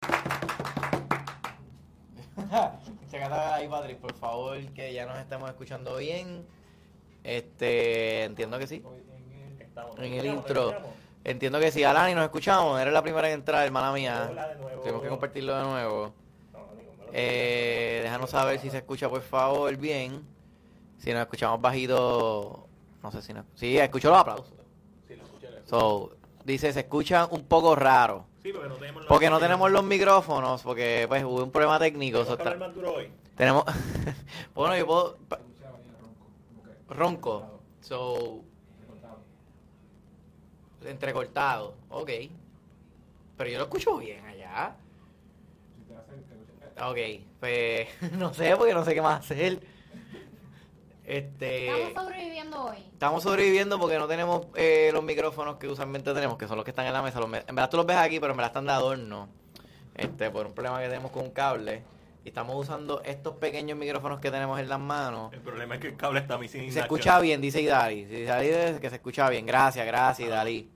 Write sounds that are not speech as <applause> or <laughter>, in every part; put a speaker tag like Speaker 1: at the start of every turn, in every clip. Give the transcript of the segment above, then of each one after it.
Speaker 1: <laughs> Ah, Checate ahí, Patrick, por favor, que ya nos estamos escuchando bien. Este, entiendo que sí.
Speaker 2: Estamos.
Speaker 1: En el
Speaker 2: Terminamos,
Speaker 1: intro.
Speaker 2: terminamos.
Speaker 1: Entiendo que sí. Alani, nos escuchamos. Eres la primera en entrar, hermana
Speaker 2: Hola
Speaker 1: mía.
Speaker 2: de nuevo.
Speaker 1: Tenemos que compartirlo de nuevo.
Speaker 2: No, amigo, me lo-
Speaker 1: Eh, déjanos saber si se escucha, por favor, bien. Si nos escuchamos bajito, no sé si nos... Sí, escucho los aplausos.
Speaker 2: Sí, lo escuché, lo escuché.
Speaker 1: So, dice, se escucha un poco raro.
Speaker 2: Sí, porque no tenemos los-
Speaker 1: Porque no tenemos los micrófonos, porque pues hubo un problema técnico.
Speaker 2: Tenemos
Speaker 1: so
Speaker 2: que
Speaker 1: está-
Speaker 2: hablar más duro hoy.
Speaker 1: Tenemos... <laughs> bueno, yo puedo... pa- Ronco. So, entrecortado. Ok. Pero yo lo escucho bien allá. Ok, pues <laughs> no sé, porque no sé qué más hacer. Este,
Speaker 3: Estamos sobreviviendo hoy.
Speaker 1: estamos sobreviviendo porque no tenemos eh, los micrófonos que usualmente tenemos, que son los que están en la mesa. Los me- en verdad tú los ves aquí, pero me la están de adorno. Este, por un problema que tenemos con un cable. Y estamos usando estos pequeños micrófonos que tenemos en las manos.
Speaker 2: El problema es que el cable está a mí sin
Speaker 1: Se escucha bien, dice Idari. Si Idari dice que se escucha bien. Gracias, gracias, Idari.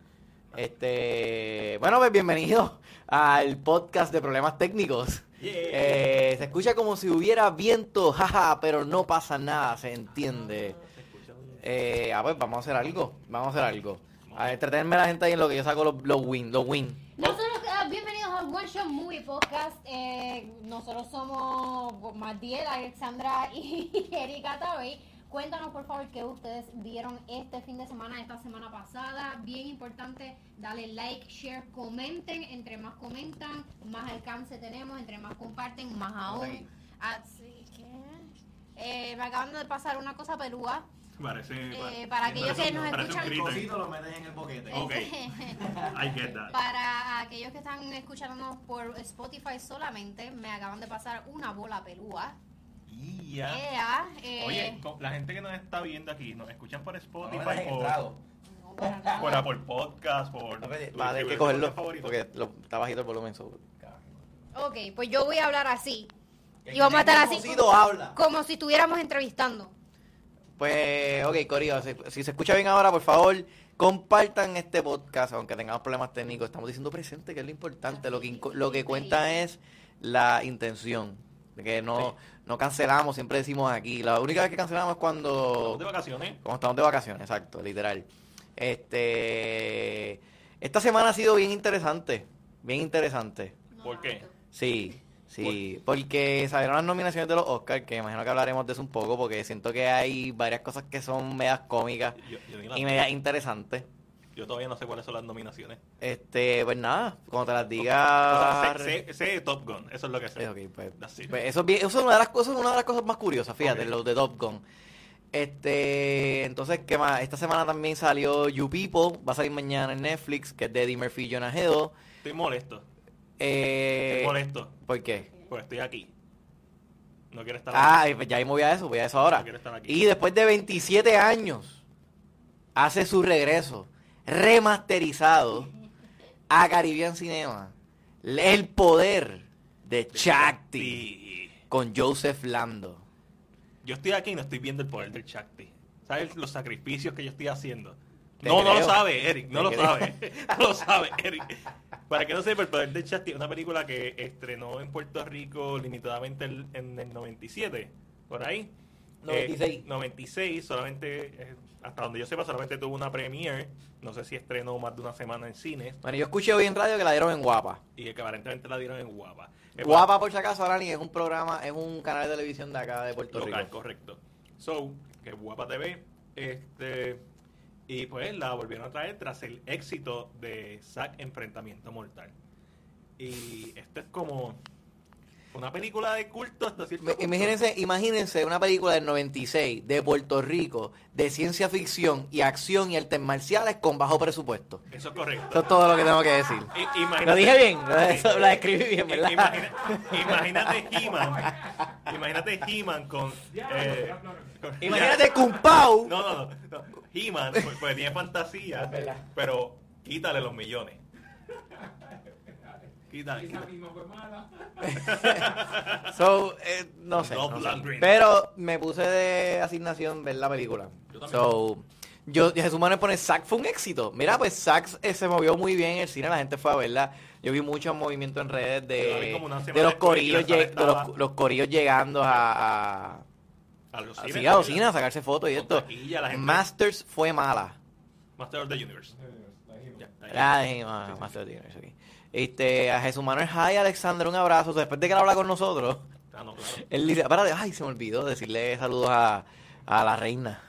Speaker 1: Este, bueno, pues bienvenido al podcast de problemas técnicos.
Speaker 2: Yeah.
Speaker 1: Eh, se escucha como si hubiera viento, <laughs> jaja, pero no pasa nada, se entiende.
Speaker 2: Se escucha bien.
Speaker 1: Eh, a ver, vamos a hacer algo, vamos a hacer algo. A entretenerme a la gente ahí en lo que yo saco los, los win, los win.
Speaker 3: Nosotros, ah, bienvenidos a One Shot Movie Podcast. Eh, nosotros somos Matiel, Alexandra y <laughs> Erika Tabey. Cuéntanos, por favor, qué ustedes vieron este fin de semana, esta semana pasada. Bien importante, dale like, share, comenten. Entre más comentan, más alcance tenemos. Entre más comparten, más aún. Así que... eh, me acaban de pasar una cosa pelúa.
Speaker 2: Parece.
Speaker 3: Eh, para aquellos que nos
Speaker 2: parece un
Speaker 3: escuchan-
Speaker 2: critter.
Speaker 4: lo metes en el boquete.
Speaker 2: Ok.
Speaker 3: <laughs>
Speaker 2: I get that.
Speaker 3: Para aquellos que están escuchándonos por Spotify solamente, me acaban de pasar una bola pelúa.
Speaker 2: Yeah.
Speaker 3: Ea, eh,
Speaker 2: Ah. Oye, co- la gente que nos está viendo aquí, nos escuchan por Spotify
Speaker 4: Ahora
Speaker 2: o
Speaker 4: registrado.
Speaker 3: no, para nada.
Speaker 2: por Apple Podcast, por
Speaker 1: pues, Va a tener
Speaker 2: tu
Speaker 1: que
Speaker 2: distribuidor
Speaker 1: cogerlo
Speaker 2: favorito.
Speaker 1: porque lo- está bajito el volumen. so-
Speaker 3: Ok, pues yo voy a hablar así. Y vamos a estar así.
Speaker 4: Conocido habla.
Speaker 3: Como si estuviéramos entrevistando.
Speaker 1: Pues, ok, Corillo, si, si se escucha bien ahora, por favor, compartan este podcast, aunque tengamos problemas técnicos. Estamos diciendo presente, que es lo importante. Lo que, inco- lo que cuenta es la intención. de Que no, no cancelamos, siempre decimos aquí. La única vez que cancelamos es
Speaker 2: Estamos
Speaker 1: cuando,
Speaker 2: de vacaciones.
Speaker 1: cuando estamos de vacaciones, exacto, literal. Este, esta semana ha sido bien interesante, bien interesante.
Speaker 2: ¿Por qué?
Speaker 1: Sí, sí, porque salieron las nominaciones de los Oscars, que imagino que hablaremos de eso un poco, porque siento que hay varias cosas que son medias cómicas
Speaker 2: Yo, yo ni la-
Speaker 1: y medias interesantes.
Speaker 2: yo todavía no sé cuáles son las nominaciones.
Speaker 1: Este, pues nada, cuando te las
Speaker 2: O sea,
Speaker 1: diga...
Speaker 2: sé, sé- sé de Top Gun, eso es lo que sé.
Speaker 1: Eh, ok, pues,
Speaker 2: That's it.
Speaker 1: pues eso, es bien- eso es una de las cosas, una de las cosas más curiosas, fíjate,
Speaker 2: Ok.
Speaker 1: los de Top Gun. Este, entonces, ¿qué más? Esta semana también salió You People, va a salir mañana en Netflix, que es de Eddie Murphy y Jonah Hill.
Speaker 2: Estoy molesto,
Speaker 1: Eh,
Speaker 2: estoy molesto,
Speaker 1: ¿Por qué?
Speaker 2: porque estoy aquí. No quiero estar
Speaker 1: Ah, pues ya ahí me voy a eso, voy a eso ahora.
Speaker 2: No quiero estar aquí.
Speaker 1: Y después de 27 años, hace su regreso, remasterizado, a Caribbean Cinema. El poder de Chakti
Speaker 2: Chacti.
Speaker 1: con Joseph Lando.
Speaker 2: Yo estoy aquí y no estoy viendo el poder del Chacti. ¿Sabes los sacrificios que yo estoy haciendo?
Speaker 1: Te
Speaker 2: No, no lo
Speaker 1: creo.
Speaker 2: sabe, Eric. No
Speaker 1: Te
Speaker 2: lo
Speaker 1: creo.
Speaker 2: sabe. <laughs> No lo sabe, Eric. Para que no sepa, El Poder del Chacti es una película que estrenó en Puerto Rico limitadamente el- en el 97, por ahí. Eh,
Speaker 1: 96.
Speaker 2: 96, solamente, eh, hasta donde yo sepa, solamente tuvo una premiere. No sé si estrenó más de una semana en cines.
Speaker 1: Bueno, yo escuché hoy en radio que la dieron en Guapa.
Speaker 2: Y que aparentemente la dieron en Guapa. Eh,
Speaker 1: Guapa, por si acaso, Arani, es un programa, es un canal de televisión de acá de Puerto
Speaker 2: local,
Speaker 1: Rico.
Speaker 2: correcto. So, que es Guapa TV, este, y pues la volvieron a traer tras el éxito de Zack Enfrentamiento Mortal. Y esto es como una película de culto hasta cierto
Speaker 1: Me-
Speaker 2: punto.
Speaker 1: Imagínense, imagínense una película del 96 de Puerto Rico de ciencia ficción y acción y artes marciales con bajo presupuesto.
Speaker 2: Eso es correcto.
Speaker 1: Eso es todo lo que tengo que decir.
Speaker 2: I- imagínate-
Speaker 1: Lo dije bien, lo-
Speaker 2: Sí.
Speaker 1: eso, la escribí bien, ¿verdad?
Speaker 2: Imagina- imagínate He-Man. Imagínate He-Man con, eh, con-
Speaker 1: Imagínate Kumpau.
Speaker 2: No, no, no. no. He-Man, pues, pues, tiene fantasía,
Speaker 1: verdad.
Speaker 2: pero quítale los millones. Quítale.
Speaker 5: Esa
Speaker 2: quítale.
Speaker 5: misma fue mala.
Speaker 1: So, eh, no sé.
Speaker 2: No,
Speaker 1: no sé.
Speaker 2: Blanc Green.
Speaker 1: Pero me puse de asignación ver la película.
Speaker 2: Yo también.
Speaker 1: So, Yo, Jesús Manuel pone, Zack fue un éxito. Mira, pues Zack eh, se movió muy bien en el cine, la gente fue a verla. Yo vi mucho movimiento en redes
Speaker 2: Yo la vi
Speaker 1: de,
Speaker 2: como una semana
Speaker 1: de los
Speaker 2: después
Speaker 1: corillos,
Speaker 2: y la sala
Speaker 1: lleg- de los-
Speaker 2: estaba-
Speaker 1: los corillos llegando a, a-
Speaker 2: A los
Speaker 1: a-
Speaker 2: cines,
Speaker 1: Ah, sí, a los
Speaker 2: ¿verdad?
Speaker 1: cines a sacarse fotos y
Speaker 2: Con
Speaker 1: esto.
Speaker 2: taquilla, la gente-
Speaker 1: Masters fue mala.
Speaker 2: Master of the Universe. Ya,
Speaker 4: Universe.
Speaker 2: ahí.
Speaker 1: Ah, dejé, ah,
Speaker 2: Sí, sí,
Speaker 1: Masters of the Universe, ok. Este, a Jesús Manuel Jai, Alexander, un abrazo. O sea, después de que él habla con nosotros,
Speaker 2: Ah, no, claro.
Speaker 1: él dice, "Párate, ay, se me olvidó decirle saludos a, a la reina.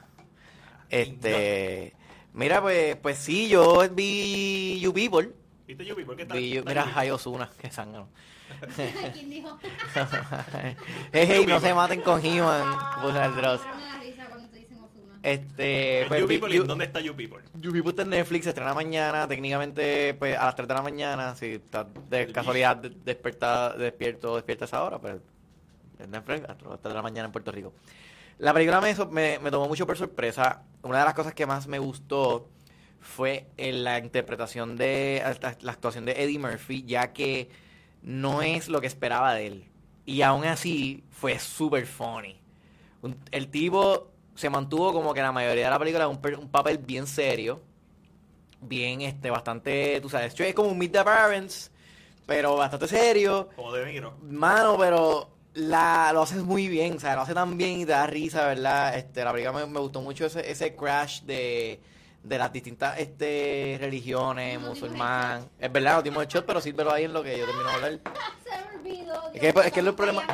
Speaker 1: Este, mira, pues, pues sí, yo vi You People.
Speaker 2: ¿Viste Yubi? ¿Por qué está?
Speaker 1: Vi You-
Speaker 2: está
Speaker 1: mira,
Speaker 2: Yubi?
Speaker 1: Jai Osuna, que sangre. <laughs>
Speaker 3: <laughs>
Speaker 6: ¿Quién dijo?
Speaker 1: hey, hey, no se maten con He-Man, puso
Speaker 3: Ah,
Speaker 1: el Dross.
Speaker 6: Ahora me da risa cuando te dicen Ozuna.
Speaker 1: Este,
Speaker 2: Es
Speaker 1: pues,
Speaker 2: You
Speaker 1: vi-
Speaker 2: People, ¿y
Speaker 1: You-
Speaker 2: ¿Dónde está You People?
Speaker 1: You People está en Netflix, se estrena mañana, técnicamente pues, a las 3 de la mañana, si estás de
Speaker 2: Del
Speaker 1: casualidad de- desperta, despierto, despiertas ahora, pero pues, en Netflix a las 3 de la mañana en Puerto Rico. La película me, so- me, me tomó mucho por sorpresa. Una de las cosas que más me gustó fue en la interpretación de la, la actuación de Eddie Murphy, ya que no es lo que esperaba de él. Y aún así fue súper funny. Un- el tipo se mantuvo como que la mayoría de la película un, per- un papel bien serio, bien, este, bastante, tú sabes, es como un Meet the Parents, pero bastante serio.
Speaker 2: Como de Niro.
Speaker 1: Mano, pero la, lo haces muy bien, o sea, lo hace tan bien y te da risa, ¿verdad? Este, la película me, me gustó mucho ese, ese crash de, de las distintas este, religiones,
Speaker 6: No dimos el
Speaker 1: musulmán. Es verdad, no dimos el shot, pero sírvelo ahí en lo que yo termino de hablar.
Speaker 3: <laughs>
Speaker 6: Se me olvidó.
Speaker 1: Eh, Es que, pues, es que los problemas,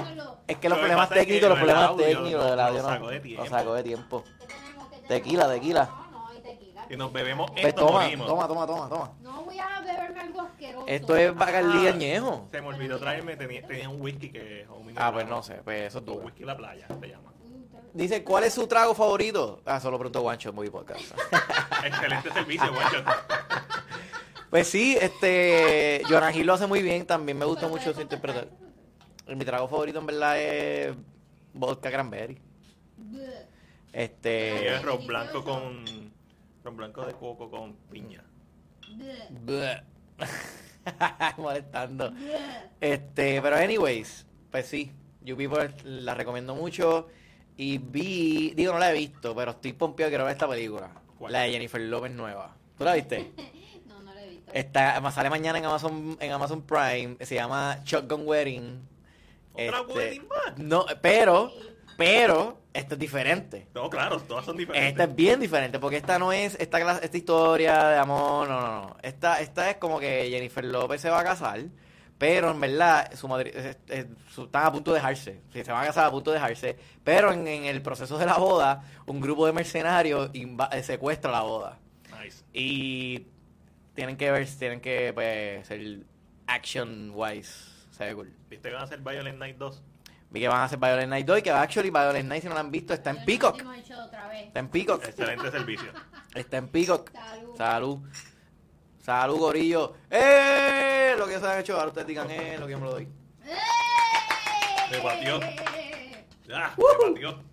Speaker 1: es que los
Speaker 2: Lo que
Speaker 1: problemas
Speaker 2: pasa es que
Speaker 1: técnicos, los
Speaker 2: lo del
Speaker 1: problemas
Speaker 2: audio
Speaker 1: técnicos, de
Speaker 2: lo-
Speaker 1: la
Speaker 2: lo
Speaker 1: yo no-
Speaker 2: sacó de
Speaker 1: Lo
Speaker 2: tiempo.
Speaker 1: sacó de tiempo. Tequila, tequila.
Speaker 6: No, no, y tequila.
Speaker 2: Y nos bebemos
Speaker 1: Pues
Speaker 2: esto,
Speaker 1: toma,
Speaker 2: morimos.
Speaker 1: toma, toma, toma, toma.
Speaker 6: No voy a beberme algo asqueroso.
Speaker 1: Esto es Bacardí
Speaker 2: Ah.
Speaker 1: añejo.
Speaker 2: Se me olvidó traerme, tenía, tenía un whisky que... oh, homie,
Speaker 1: Ah,
Speaker 2: me
Speaker 1: pues
Speaker 2: trajo.
Speaker 1: no sé, pues eso es
Speaker 2: Tu
Speaker 1: duro.
Speaker 2: whisky la playa, se llama.
Speaker 1: Dice, ¿cuál es su trago favorito? Ah, solo preguntó Guancho, muy <laughs> podcast.
Speaker 2: Excelente
Speaker 1: <laughs>
Speaker 2: servicio, guacho.
Speaker 1: Pues sí, este. Jonah Hill lo hace muy bien. También me gusta mucho su interpretar. Mi trago favorito, en verdad, es. Vodka Cranberry.
Speaker 2: Y es
Speaker 1: Este.
Speaker 2: ron blanco con... Ron blanco de coco con piña.
Speaker 1: bleh. <laughs> Molestando. Este, pero, anyways, pues sí. You People la recomiendo mucho. Y vi. Digo, no la he visto, pero estoy pompeado y quiero ver esta película.
Speaker 2: ¿Cuál?
Speaker 1: La de Jennifer López nueva. ¿Tú la viste?
Speaker 6: No, no lo he visto.
Speaker 1: Está, sale mañana en Amazon, en Amazon Prime. Se llama Shotgun Wedding.
Speaker 2: ¿Otra
Speaker 1: Este,
Speaker 2: wedding más?
Speaker 1: No, pero, pero, esto es diferente.
Speaker 2: No, claro, todas son diferentes.
Speaker 1: Esta es bien diferente, porque esta no es esta, clase- esta historia de amor, no, no, no. Esta, esta es como que Jennifer López se va a casar, pero en verdad su madre, es- es- su- están a punto de dejarse. Sí, se van a casar a punto de dejarse, pero en, en el proceso de la boda, un grupo de mercenarios inva- eh, secuestra la boda.
Speaker 2: Nice.
Speaker 1: Y tienen que ver, tienen que pues, ser action wise. Se ve cool.
Speaker 2: ¿Viste que van a hacer Violent Night 2?
Speaker 1: Vi que van a hacer Violent Night 2 y que actually Violent Night, si no lo han visto, está en Peacock.
Speaker 6: Hemos hecho otra vez.
Speaker 1: Está en Peacock.
Speaker 2: Excelente servicio.
Speaker 1: Está en Peacock.
Speaker 6: Salud.
Speaker 1: Salud. Salud, gorillo. ¡Eh! Lo que se han hecho, ahora ustedes digan, eh, lo que yo me lo doy.
Speaker 6: ¡Eh!
Speaker 2: Me batió. ¡Ah!
Speaker 1: Woohoo.
Speaker 2: me batió.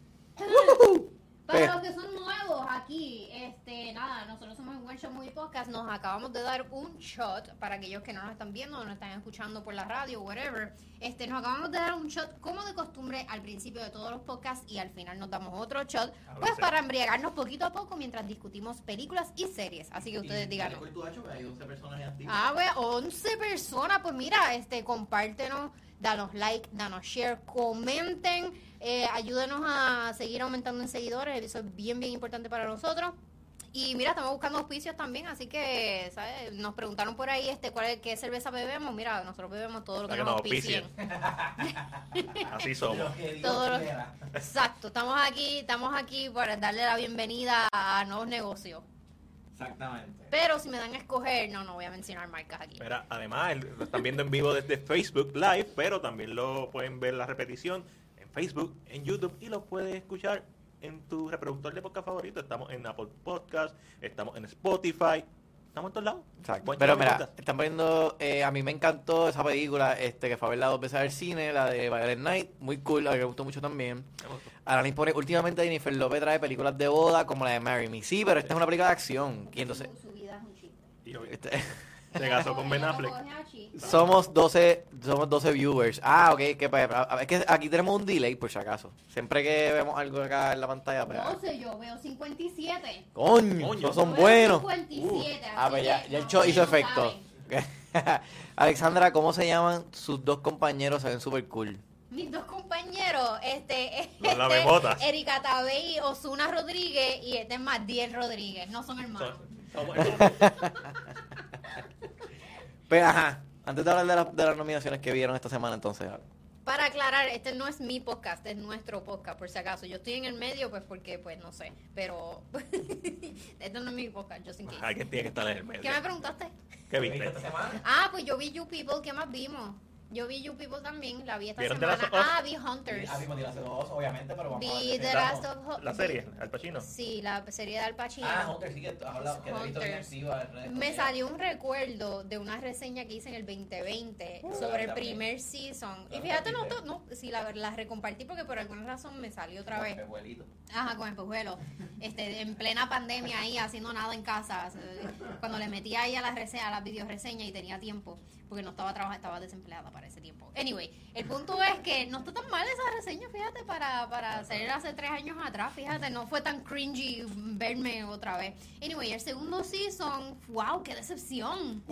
Speaker 6: Para
Speaker 1: Pero-
Speaker 6: los que son nuevos aquí, este, nada, nosotros somos en One Shot Movie Podcast, nos acabamos de dar un shot para aquellos que no nos están viendo, no nos están escuchando por la radio, whatever. Este, nos acabamos de dar un shot como de costumbre al principio de todos los podcasts y al final nos damos otro shot,
Speaker 2: Ahora
Speaker 6: pues
Speaker 2: sí.
Speaker 6: para embriagarnos poquito a poco mientras discutimos películas y series. Así que ustedes díganos. Ah, bueno, 11 personas. Pues mira, este, compártenos, danos like, danos share, comenten, eh, ayúdenos a seguir aumentando en seguidores. Eso es bien, bien importante para nosotros. Y mira, estamos buscando auspicios también, así que, ¿sabes? Nos preguntaron por ahí, este, ¿cuál es, qué cerveza bebemos? Mira, nosotros bebemos todo lo que,
Speaker 2: Para que
Speaker 6: nos
Speaker 2: nos
Speaker 6: auspicien.
Speaker 2: Así somos.
Speaker 6: Todo lo- Exacto, estamos aquí, estamos aquí para darle la bienvenida a nuevos negocios.
Speaker 1: Exactamente.
Speaker 6: Pero si me dan a escoger, no, no voy a mencionar marcas aquí.
Speaker 2: Mira, además, el- lo están viendo en vivo desde Facebook Live, pero también lo pueden ver la repetición en Facebook, en YouTube y lo puedes escuchar en tu reproductor de podcast favorito. Estamos en Apple Podcast, estamos en Spotify, estamos en todos lados.
Speaker 1: Exacto.
Speaker 2: Buen
Speaker 1: Pero
Speaker 2: show de
Speaker 1: mira,
Speaker 2: podcast.
Speaker 1: están poniendo. eh, a mí me encantó esa película este, que fue a verla dos veces al cine, la de Violent Night. Muy cool, la que me gustó mucho también. Alanis pone, últimamente Jennifer López trae películas de boda como la de Marry Me. Sí, pero esta es una película de acción. Y entonces,
Speaker 6: Su- su vida es un chiste.
Speaker 2: Y yo-
Speaker 1: este- <laughs>
Speaker 2: Se casó con Ben Affleck.
Speaker 6: <laughs>
Speaker 1: Somos 12, somos 12 viewers. Ah, ok, que, pues, a- a- es que aquí tenemos un delay por si acaso. Siempre que vemos algo acá en la pantalla, pues, ah,
Speaker 6: 12 yo veo 57.
Speaker 1: coño,
Speaker 2: Coño.
Speaker 1: esos
Speaker 6: Yo
Speaker 1: son
Speaker 6: veo
Speaker 1: buenos.
Speaker 6: 57, así
Speaker 1: Ah, pues ya,
Speaker 6: que
Speaker 1: ya el
Speaker 6: no,
Speaker 1: show hizo
Speaker 6: ustedes no
Speaker 1: efecto. <laughs>
Speaker 6: saben.
Speaker 1: Alexandra, ¿cómo se llaman sus dos compañeros? Se ven súper cool.
Speaker 6: Mis dos compañeros, este,
Speaker 2: Los
Speaker 6: este
Speaker 2: lamebotas.
Speaker 6: Erika Tabey y Osuna Rodríguez y este es Matiel Rodríguez, no son hermanos.
Speaker 2: Son- somos <laughs> hermanos.
Speaker 1: Pero, ajá, antes de hablar de, las- de las nominaciones que vieron esta semana, entonces.
Speaker 6: Para aclarar, este no es mi podcast, es nuestro podcast, por si acaso. Yo estoy en el medio, pues porque, pues no sé, pero <laughs> este no es mi podcast, yo sin
Speaker 2: Hay que tiene que estar en el
Speaker 6: ¿Qué
Speaker 2: medio.
Speaker 6: me preguntaste?
Speaker 2: ¿Qué viste?
Speaker 6: Ah, pues yo vi You People, ¿qué más vimos? Yo vi You People también, la vi esta
Speaker 2: ¿Vieron The Last
Speaker 6: semana.
Speaker 2: of Us?
Speaker 6: Ah, vi Hunters.
Speaker 1: obviamente, pero
Speaker 6: vamos a ver qué Vi The tal. Last of Us.
Speaker 2: La serie, Al Pacino.
Speaker 6: Sí, la serie de Al Pacino.
Speaker 1: Ah,
Speaker 4: Ah,
Speaker 1: sí, que
Speaker 6: hablado- que te he visto bien Hunters. Me salió un recuerdo de una reseña que hice en el 2020
Speaker 1: Uh,
Speaker 6: sobre el
Speaker 1: también.
Speaker 6: primer season.
Speaker 1: La
Speaker 6: Y fíjate, no,
Speaker 1: repartiste.
Speaker 6: no, sí, la, la recompartí porque por alguna razón me salió otra vez.
Speaker 1: <laughs>
Speaker 6: Ajá, con espejuelo. Este, en plena pandemia ahí, haciendo nada en casa. Eh, Cuando le metí ahí a las rese- a las videoreseñas y tenía tiempo, porque no estaba trabajando, estaba desempleada para ese tiempo. Anyway, el punto es que no está tan mal esa reseña, fíjate, para, para hacer hace tres años atrás, fíjate, no fue tan cringy verme otra vez. Anyway, el segundo season, wow, qué decepción.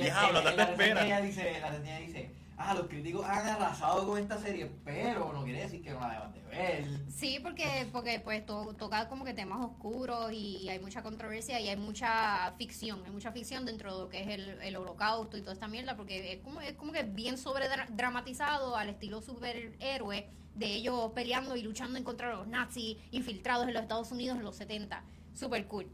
Speaker 2: Diablo, tanta espera.
Speaker 1: Ella dice, la reseña dice, ah, los críticos han arrasado con esta serie, pero no quiere decir que no la deban de ver.
Speaker 6: Sí, porque, porque pues to- toca como que temas oscuros y, y hay mucha controversia y hay mucha ficción, hay mucha ficción dentro de lo que es el, el holocausto y toda esta mierda, porque es como, es como que bien sobre dra- dramatizado al estilo superhéroe de ellos peleando y luchando en contra de los nazis infiltrados en los Estados Unidos en los 70. Super cool.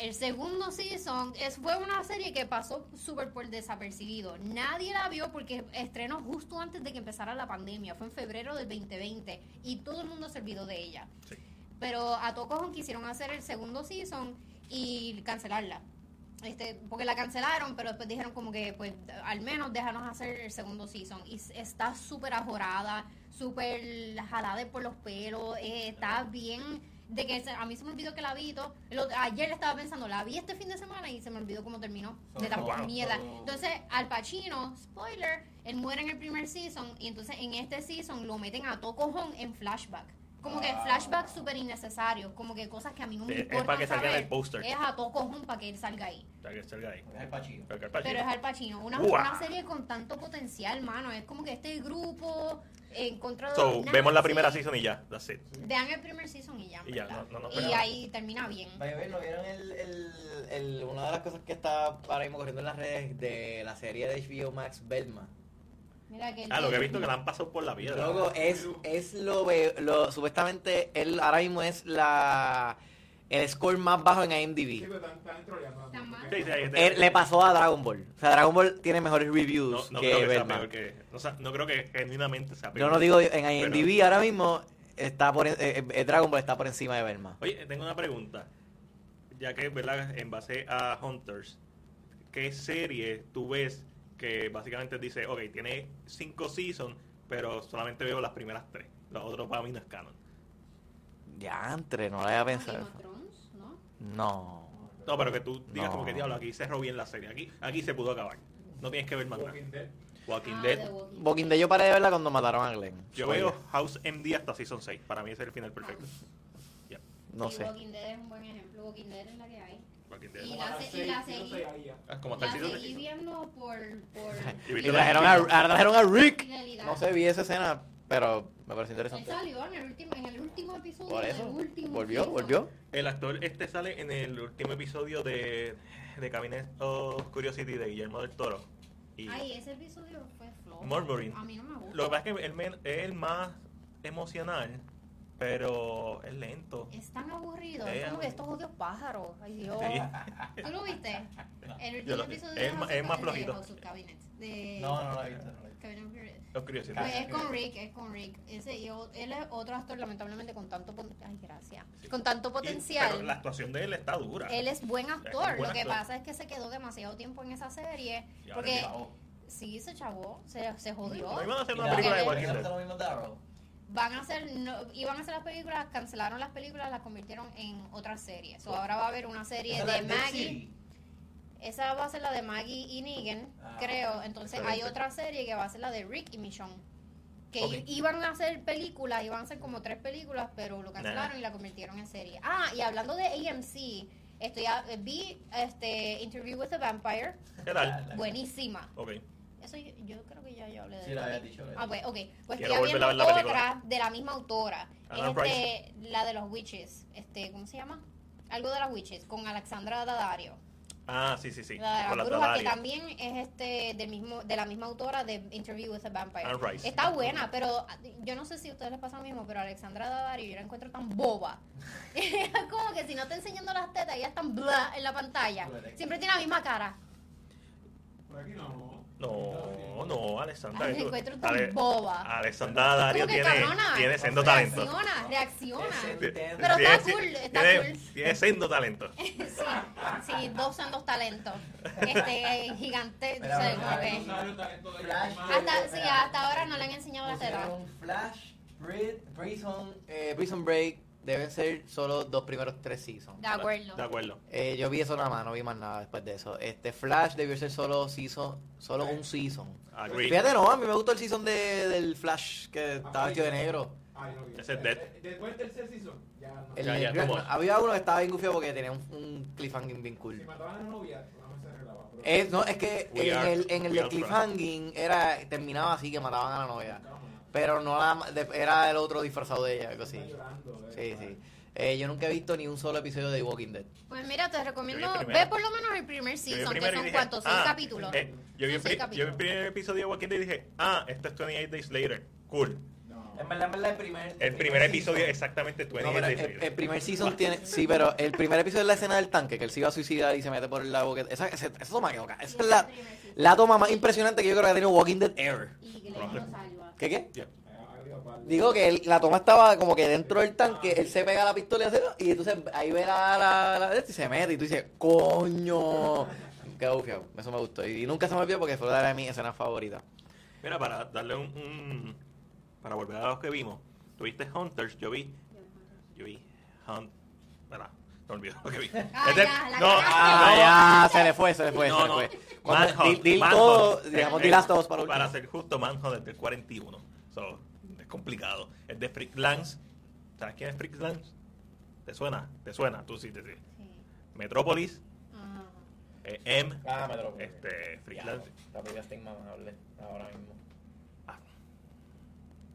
Speaker 6: El segundo season es, fue una serie que pasó súper por desapercibido. Nadie la vio porque estrenó justo antes de que empezara la pandemia. Fue en febrero del 2020 y todo el mundo se olvidó de ella.
Speaker 2: Sí.
Speaker 6: Pero a Tocojón quisieron hacer el segundo season y cancelarla. Este, porque la cancelaron, pero después dijeron como que, pues, al menos déjanos hacer el segundo season. Y s- está súper ajorada, súper jalada por los pelos, eh, está bien... De que se- a mí se me olvidó que la vi y todo. El otro- ayer estaba pensando, la vi este fin de semana y se me olvidó cómo terminó. De tan
Speaker 2: Wow.
Speaker 6: mierda. Entonces, Al Pacino, spoiler, él muere en el primer season y entonces en este season lo meten a tocojón en flashback. Como que
Speaker 1: Ah.
Speaker 6: flashback súper innecesario, como que cosas que a mí no me
Speaker 2: Sí, es
Speaker 6: importan
Speaker 2: para que salga en
Speaker 6: saber.
Speaker 2: el póster.
Speaker 6: Es a tocojón para que él salga ahí.
Speaker 2: Hay que estar ahí.
Speaker 1: Es el pachillo.
Speaker 2: Pero que Al Pacino.
Speaker 6: Pero es Al Pacino, una,
Speaker 2: Uah.
Speaker 6: una serie con tanto potencial, mano. Es como que este grupo en contra de los
Speaker 2: So,
Speaker 6: nazis.
Speaker 2: vemos la primera season y ya. That's it.
Speaker 6: Vean el primer season y ya.
Speaker 2: Y ya,
Speaker 6: ¿verdad?
Speaker 2: no- no- no,
Speaker 6: Y
Speaker 2: pero-
Speaker 6: ahí termina bien.
Speaker 1: Vaya, ¿no vieron el, el, el- una de las cosas que está Ah, ahora mismo corriendo en las redes de la serie de HBO Max Belma?
Speaker 6: Mira que
Speaker 2: Ah, lo que he visto que la han pasado por la piedra.
Speaker 1: Luego es, es lo, ve- lo supuestamente él ahora mismo es la el score más bajo en
Speaker 4: Sí,
Speaker 1: IMDb.
Speaker 4: pero están- están troleando.
Speaker 6: Están mal.
Speaker 2: Sí, sí, ahí está.
Speaker 1: Él- eh, le pasó a Dragon Ball. O sea, Dragon Ball tiene mejores
Speaker 2: No,
Speaker 1: reviews
Speaker 2: no
Speaker 1: que
Speaker 2: creo que sea
Speaker 1: Velma.
Speaker 2: peor que. No, sa- no creo que genuinamente sea peor.
Speaker 1: Yo no digo en IMDb ahora mismo está por en- eh, eh, Dragon Ball está por encima de Velma.
Speaker 2: Oye, tengo una pregunta. Ya que, ¿verdad? En base a Hunters, ¿qué serie tú ves que básicamente dice, ok, tiene cinco seasons, pero solamente veo las primeras tres? Los otros para mí no es canon.
Speaker 1: Ya entre, no la había
Speaker 6: Game
Speaker 1: pensado.
Speaker 6: of Thrones, ¿no?
Speaker 1: No.
Speaker 2: No, pero que tú digas
Speaker 1: No.
Speaker 2: como que, diablo, aquí cerró bien la serie. Aquí, aquí se pudo acabar. No tienes que ver más nada.
Speaker 4: Walking Dead.
Speaker 2: Walking
Speaker 6: Ah,
Speaker 2: Dead.
Speaker 6: The Walking Dead.
Speaker 1: Boquín de yo paré de verla cuando mataron a Glenn.
Speaker 2: Yo veo House MD hasta Season 6. Para mí ese es el final perfecto.
Speaker 1: No
Speaker 6: Sí,
Speaker 1: sé.
Speaker 6: Walking Dead es un buen ejemplo. Walking Dead es la que hay.
Speaker 2: Walking
Speaker 6: Ah. Y
Speaker 2: Dead.
Speaker 6: la
Speaker 4: Ahora
Speaker 6: se-
Speaker 4: sí,
Speaker 6: y la
Speaker 4: sí, no
Speaker 6: seguí.
Speaker 4: sé, ahí ya.
Speaker 2: Ah, Como hasta
Speaker 6: La
Speaker 2: el Season
Speaker 6: seguí
Speaker 2: 6.
Speaker 6: viendo por, por
Speaker 1: <laughs> Y trajeron a, ahora trajeron a Rick.
Speaker 6: fidelidad.
Speaker 1: No sé, vi esa escena, pero me pareció
Speaker 6: Él
Speaker 1: interesante.
Speaker 6: salió en el último, en el último episodio.
Speaker 1: Por
Speaker 6: en
Speaker 1: eso,
Speaker 6: el último
Speaker 1: volvió,
Speaker 6: season.
Speaker 1: volvió.
Speaker 2: El actor este sale en el último episodio de, de Cabinet of Curiosity de Guillermo del Toro. Y
Speaker 6: Ay, ese episodio fue flojo.
Speaker 2: Murmuring.
Speaker 6: A mí no me gusta.
Speaker 2: lo que pasa es que el men- es el más emocional, pero es lento.
Speaker 6: Es tan aburrido.
Speaker 2: Eh,
Speaker 6: Es como que estos odios pájaros. Ay, Dios. ¿Tú lo
Speaker 2: <laughs>
Speaker 6: viste? El último
Speaker 2: lo-
Speaker 6: episodio
Speaker 2: es
Speaker 6: de
Speaker 2: ma-
Speaker 6: House
Speaker 2: es más
Speaker 6: of Ca- de
Speaker 2: flojito.
Speaker 6: House of Cabinet. De-
Speaker 1: no la he visto. No la he visto.
Speaker 6: Cabinet of Curiosity.
Speaker 2: Los Curiosity.
Speaker 6: Pues es
Speaker 1: Gracias.
Speaker 6: con Rick, es con Rick. Ese, y o- él es otro actor, lamentablemente, con tanto, pon- ay, gracias. Con tanto
Speaker 2: Y-
Speaker 6: potencial.
Speaker 2: pero la actuación de él está dura.
Speaker 6: Él es buen actor.
Speaker 2: Es buen
Speaker 6: Lo que
Speaker 2: actor.
Speaker 6: pasa es que se quedó demasiado tiempo en esa serie.
Speaker 2: Y ahora
Speaker 6: Porque
Speaker 2: ya, oh.
Speaker 6: sí, se chavó, se, se jodió.
Speaker 2: No iban a hacer
Speaker 1: Y
Speaker 2: una
Speaker 1: la-
Speaker 2: película de
Speaker 6: Porque-
Speaker 2: Walking Dead.
Speaker 6: Van a hacer, no- iban a hacer las películas, cancelaron las películas, las convirtieron en otra serie. So, ahora va a haber una serie de Maggie. Esa va a ser la de Maggie y Negan,
Speaker 2: Ah,
Speaker 6: creo. Entonces hay
Speaker 4: excelente.
Speaker 6: otra serie que va a ser la de Rick y Michonne. Que
Speaker 4: Ok.
Speaker 6: i- iban a hacer películas, iban a ser como tres películas, pero lo cancelaron
Speaker 2: Nah.
Speaker 6: y la convirtieron en serie. Ah, y hablando de AMC, estoy a- vi este Interview with the Vampire,
Speaker 2: ¿Qué tal?
Speaker 6: buenísima.
Speaker 2: Ok.
Speaker 6: Eso yo, yo creo que ya yo hablé de
Speaker 1: Sí, la
Speaker 6: eso.
Speaker 1: habías dicho. la
Speaker 6: Ah,
Speaker 1: habías
Speaker 6: pues, ok. Pues
Speaker 2: Quiero
Speaker 6: estoy
Speaker 2: volver a ver
Speaker 6: viendo
Speaker 2: la película. Ah,
Speaker 6: otra de la misma autora.
Speaker 2: Anna
Speaker 6: Es este, la de los witches. Este, ¿Cómo se llama? Algo de las witches, con Alexandra Daddario.
Speaker 2: Ah, sí, sí, sí.
Speaker 6: La de la
Speaker 2: Con la
Speaker 6: bruja, que
Speaker 2: Tadaria.
Speaker 6: también es este del mismo, de la misma autora de Interview with a Vampire.
Speaker 2: Anne Rice.
Speaker 6: Está buena, pero yo no sé si a ustedes les pasa lo mismo, pero a Alexandra Daddario yo la encuentro tan boba. <laughs> como que si no está enseñando las tetas, ella es tan bla en la pantalla. Siempre tiene la misma cara.
Speaker 5: Por aquí no.
Speaker 2: No, no, Alessandra. que
Speaker 6: Ay, me
Speaker 2: tú-
Speaker 6: encuentro tan
Speaker 2: Ale-
Speaker 6: boba.
Speaker 2: Alessandra Dario
Speaker 6: Como que
Speaker 2: tiene,
Speaker 6: cabrona.
Speaker 2: tiene siendo talento.
Speaker 6: Reacciona, reacciona.
Speaker 1: dicho. Ese-
Speaker 6: Pero
Speaker 2: Tiene-
Speaker 6: está cool, está
Speaker 2: tiene,
Speaker 6: cool.
Speaker 2: Tiene siendo
Speaker 6: <laughs>
Speaker 2: talento.
Speaker 6: Sí, sí, dos son dos talentos. Este, eh, gigante,
Speaker 1: Mira,
Speaker 6: se
Speaker 1: mira,
Speaker 6: mueve.
Speaker 1: mira.
Speaker 5: Flash.
Speaker 6: Hasta, sí, hasta ahora no le han enseñado las tetas.
Speaker 1: Pusieron Flash, Brit,
Speaker 4: Prison, eh, Prison Break deben ser solo los primeros tres seasons.
Speaker 6: De acuerdo.
Speaker 2: De acuerdo.
Speaker 4: Eh, yo vi eso nada más, no vi más nada después de eso. Este Flash debió ser solo season, solo un season.
Speaker 2: Agree.
Speaker 4: Fíjate, no, a mí me gustó el season de, del Flash que estaba
Speaker 2: Ah,
Speaker 5: Amarillo.
Speaker 4: vestido de negro.
Speaker 5: Ay, no, bien.
Speaker 2: Ese es Dead.
Speaker 5: Después del tercer season, ya no.
Speaker 4: El
Speaker 2: Ya, ya,
Speaker 4: negro-
Speaker 2: come on.
Speaker 4: había uno que estaba bien gufiado porque tenía un, un cliffhanging bien
Speaker 5: Si
Speaker 4: cool.
Speaker 5: mataban a la novia, la mamá se arreglaba. pero-
Speaker 4: Es, no, es que
Speaker 2: We
Speaker 4: en
Speaker 2: are-
Speaker 4: el, en el
Speaker 2: we
Speaker 4: de
Speaker 2: are friends.
Speaker 4: cliffhanging era, terminaba así que mataban a la novia.
Speaker 5: Nunca más.
Speaker 4: Pero no la- de- era el otro disfrazado de ella, algo
Speaker 5: Está
Speaker 4: así.
Speaker 5: llorando, eh.
Speaker 4: Sí, sí. Eh, yo nunca he visto ni un solo episodio de The Walking Dead.
Speaker 6: Pues mira, te recomiendo,
Speaker 2: Yo vi el
Speaker 6: ve
Speaker 2: primero.
Speaker 6: por lo menos el primer
Speaker 2: Yo vi
Speaker 6: season, que
Speaker 2: primero y
Speaker 6: son
Speaker 2: dije,
Speaker 6: cuántos, seis
Speaker 2: ah,
Speaker 6: capítulos.
Speaker 2: eh, yo, vi el,
Speaker 6: Son seis
Speaker 2: pri- yo vi el primer episodio de Walking Dead y dije, ah, esto es 28 Days Later. Cool.
Speaker 5: No.
Speaker 1: En verdad, en verdad, el primer.
Speaker 2: El primer episodio es exactamente
Speaker 4: No,
Speaker 2: 28
Speaker 4: pero
Speaker 2: Days
Speaker 4: el, el
Speaker 2: Later.
Speaker 4: primer season tiene. Sí, pero el primer episodio es la escena del tanque, que él se iba a suicidar y se mete por el lago. Que, esa, esa, esa toma que toca. Esa es la, la toma más impresionante que yo creo que ha tenido Walking Dead ever.
Speaker 6: Y Glenn lo salva.
Speaker 4: ¿Qué qué?
Speaker 5: Arriba, pal.
Speaker 4: Digo que el- la toma estaba como que dentro del tanque, él se pega la pistola y hace. Y entonces ahí ve la. la, la de esto y se mete y tú dices, ¡coño! Qué bufiado. Eso me gustó. Y, nunca se me olvidó porque fue una de mis escenas favoritas.
Speaker 2: Mira, para darle un, un- Para volver a los que vimos. Tuviste Hunters, yo vi. Yo vi. Hunt. Espera, me olvidé lo que
Speaker 6: <laughs>
Speaker 2: vi.
Speaker 6: Ah,
Speaker 2: Este-
Speaker 6: ya, la
Speaker 2: no,
Speaker 6: cagaste.
Speaker 2: no,
Speaker 4: Ah, ya, se le fue, se le fue,
Speaker 2: No,
Speaker 4: se le
Speaker 2: no.
Speaker 4: fue. Cuando, di,
Speaker 2: Manhunt,
Speaker 4: di
Speaker 2: Manhunt.
Speaker 4: todo,
Speaker 2: Eh,
Speaker 4: digamos,
Speaker 2: eh,
Speaker 4: di las todas para último.
Speaker 2: Para ser justo, Manhunt es del 41. So, es complicado. Es de Freak Lance. ¿Sabes quién es Freak Lance? ¿Te suena? ¿Te suena? Tú sí, te sí.
Speaker 6: Sí.
Speaker 2: Metrópolis,
Speaker 6: Ah.
Speaker 2: eh, M,
Speaker 1: Ah, me lo
Speaker 2: este, Freak
Speaker 1: Ya,
Speaker 2: Lance.
Speaker 1: La película está inmamable ahora mismo.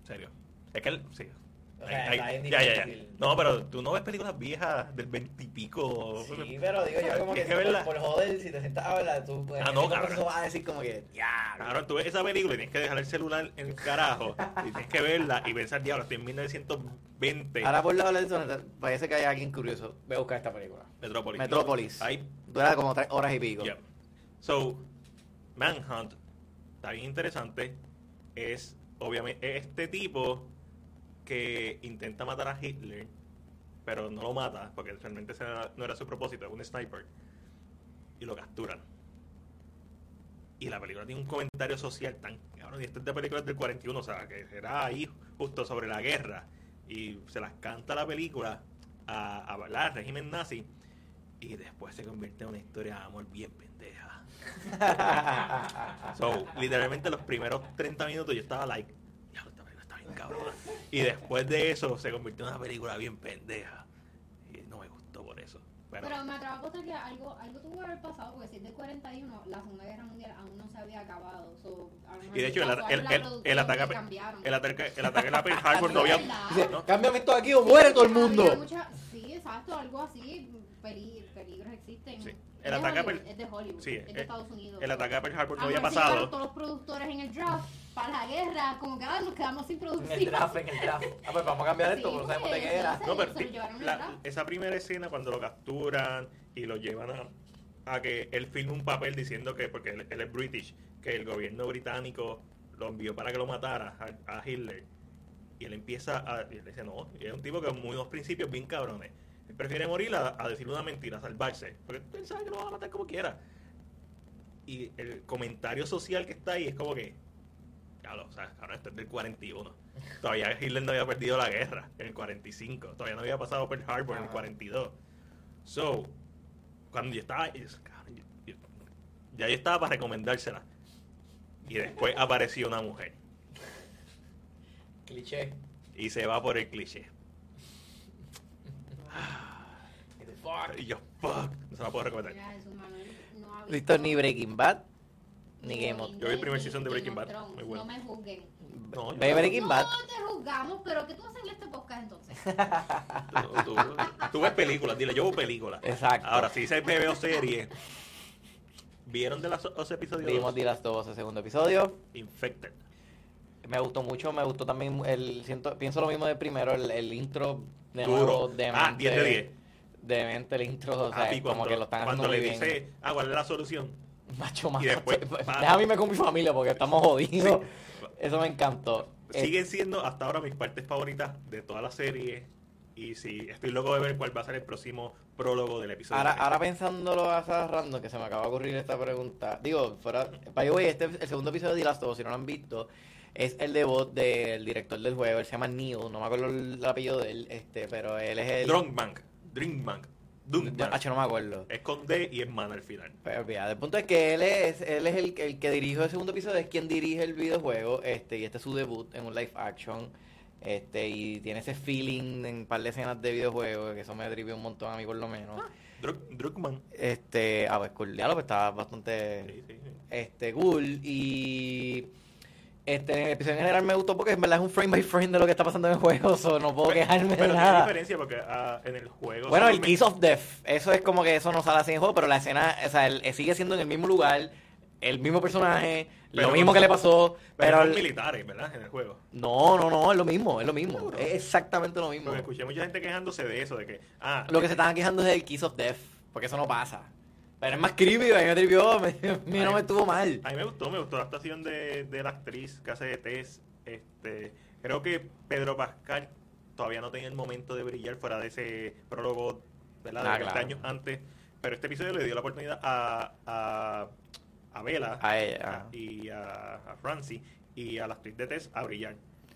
Speaker 2: En serio. Es que él, sí.
Speaker 1: O
Speaker 2: Ay,
Speaker 1: sea,
Speaker 2: ay,
Speaker 1: está bien
Speaker 2: ya, ya, ya.
Speaker 1: difícil.
Speaker 2: No, pero tú no ves películas viejas del veintipico.
Speaker 1: Sí, pero digo
Speaker 2: <laughs>
Speaker 1: yo como que
Speaker 2: Es que verla-
Speaker 1: por, por joder, si te sientas a hablar, tú puedes...
Speaker 2: Ah, no,
Speaker 1: tú
Speaker 2: cabrón.
Speaker 4: pues, Eso va a decir como que, ya,
Speaker 2: Claro, tú ves esa película y tienes que dejar el celular en el carajo. Y tienes que verla y pensar, diablo, estoy en 1920.
Speaker 4: Ahora por la hora de eso, parece que hay alguien curioso. Voy a buscar esta película.
Speaker 2: Metrópolis.
Speaker 4: Metrópolis.
Speaker 2: Ahí
Speaker 4: Dura como tres horas y pico.
Speaker 2: Yep. So, Manhunt está bien interesante. Es obviamente este tipo que intenta matar a Hitler, pero no lo mata, porque realmente ese era- no era su propósito, es un sniper. Y lo capturan. Y la película tiene un comentario social tan cabrón. Y esta es de películas del 41, o sea, que era ahí justo sobre la guerra. Y se las canta la película a, a la- al régimen nazi. Y después se convierte en una historia de amor bien pendeja. So, literalmente los primeros 30 minutos yo estaba like, diablo, esta película está bien cabrona. Y después de eso se convirtió en una película bien pendeja. Y no me gustó por eso. Pero,
Speaker 6: Pero me atrevo a apostar que algo, algo tuvo que haber pasado, porque si es del 41, la Segunda Guerra Mundial aún no se había acabado. so, a lo mejor
Speaker 2: y de hecho, el,
Speaker 6: pasó
Speaker 2: el-
Speaker 6: algo
Speaker 2: el-
Speaker 6: en la
Speaker 2: el
Speaker 6: producción que
Speaker 2: ataque,
Speaker 6: cambiaron.
Speaker 2: el ataque, el ataque a Pearl Harbor no había.
Speaker 6: ¿Verdad?
Speaker 2: no,
Speaker 4: Cámbiame esto aquí o muere todo el
Speaker 6: Había
Speaker 4: mundo.
Speaker 6: mucha- sí, exacto, algo así. peli- peligros existen.
Speaker 2: Sí.
Speaker 6: Es
Speaker 2: El
Speaker 6: de
Speaker 2: ataque a
Speaker 6: Hollywood,
Speaker 2: Pearl-
Speaker 6: es de Hollywood,
Speaker 2: sí,
Speaker 6: es de
Speaker 2: eh,
Speaker 6: Estados Unidos.
Speaker 2: el ataque a Pearl Harbor no había
Speaker 6: Amortizaron
Speaker 2: pasado.
Speaker 6: todos los productores en el draft para la guerra, como que ah, nos quedamos sin
Speaker 1: <laughs> En el
Speaker 6: producir.
Speaker 1: draft, en el draft. Ah, pues vamos a cambiar esto,
Speaker 6: Sí,
Speaker 1: porque no sabemos de qué
Speaker 6: porque
Speaker 1: era.
Speaker 6: entonces-
Speaker 2: No, pero
Speaker 6: se lo
Speaker 2: ti-
Speaker 6: llevaron
Speaker 2: la-
Speaker 6: atrás.
Speaker 2: esa primera escena cuando lo capturan y lo llevan a, a que él firme un papel diciendo que, porque él, él es british, que el gobierno británico lo envió para que lo matara a, a Hitler. Y él empieza a. y él dice, no, y es un tipo que muy unos principios bien cabrones. Él prefiere morir a, a decir una mentira, a salvarse. Porque él sabe que lo van a matar como quiera. Y el comentario social que está ahí es como que. Claro, o sea, cabrón, esto es del 41. Todavía Hitler no había perdido la guerra en el 45. Todavía no había pasado Pearl Harbor en el
Speaker 1: Ajá.
Speaker 2: 42. So, cuando yo estaba. y yo, cabrón, yo- yo- Ya yo estaba para recomendársela. Y después apareció una mujer.
Speaker 4: Cliché.
Speaker 2: Y se va por el cliché.
Speaker 4: Get the fuck.
Speaker 2: Y yo, fuck, no se la puedo recomendar.
Speaker 6: Mira, Jesús Manuel, no ha
Speaker 1: Listo,
Speaker 6: visto
Speaker 1: ni Breaking Bad, ni Game of
Speaker 2: Yo vi el primer
Speaker 6: ni
Speaker 2: season de Breaking
Speaker 6: Game of
Speaker 2: Bad,
Speaker 6: Thrones,
Speaker 2: muy bueno.
Speaker 6: No me juzguen.
Speaker 2: No,
Speaker 1: Ve
Speaker 2: yo-
Speaker 1: Breaking Bad.
Speaker 6: No te juzgamos, pero ¿qué tú haces en este podcast entonces?
Speaker 2: Tú, tú- tú ves películas, dile, yo veo películas.
Speaker 1: Exacto.
Speaker 2: Ahora, si dices me veo series, ¿vieron de las 12 episodios?
Speaker 1: Vimos The Last of Us, el segundo episodio.
Speaker 2: Infected.
Speaker 1: Me gustó mucho, me gustó también el... Siento, pienso lo mismo del primero, el, el intro de nuevo,
Speaker 2: Duro. Ah, 10 de Ah, 10.
Speaker 1: Demente el intro, o sea,
Speaker 2: Papi,
Speaker 1: como que lo están haciendo
Speaker 2: cuando le
Speaker 1: muy
Speaker 2: dice,
Speaker 1: bien.
Speaker 2: ah, ¿cuál es la solución?
Speaker 1: <laughs> Macho, macho, pues,
Speaker 2: después, pa-
Speaker 1: déjame irme con mi familia porque estamos jodidos.
Speaker 2: Sí.
Speaker 1: Eso me encantó. Eh,
Speaker 2: Siguen siendo hasta ahora mis partes favoritas de toda la serie. Y sí, estoy loco de ver cuál va a ser el próximo prólogo del episodio.
Speaker 1: Ahora, ahora pensándolo a esas random, que se me acaba de ocurrir esta pregunta. Digo, fuera. By the way, este, el segundo episodio de The Last of Us, si no lo han visto, es el debut del director del juego. Él se llama Neil, no me acuerdo el apellido de él, este, pero él es el.
Speaker 2: Drunk Bank. Drink Bank. Drunk
Speaker 1: Yo-
Speaker 2: Bank.
Speaker 1: Acho, no me acuerdo.
Speaker 2: Es con D y es man al final.
Speaker 1: Pero olvídate, el punto es que él es, él es el, el que dirige el segundo episodio, es quien dirige el videojuego, este, y este es su debut en un live action, este, y tiene ese feeling en un par de escenas de videojuego, que eso me drivió un montón a mí por lo menos.
Speaker 2: Drunk, Drunkman.
Speaker 1: Este, a ver, cool, ya lo que estaba bastante
Speaker 2: Sí, sí, sí.
Speaker 1: este cool y este en el episodio en general me gustó porque en verdad es un frame by frame de lo que está pasando en el juego, so no puedo
Speaker 2: Pe-
Speaker 1: quejarme de
Speaker 2: pero tiene
Speaker 1: nada.
Speaker 2: diferencia porque ah, en el juego.
Speaker 1: Bueno, el
Speaker 2: solamente-
Speaker 1: Kiss of Death, eso es como que eso no sale así en el juego, pero la escena, o sea, el- sigue siendo en el mismo lugar, el mismo personaje,
Speaker 2: Pero
Speaker 1: lo
Speaker 2: con-
Speaker 1: mismo que le pasó,
Speaker 2: Pero
Speaker 1: pero
Speaker 2: son
Speaker 1: el-
Speaker 2: militares, ¿verdad? En el juego.
Speaker 1: no, no, no, es lo mismo, es lo mismo,
Speaker 2: Seguro.
Speaker 1: es exactamente lo mismo.
Speaker 2: Porque escuché mucha gente quejándose de eso, de que. Ah,
Speaker 1: Lo que se estaban quejando es del Kiss of Death, porque eso no pasa. Pero es más creepy, a mí me trivió, me, <laughs> a mí no me estuvo mal.
Speaker 2: A mí me gustó, me gustó la actuación de, de la actriz que hace de Tess. Este, creo que Pedro Pascal todavía no tenía el momento de brillar fuera de ese prólogo ¿verdad? de
Speaker 1: Ah,
Speaker 2: 20
Speaker 1: claro.
Speaker 2: años antes. Pero este episodio le dio la oportunidad a, a, a Bella
Speaker 1: A ella.
Speaker 2: a- y a, a Francie y a la actriz de Tess a brillar.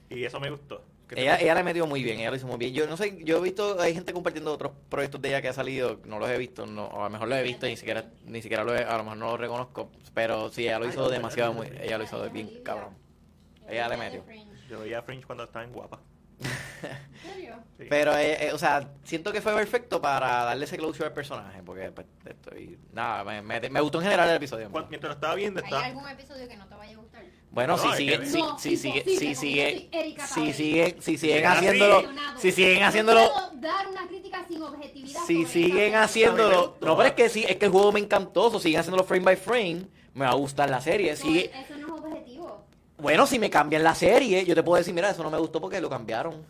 Speaker 2: Y eso me gustó. ¿Qué te
Speaker 1: Ella,
Speaker 2: parece?
Speaker 1: ella la metió muy bien, ella lo hizo muy bien. Yo no sé, yo he visto, hay gente compartiendo otros proyectos de ella que ha salido, no los he visto, no, o a lo mejor los he visto y ni siquiera, ni siquiera lo he- a lo mejor no lo reconozco, pero sí, ella lo
Speaker 2: Ay,
Speaker 1: hizo
Speaker 2: no,
Speaker 1: demasiado
Speaker 2: no, no,
Speaker 1: muy,
Speaker 2: no,
Speaker 1: <laughs>
Speaker 2: no.
Speaker 1: ella lo hizo bien cabrón. Ella le metió.
Speaker 2: Yo veía a Fringe cuando estaba en guapa.
Speaker 6: ¿En serio?
Speaker 2: Sí.
Speaker 1: Pero, eh, eh, o sea, siento que fue perfecto para darle ese closure al personaje, porque pues, estoy, nada, me, me- me gustó en general el episodio. en
Speaker 2: Cuan-
Speaker 1: verdad.
Speaker 2: Mientras lo estaba viendo,
Speaker 6: ¿Hay
Speaker 2: estaba.
Speaker 6: algún episodio que no te vaya a gustar?
Speaker 1: Bueno,
Speaker 2: No,
Speaker 1: si
Speaker 2: es que-
Speaker 1: siguen, si,
Speaker 6: No,
Speaker 1: si sigue,
Speaker 6: imposible,
Speaker 1: si
Speaker 6: porque yo
Speaker 1: sigue,
Speaker 6: soy Erika
Speaker 1: si
Speaker 6: Paoli.
Speaker 1: siguen, si siguen
Speaker 2: Era así.
Speaker 1: haciéndolo, si
Speaker 6: Emocionado.
Speaker 1: siguen
Speaker 6: No
Speaker 1: haciéndolo.
Speaker 6: puedo dar una crítica sin objetividad.
Speaker 1: si
Speaker 6: sobre esta
Speaker 1: siguen
Speaker 6: película.
Speaker 1: haciéndolo,
Speaker 2: Ahorita.
Speaker 1: no, pero es que sí, es que el juego me encantó, si siguen haciéndolo frame by frame, me va a gustar la serie.
Speaker 6: Eso-
Speaker 1: Si,
Speaker 2: eh,
Speaker 6: Eso no es objetivo.
Speaker 1: bueno, si me cambian la serie, yo te puedo decir, mira, eso no me gustó porque lo cambiaron.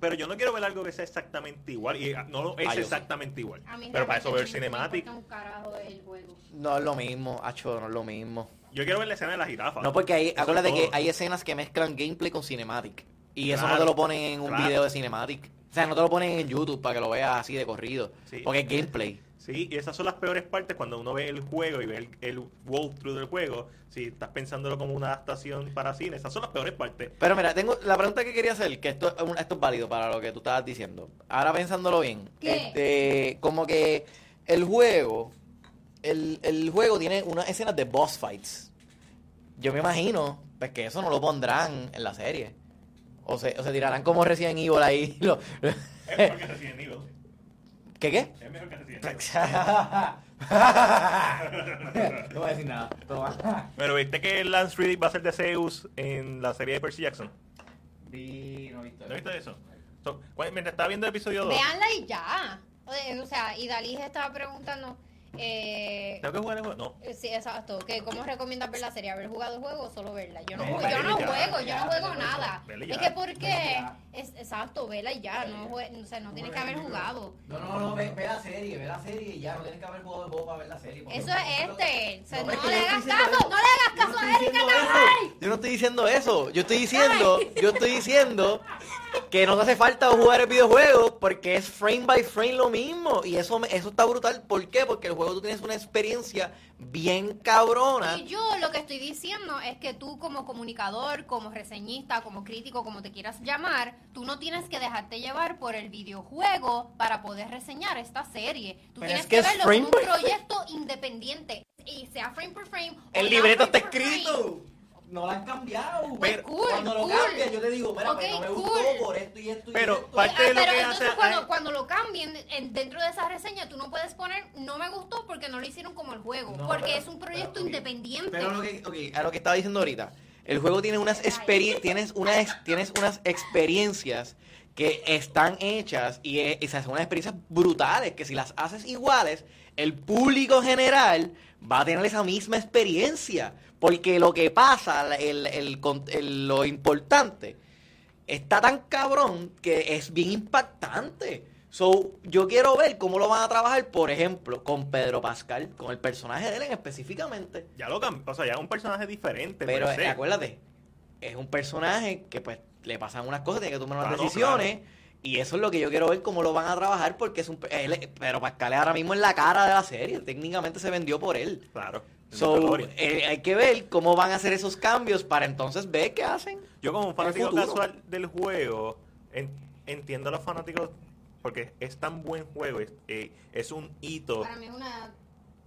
Speaker 2: Pero yo no quiero ver algo que sea exactamente igual. Y ah, no lo es
Speaker 1: Ah, yo sí.
Speaker 2: exactamente igual.
Speaker 6: A mí
Speaker 2: Pero para eso ver
Speaker 6: realmente
Speaker 2: cinemática.
Speaker 6: No me importa un carajo el juego.
Speaker 1: No es lo mismo, acho, no es lo mismo.
Speaker 2: Yo quiero ver la escena de la jirafa.
Speaker 1: No, porque hay,
Speaker 2: Eso
Speaker 1: acuérdate
Speaker 2: es
Speaker 1: que
Speaker 2: todo.
Speaker 1: hay escenas que mezclan gameplay con cinematic. Y eso no
Speaker 2: Claro,
Speaker 1: te lo ponen en un
Speaker 2: claro.
Speaker 1: video de cinematic. O sea, no te lo ponen en YouTube para que lo veas así de corrido.
Speaker 2: Sí.
Speaker 1: Porque es gameplay.
Speaker 2: Sí, y esas son las peores partes cuando uno ve el juego y ve el, el walkthrough del juego. Si estás pensándolo como una adaptación para cine, esas son las peores partes.
Speaker 1: Pero mira, tengo la pregunta que quería hacer, que esto, es un- esto es válido para lo que tú estabas diciendo. Ahora pensándolo bien,
Speaker 6: ¿Qué?
Speaker 1: este, como que el juego, el, el juego tiene unas escenas de boss fights. Yo me imagino pues, que eso no lo pondrán en la serie. O se, o se tirarán como recién Evil ahí. lo-
Speaker 2: <laughs> Es mejor que Resident Evil.
Speaker 1: ¿Qué qué? <laughs>
Speaker 2: Es mejor que Resident Evil.
Speaker 1: no voy a decir nada. Toma.
Speaker 2: <laughs> Pero viste que Lance Reddick va a ser de Zeus en la serie de Percy Jackson.
Speaker 1: Vi- no he visto.
Speaker 2: ¿No viste eso? So, bueno, mientras estaba viendo el episodio 2,
Speaker 6: Veanla y ya. O sea, y Dalí estaba preguntando. Eh,
Speaker 2: ¿tengo que jugar el juego? No.
Speaker 6: Sí, exacto. Que ¿Cómo recomiendas ver la serie? ¿Haber jugado el juego o solo verla? Yo no,
Speaker 2: Vela,
Speaker 6: ju- yo no
Speaker 2: vela,
Speaker 6: juego,
Speaker 7: ya,
Speaker 6: yo no juego
Speaker 7: vela,
Speaker 6: nada.
Speaker 2: vela
Speaker 6: es
Speaker 2: ya.
Speaker 6: que porque...
Speaker 7: Vela
Speaker 6: Es, exacto, vela y ya. No, jue- o sea, no tienes que haber jugado.
Speaker 4: No, no, no, ve, ve la serie, ve la serie y ya, no tienes que haber jugado el juego para ver la serie. porque-
Speaker 6: Eso es este. O sea,
Speaker 4: No,
Speaker 6: no,
Speaker 4: es que
Speaker 6: le
Speaker 4: yo no
Speaker 6: hagas
Speaker 4: estoy diciendo
Speaker 6: caso, no le hagas caso a Erika Cabral.
Speaker 1: Yo no estoy diciendo eso. Yo estoy diciendo, yo estoy diciendo que no te hace falta jugar el videojuego porque es frame by frame lo mismo. Y eso, me- eso está brutal. ¿Por qué? Porque el juego tú tienes una experiencia bien cabrona.
Speaker 6: Y yo lo que estoy diciendo es que tú como comunicador, como reseñista, como crítico, como te quieras llamar, tú no tienes que dejarte llevar por el videojuego para poder reseñar esta serie. Tú
Speaker 1: Pero
Speaker 6: tienes
Speaker 1: es que
Speaker 6: que,
Speaker 1: es
Speaker 6: verlo
Speaker 1: frame
Speaker 6: como un
Speaker 1: by frame.
Speaker 6: proyecto independiente. y sea frame por frame. o
Speaker 1: El
Speaker 6: sea
Speaker 1: libreto está
Speaker 6: frame por frame.
Speaker 1: escrito.
Speaker 4: No la han cambiado.
Speaker 1: Pero-
Speaker 6: Cool,
Speaker 4: Cuando lo
Speaker 6: cool.
Speaker 4: cambian, yo te digo, mira,
Speaker 6: Ok,
Speaker 4: pero no me
Speaker 6: cool.
Speaker 4: gustó por esto y esto y
Speaker 1: Pero
Speaker 4: esto.
Speaker 1: parte de lo
Speaker 6: Ah, pero
Speaker 1: que
Speaker 6: entonces
Speaker 1: hace- eh.
Speaker 6: cuando,
Speaker 1: hay-
Speaker 6: cuando lo cambien en- dentro de esa reseña tú no puedes poner no me gustó porque no lo hicieron como el juego
Speaker 4: No,
Speaker 6: porque
Speaker 4: pero-
Speaker 6: es un proyecto
Speaker 4: pero, ok.
Speaker 6: independiente
Speaker 1: Pero lo que, ok, a lo que estaba diciendo ahorita, el juego tiene unas, experi- tienes una ex- tienes unas experiencias que están hechas y, eh, y se hacen unas experiencias brutales, que si las haces iguales, el público general va a tener esa misma experiencia. Porque lo que pasa, la- el- el con- el- lo importante, está tan cabrón que es bien impactante. So, yo quiero ver cómo lo van a trabajar, por ejemplo, con Pedro Pascal, con el personaje de él en específicamente.
Speaker 2: Ya lo cambió, o sea, ya es un personaje diferente.
Speaker 1: Pero
Speaker 2: per se.
Speaker 1: eh, acuérdate, es un personaje que pues le pasan unas cosas, tiene que tomar unas
Speaker 2: Claro,
Speaker 1: decisiones. Y eso es lo que yo quiero ver cómo lo van a trabajar porque es un... pe- él es- pero Pascal es ahora mismo en la cara de la serie, técnicamente se vendió por él.
Speaker 2: Claro.
Speaker 1: So,
Speaker 2: Mandalorian.
Speaker 1: eh, hay que ver cómo van a hacer esos cambios para entonces ver qué hacen.
Speaker 2: Yo como un fanático
Speaker 1: futuro.
Speaker 2: casual del juego, en- entiendo a los fanáticos porque es tan buen juego, es, eh, es un hito.
Speaker 6: para mí es una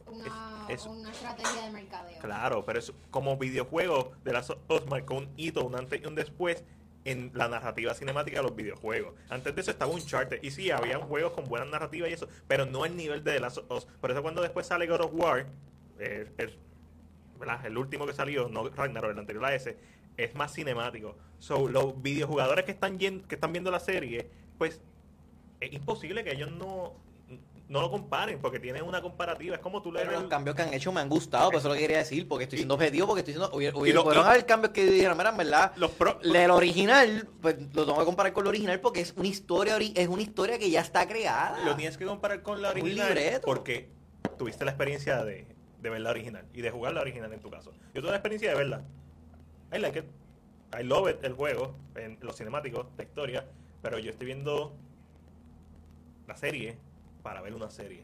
Speaker 6: una,
Speaker 2: Es- es-
Speaker 6: una estrategia de mercadeo
Speaker 2: Claro, pero es como videojuego de las dos marcó un hito, un antes y un después en la narrativa cinemática de los videojuegos. Antes de eso estaba un charter y sí, había juegos con buena narrativa y eso, pero no el nivel de The Last of Us. Por eso cuando después sale God of War, eh, el, ¿verdad? el último que salió, no Ragnarok, el anterior a ese, es más cinemático. So, los videojugadores que están, yen- que están viendo la serie, pues es imposible que ellos no, no lo comparen porque tienen una comparativa. Es como tú lees
Speaker 1: Pero los
Speaker 2: el-
Speaker 1: cambios que han hecho me han gustado, por eso lo quería decir, porque estoy siendo objetivo, porque estoy siendo... Hubiera, hubiera-
Speaker 2: lo-
Speaker 1: pudieron
Speaker 2: y-
Speaker 1: haber cambios que dijeran, mira, en verdad,
Speaker 2: los pro-
Speaker 1: el original, pues lo tengo que comparar con el original porque es una historia, ori- es una historia que ya está creada.
Speaker 2: Lo tienes que comparar con la
Speaker 1: Un
Speaker 2: original.
Speaker 1: libreto.
Speaker 2: Porque tuviste la experiencia de, de ver la original y de jugar la original en tu caso. Yo tuve la experiencia de verla. I like it. I love it, el juego, en los cinemáticos, la historia. Pero yo estoy viendo la serie para ver una serie.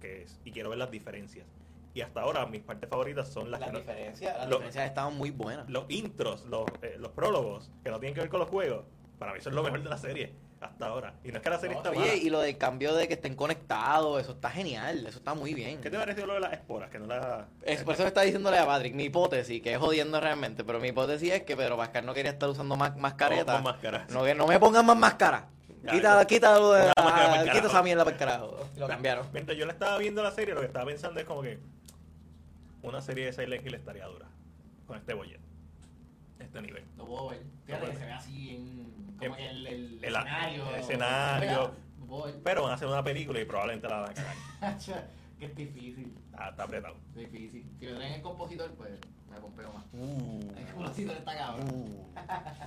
Speaker 2: Que es, y quiero ver las diferencias. Y hasta ahora mis partes favoritas son las,
Speaker 1: Las
Speaker 2: que no-
Speaker 1: diferencias, las
Speaker 2: lo-
Speaker 1: diferencias estaban muy buenas.
Speaker 2: los intros, los, eh, los prólogos, que no tienen que ver con los juegos. Para mí eso es lo mejor de la serie, hasta ahora. Y no es que la serie
Speaker 1: No,
Speaker 2: está
Speaker 1: oye,
Speaker 2: mala.
Speaker 1: y lo del cambio de que estén conectados, eso está genial, eso está muy bien.
Speaker 2: ¿Qué te pareció lo de las esporas? Que no la...
Speaker 1: Es por eso que está diciéndole a Patrick, mi hipótesis, que es jodiendo realmente, pero mi hipótesis es que Pedro Pascal no quería estar usando más mascareta.
Speaker 2: Con máscaras.
Speaker 1: No, que no me pongan más máscara.
Speaker 2: Ya,
Speaker 1: Quítalo,
Speaker 2: ya.
Speaker 1: quítalo de
Speaker 2: Una máscara pa'l
Speaker 1: la, quita esa
Speaker 2: carajo.
Speaker 1: mierda para el carajo. Lo cambiaron.
Speaker 2: Mientras yo la estaba viendo la serie, lo que estaba pensando es como que una serie de Silent Hill estaría dura con este bollete, este nivel.
Speaker 4: No puedo ver. Fíjate
Speaker 2: No
Speaker 4: que
Speaker 2: puedo
Speaker 4: se ve así en. Como
Speaker 2: En-
Speaker 4: que el, el,
Speaker 2: el-
Speaker 4: escenario.
Speaker 2: el
Speaker 4: <laughs>
Speaker 2: escenario.
Speaker 4: No puedo ver.
Speaker 2: Pero van a hacer una película y probablemente la van a cagar.
Speaker 4: que es difícil.
Speaker 2: Está, está apretado.
Speaker 4: Difícil. Si me traen el compositor, pues me pompeo más.
Speaker 1: Uh,
Speaker 4: <laughs> El compositor está cabrón.
Speaker 1: uh.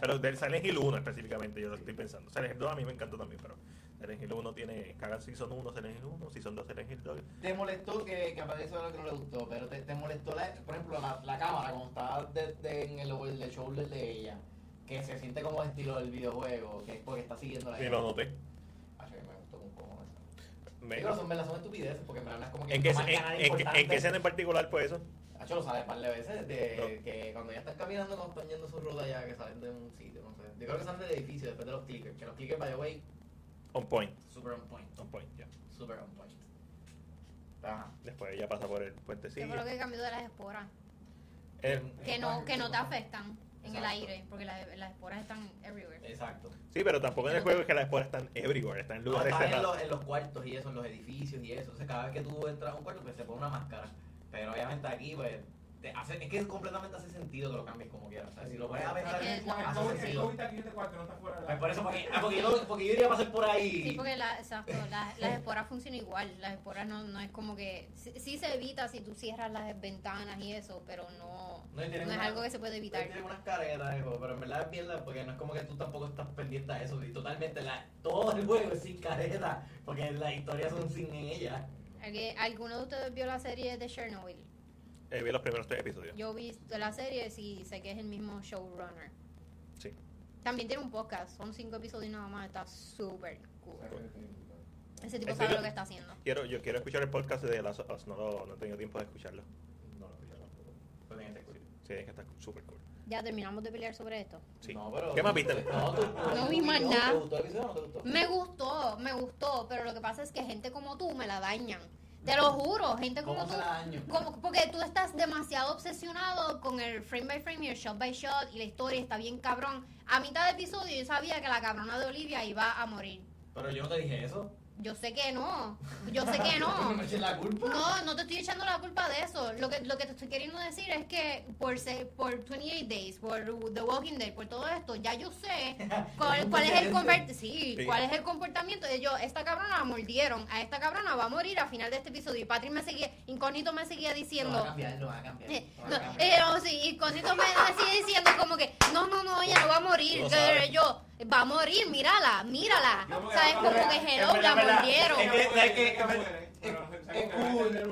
Speaker 2: Pero del Silent Hill 1 específicamente, yo lo estoy pensando. Silent Hill 2 a mí me encantó también, pero Silent Hill 1 tiene... Cagan Season 1, Silent Hill 1, Season 2, Silent Hill 2.
Speaker 4: Te molestó que, que apareciera lo que no le gustó, pero te, te molestó, la, por ejemplo, la, la cámara, como estaba de- de- en el over the shoulder de ella, que se siente como estilo del videojuego, que es porque está siguiendo la
Speaker 2: Y lo noté.
Speaker 4: Ah, sí, me gustó un poco eso.
Speaker 2: Me-
Speaker 4: Digo, son, verdad, son estupideces, porque en verdad no es como que
Speaker 2: ¿En qué,
Speaker 4: no
Speaker 2: en,
Speaker 4: marca nada
Speaker 2: en, en,
Speaker 4: importante.
Speaker 2: qué escena en particular fue eso?
Speaker 4: Hacho, lo sabes par de veces, de
Speaker 2: No.
Speaker 4: que cuando ya están caminando, cuando están yendo su ruta ya, que salen de un sitio, no sé. Yo creo que salen del edificio después de los clickers, que los clickers, by the way,
Speaker 2: On point.
Speaker 4: super on point,
Speaker 2: On point, ya.
Speaker 4: super on point. Ajá.
Speaker 2: Después ella pasa por el
Speaker 6: yo
Speaker 2: puentecillo.
Speaker 6: creo que cambió de las esporas
Speaker 2: Eh,
Speaker 6: que no que no te afectan en el
Speaker 4: Exacto.
Speaker 6: aire porque las, las esporas están everywhere
Speaker 4: Exacto.
Speaker 2: Sí, pero tampoco en el juego es que las esporas están everywhere, están en
Speaker 4: No,
Speaker 2: lugares
Speaker 4: está en
Speaker 2: cerrados.
Speaker 4: los, en los cuartos y eso, en los edificios y eso. Entonces, cada vez que tú entras a un cuarto, pues se pone una máscara. Pero obviamente aquí, pues, te hace, es que completamente hace sentido que lo cambies como quieras. O sea, si lo pones a pensar,
Speaker 6: Porque el
Speaker 5: El
Speaker 4: hace
Speaker 5: COVID- el
Speaker 4: sentido.
Speaker 5: COVID está aquí en este cuarto, no está fuera de la-
Speaker 4: Pues por eso, porque, ah, porque yo, porque yo iría a pasar por
Speaker 6: Sí,
Speaker 4: ahí.
Speaker 6: porque la- exacto, las, las esporas funcionan igual. Las esporas no, no es como que. Sí, sí se evita si tú cierras las ventanas y eso, pero no,
Speaker 4: No, y
Speaker 6: no
Speaker 4: tienen
Speaker 6: es
Speaker 4: una-
Speaker 6: algo que se puede evitar.
Speaker 4: Tiene unas caretas, hijo, pero en verdad es mierda porque no es como que tú tampoco estás pendiente a eso. Y totalmente, la, todo el juego es sin careta, porque las historias son sin ella.
Speaker 6: ¿Alguien- ¿Alguno de ustedes vio la serie de Chernobyl?
Speaker 2: Eh, vi los primeros tres episodios.
Speaker 6: Yo vi la serie y sé que es el mismo showrunner.
Speaker 2: Sí.
Speaker 6: También tiene un podcast, son cinco episodios nada más, está súper cool. Ese tipo
Speaker 2: ¿En
Speaker 6: sabe
Speaker 2: serio?
Speaker 6: lo que está haciendo.
Speaker 2: Quiero, yo quiero escuchar el podcast de las Us, no, lo- no he tenido tiempo de escucharlo.
Speaker 4: No lo escuché tampoco. Pues en este cuarto.
Speaker 2: Sí, es que está súper cool.
Speaker 6: Ya terminamos de pelear sobre esto.
Speaker 2: Sí.
Speaker 4: No, pero-
Speaker 2: ¿Qué más viste?
Speaker 4: No, tú- tú-
Speaker 6: No
Speaker 4: tú-
Speaker 6: vi más
Speaker 4: ¿te
Speaker 6: nada.
Speaker 4: gustó el episodio o no te gustó?
Speaker 6: Me gustó, me gustó, pero lo que pasa es que gente como tú me la dañan. Te lo juro, gente como
Speaker 4: ¿Cómo
Speaker 6: tú.
Speaker 4: se la daño?
Speaker 6: como- porque tú estás demasiado obsesionado con el frame by frame y el shot by shot y la historia está bien cabrón. A mitad del episodio yo sabía que la cabrona de Olivia iba a morir.
Speaker 4: Pero yo no te dije eso.
Speaker 6: Yo sé que no, yo sé que
Speaker 4: No
Speaker 6: no.
Speaker 4: <laughs> me eches la culpa.
Speaker 6: No, no te estoy echando la culpa de eso. Lo que, lo que te estoy queriendo decir es que por, se- por 28 Days, por The Walking Dead, por todo esto, ya yo
Speaker 4: <laughs>
Speaker 6: sé cuál, cuál es el comportamiento. Sí,
Speaker 2: Sí.
Speaker 6: cuál es el comportamiento. Yo, esta cabrona la mordieron, a esta cabrona va a morir al final de este episodio. Y Patrick me seguía, incógnito me seguía
Speaker 4: No va a
Speaker 6: diciendo.
Speaker 4: cambiar, no va a cambiar.
Speaker 6: eh,
Speaker 4: no va
Speaker 6: no,
Speaker 4: a cambiar.
Speaker 6: eh, oh, sí, incógnito me, me sigue diciendo como que no, no, no, ella no va a morir.
Speaker 2: Tú lo sabes.
Speaker 6: Yo, va a morir, mírala, mírala.
Speaker 5: No, porque
Speaker 6: ¿Sabes?
Speaker 5: va a
Speaker 6: Como
Speaker 5: morir.
Speaker 6: que
Speaker 4: Es
Speaker 6: hello, la
Speaker 4: verdad, verdad.
Speaker 6: mordieron.
Speaker 4: Es que- es que- es cool.
Speaker 6: Es un
Speaker 4: Pero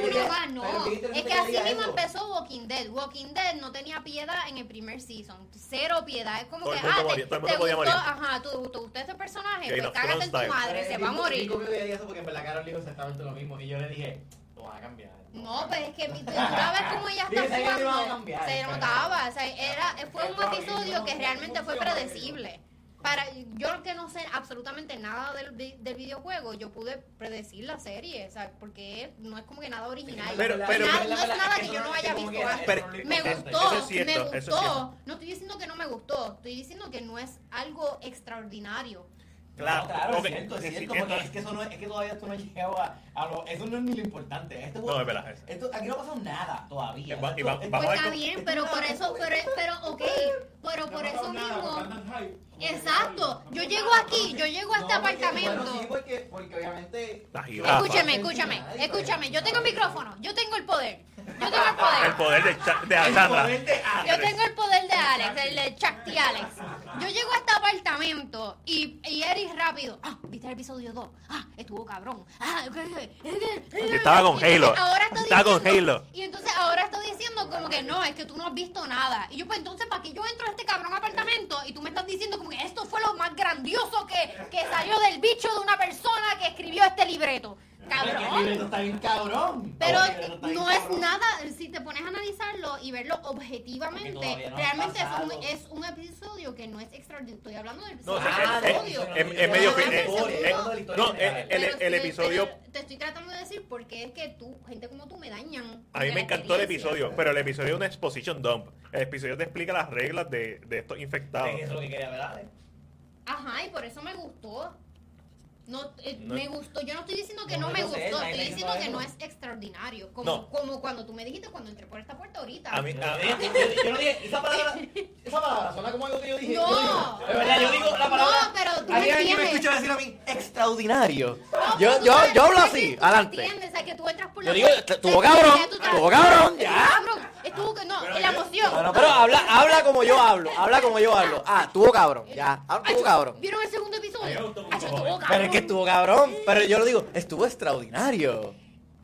Speaker 6: lugar, no.
Speaker 4: viste, no
Speaker 6: Es
Speaker 4: te
Speaker 6: que así
Speaker 4: diga
Speaker 6: mismo
Speaker 4: eso.
Speaker 6: empezó Walking Dead. Walking Dead no tenía piedad en el primer season. Cero piedad. Es como
Speaker 2: Todo
Speaker 6: que,
Speaker 2: el mundo
Speaker 6: ah, te,
Speaker 2: moría, todo el
Speaker 6: te
Speaker 2: mundo podía
Speaker 6: gustó,
Speaker 2: morir.
Speaker 6: ajá, tú, te gustó este personaje,
Speaker 2: Game
Speaker 6: pues
Speaker 2: of
Speaker 6: cágate en tu
Speaker 2: Thrones style.
Speaker 6: madre,
Speaker 4: Eh,
Speaker 6: se va a
Speaker 4: Nico-
Speaker 6: morir.
Speaker 4: Nico me dijo eso porque en verdad Carol dijo exactamente lo mismo y yo le dije, lo va a cambiar. lo va
Speaker 6: No,
Speaker 4: a
Speaker 6: pues
Speaker 4: cambiar".
Speaker 6: es que mi-
Speaker 4: <laughs>
Speaker 6: tú sabes cómo ella
Speaker 4: Dije,
Speaker 6: está
Speaker 4: "Sé que te iba a
Speaker 6: jugando.
Speaker 4: cambiar,
Speaker 6: Se
Speaker 4: pero-
Speaker 6: notaba. O sea, era, fue un
Speaker 5: Pero ahí
Speaker 6: episodio
Speaker 5: no-
Speaker 6: que realmente
Speaker 5: no
Speaker 6: fue
Speaker 5: funciona eso.
Speaker 6: predecible. Para, yo que no sé absolutamente nada del, vi- del videojuego, yo pude predecir la serie, o sea, porque no es como que nada original.
Speaker 2: Pero-
Speaker 4: Nada-
Speaker 2: pero-
Speaker 4: nada-
Speaker 6: no es nada que yo no haya
Speaker 4: como que
Speaker 6: visto
Speaker 4: era-
Speaker 6: antes.
Speaker 4: era lo
Speaker 2: Pero-
Speaker 6: Me
Speaker 4: importante.
Speaker 6: gustó,
Speaker 2: Eso es cierto,
Speaker 6: me
Speaker 2: eso es
Speaker 6: gustó.
Speaker 2: cierto.
Speaker 6: no estoy diciendo que no me gustó, estoy diciendo que no es algo extraordinario.
Speaker 2: Claro,
Speaker 4: No, claro,
Speaker 2: ok.
Speaker 4: es cierto, es
Speaker 2: Sí, sí,
Speaker 4: cierto, porque
Speaker 2: esto-
Speaker 4: es que, eso no, es que todavía esto no ha llegado a, a lo... Eso no es ni lo importante. Esto,
Speaker 2: No, es verdad, es-
Speaker 4: esto- aquí no ha pasado nada todavía.
Speaker 2: Y va- y va-
Speaker 4: Esto-
Speaker 2: vamos
Speaker 6: Pues
Speaker 2: a
Speaker 6: está
Speaker 2: ver
Speaker 6: bien, pero por eso, pero, pero ok, pero por eso mismo. Exacto, yo llego aquí, yo llego a este
Speaker 4: No, porque-
Speaker 6: apartamento.
Speaker 4: Bueno, sí, porque, porque obviamente...
Speaker 2: La jirafa.
Speaker 6: Escúcheme, escúchame, escúchame, yo tengo el micrófono, yo tengo el poder, yo tengo el poder.
Speaker 2: El poder de, Cha- de
Speaker 4: El
Speaker 2: Alejandra.
Speaker 4: poder de Alex.
Speaker 6: Yo tengo el poder de Alex, el de Chuck T. Alex. Yo llego a este apartamento y, y Eric rápido. Ah, ¿viste el episodio 2? Ah, estuvo cabrón. Ah,
Speaker 2: Estaba con Halo.
Speaker 6: Ahora está
Speaker 2: Estaba con
Speaker 6: diciendo-
Speaker 2: Halo.
Speaker 6: Y entonces ahora está diciendo como que no, es que tú no has visto nada. Y yo, pues entonces, ¿para qué yo entro a este cabrón apartamento y tú me estás diciendo como que esto fue lo más grandioso que, que salió del bicho de una persona que escribió este libreto?
Speaker 4: Pero que el
Speaker 6: Cabrón.
Speaker 4: libreto está bien cabrón.
Speaker 6: Pero
Speaker 4: El libreto está bien
Speaker 6: no es
Speaker 4: cabrón.
Speaker 6: nada, si te pones a analizarlo y verlo objetivamente,
Speaker 4: todavía no ha
Speaker 6: realmente es un,
Speaker 4: pasado.
Speaker 6: es un episodio que no es extraordinario. Estoy hablando del
Speaker 2: No,
Speaker 6: episodio.
Speaker 2: o sea,
Speaker 4: Claro,
Speaker 2: Ah, es-
Speaker 4: obvio.
Speaker 2: es- es- es medio
Speaker 6: Pero
Speaker 2: fin-
Speaker 6: no
Speaker 2: eh,
Speaker 6: es el
Speaker 2: eh,
Speaker 4: segundo.
Speaker 2: No, el, el-
Speaker 6: Pero
Speaker 2: el
Speaker 6: te-
Speaker 2: episodio.
Speaker 6: Te, te estoy tratando de decir porque es que tú, gente como tú, me dañan.
Speaker 2: A mí
Speaker 6: de
Speaker 2: me
Speaker 6: la
Speaker 2: encantó el
Speaker 6: experiencia.
Speaker 2: episodio, pero el episodio es una exposition dump. El episodio te explica las reglas de, de estos infectados. <laughs>
Speaker 6: <laughs>
Speaker 4: Es lo que quería ver, Alex.
Speaker 6: Ajá, y por eso me gustó. No, eh,
Speaker 2: No.
Speaker 6: me gustó. Yo no estoy diciendo que no,
Speaker 4: No,
Speaker 6: me
Speaker 4: yo
Speaker 6: gustó,
Speaker 4: sé, nadie
Speaker 6: estoy
Speaker 4: me
Speaker 6: diciendo
Speaker 4: hizo
Speaker 6: que no
Speaker 4: algo.
Speaker 6: es extraordinario. Como,
Speaker 2: No.
Speaker 6: como cuando tú me dijiste cuando entré por esta puerta ahorita.
Speaker 2: A mí, a-
Speaker 4: Yo dije- yo no dije, esa palabra, esa palabra suena como algo que yo dije.
Speaker 6: No.
Speaker 4: Yo digo, de verdad, yo digo la palabra.
Speaker 6: No, pero tú me
Speaker 1: ¿Alguien aquí me
Speaker 6: entiendes.
Speaker 1: escucha decir a mí extraordinario?
Speaker 6: No,
Speaker 1: Yo,
Speaker 6: pero tú
Speaker 1: yo, yo
Speaker 6: sabes, tú
Speaker 1: hablo
Speaker 6: sabes
Speaker 1: así,
Speaker 6: que tú
Speaker 1: adelante.
Speaker 6: entiendes, o sea, que tú entras por
Speaker 1: Yo
Speaker 6: la
Speaker 1: digo,
Speaker 6: puerta,
Speaker 1: tu-
Speaker 6: o sea,
Speaker 1: tuvo
Speaker 6: tú-
Speaker 1: cabrón,
Speaker 6: ya tú sabes-
Speaker 1: tuvo cabrón, ya.
Speaker 6: Cabrón, estuvo que no, la emoción.
Speaker 1: No, no, pero habla, habla como yo hablo, habla como yo hablo. Ah, tuvo cabrón, ya. Ah,
Speaker 6: Ay,
Speaker 1: tuvo cabrón.
Speaker 6: ¿Vieron el segundo
Speaker 5: Ay,
Speaker 6: episodio?
Speaker 5: estuvo
Speaker 6: Ay, estuvo
Speaker 5: cabrón.
Speaker 6: cabrón.
Speaker 1: Pero es que estuvo cabrón. Pero yo lo digo, estuvo extraordinario.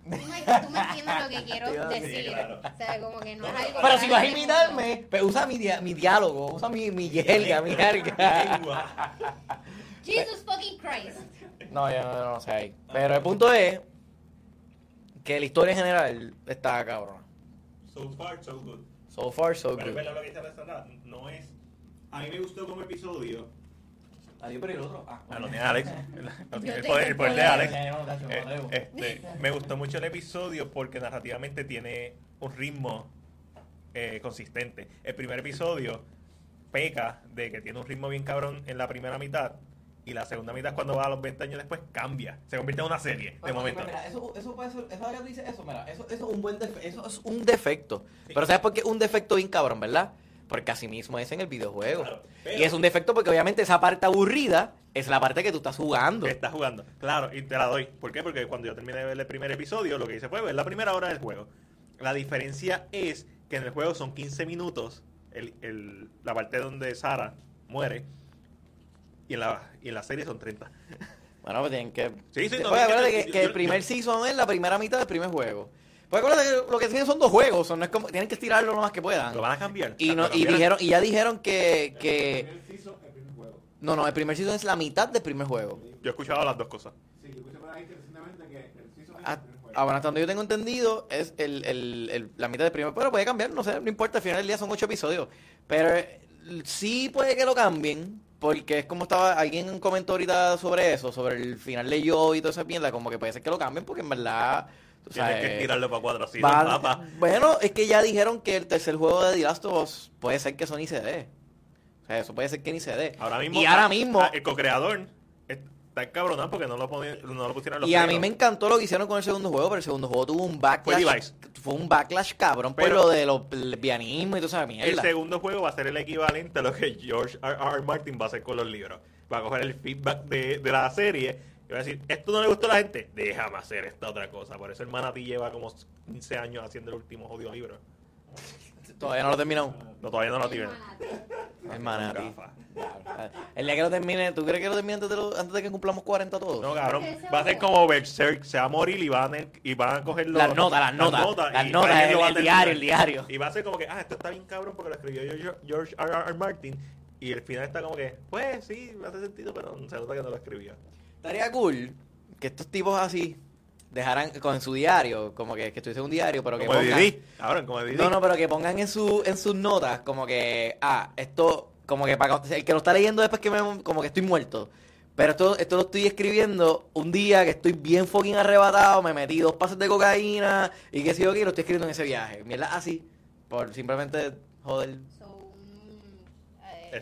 Speaker 6: Tú me- Tú me entiendes
Speaker 1: <laughs>
Speaker 6: lo que
Speaker 1: Sí,
Speaker 6: quiero decir.
Speaker 2: claro.
Speaker 6: O sea, como que no es algo.
Speaker 1: Pero si vas a imitarme, pues usa mi, dia- mi diálogo, usa mi, mi jerga, mi
Speaker 4: <laughs>
Speaker 1: jerga.
Speaker 6: Jesus fucking Christ.
Speaker 1: No, yo no, yo no sé ahí. Pero el punto es que la historia en general está cabrón.
Speaker 2: So far, so good.
Speaker 1: So far, so
Speaker 2: Pero es
Speaker 1: good.
Speaker 2: verdad lo que dice Alessandra, no es. A mí me gustó como episodio.
Speaker 4: Adiós, pero el otro. Ah,
Speaker 2: Ah,
Speaker 4: bueno.
Speaker 2: lo tiene Alex. Lo
Speaker 6: Yo
Speaker 2: tiene El
Speaker 6: tengo
Speaker 2: poder, el poder de Alex.
Speaker 4: Ya, ya, no, tacho, me
Speaker 2: Eh,
Speaker 4: atrevo.
Speaker 2: este, me gustó mucho el episodio porque narrativamente tiene un ritmo eh, consistente. El primer episodio peca de que tiene un ritmo bien cabrón en la primera mitad y la segunda mitad cuando va a los 20 años después cambia. Se convierte en una serie de
Speaker 4: Pero,
Speaker 2: momento.
Speaker 4: Mira, eso, eso puede ser, eso ahora que tú dices eso, mira, eso, eso es un buen defe- eso
Speaker 1: Eso
Speaker 4: es
Speaker 1: es un defecto.
Speaker 2: Sí.
Speaker 1: Pero ¿sabes por qué? Un defecto bien cabrón, ¿verdad? Porque así mismo es en el videojuego.
Speaker 2: Claro, pero-
Speaker 1: Y es un defecto porque obviamente esa parte aburrida es la parte que tú estás jugando.
Speaker 2: Que está jugando. Claro, y te la doy. ¿Por qué? Porque cuando yo terminé de ver el primer episodio, lo que hice fue ver la primera hora del juego. La diferencia es que en el juego son 15 minutos, el- el- la parte donde Sara muere, y en la, y en la serie son 30.
Speaker 1: Bueno, pues tienen que...
Speaker 2: Sí, sí, no,
Speaker 1: Pues,
Speaker 2: es que-
Speaker 1: acuérdate que,
Speaker 2: yo-
Speaker 1: que el
Speaker 2: yo-
Speaker 1: primer
Speaker 2: yo-
Speaker 1: season es la primera mitad del primer juego. Pues acuérdate que lo que tienen son dos juegos, son- no es como- tienen que estirarlo lo más que puedan.
Speaker 2: Lo van a cambiar.
Speaker 1: Ah, Y, no, y,
Speaker 2: Lo cambiaron.
Speaker 1: dijeron, y ya dijeron que,
Speaker 5: El
Speaker 1: que...
Speaker 5: primer season, el primer juego.
Speaker 1: No, no, el primer season es la mitad del primer juego.
Speaker 2: Yo he escuchado las dos cosas.
Speaker 5: Sí, yo escuché por ahí que recientemente que el season es el
Speaker 1: Ah,
Speaker 5: primer juego.
Speaker 1: Ahora, hasta donde yo tengo entendido, es el, el- el- la mitad del primer. Pero puede cambiar, no sé, no importa. Al final del día son ocho episodios. Pero eh, sí puede que lo cambien. Porque es como estaba, alguien comentó ahorita sobre eso, sobre el final de yo y toda esa mierda, como que puede ser que lo cambien porque en verdad... tú
Speaker 2: Tienes
Speaker 1: sabes,
Speaker 2: que tirarlo para cuadracito,
Speaker 1: va-
Speaker 2: papá.
Speaker 1: Bueno, es que ya dijeron que el tercer juego de The Last of Us puede ser que eso ni se dé. O sea, eso puede ser que ni se dé.
Speaker 2: Ahora mismo,
Speaker 1: y ahora mismo...
Speaker 2: ah, el co-creador está encabronado porque no lo, poni- no lo pusieron en los
Speaker 1: Y a mí
Speaker 2: créditos.
Speaker 1: me encantó lo que hicieron con el segundo juego, pero el segundo juego tuvo un backlash.
Speaker 2: Fue Levi's.
Speaker 1: fue un backlash cabrón
Speaker 2: Pero-
Speaker 1: por lo de los lesbianismo y toda esa
Speaker 2: El
Speaker 1: mierda.
Speaker 2: segundo juego va a ser el equivalente a lo que George R. R. Martin va a hacer con los libros. Va a coger el feedback de, de la serie y va a decir, ¿esto no le gustó a la gente? Déjame hacer esta otra cosa. Por eso el manatí lleva como 15 años haciendo el último jodido libro.
Speaker 1: Todavía no lo terminó.
Speaker 2: No, todavía no lo tienen. Ah,
Speaker 1: Hermana.
Speaker 2: Gafa.
Speaker 1: El día que lo termine, ¿tú crees que lo termine antes de, lo- antes de que cumplamos 40 todos?
Speaker 2: No, cabrón.
Speaker 3: Ese
Speaker 2: Va a ser
Speaker 3: juego.
Speaker 2: como Berserk. Se va a morir y van a, y van a coger los-
Speaker 1: Las notas, las notas, las
Speaker 2: y
Speaker 1: notas,
Speaker 2: alguien
Speaker 1: el-
Speaker 2: lo va a
Speaker 1: el
Speaker 2: terminar.
Speaker 1: diario, el diario.
Speaker 2: Y va a ser como que, ah, esto está bien cabrón porque lo escribió George- George R. R. Martin. Y el final está como que, pues sí, me hace sentido, pero se nota que no lo escribió.
Speaker 1: Estaría cool que estos tipos así dejaran con en su diario, como que, que tuviese un diario, pero que
Speaker 2: Como
Speaker 1: pongan-
Speaker 2: Didi. Cabrón, como Didi.
Speaker 1: No, no, pero que pongan en su en sus notas como que ah, esto como que para el que lo está leyendo después que me como que estoy muerto. Pero esto esto lo estoy escribiendo un día que estoy bien fucking arrebatado, me metí dos pases de cocaína y qué sé yo qué, y lo estoy escribiendo en ese viaje. Mierda así por simplemente joder.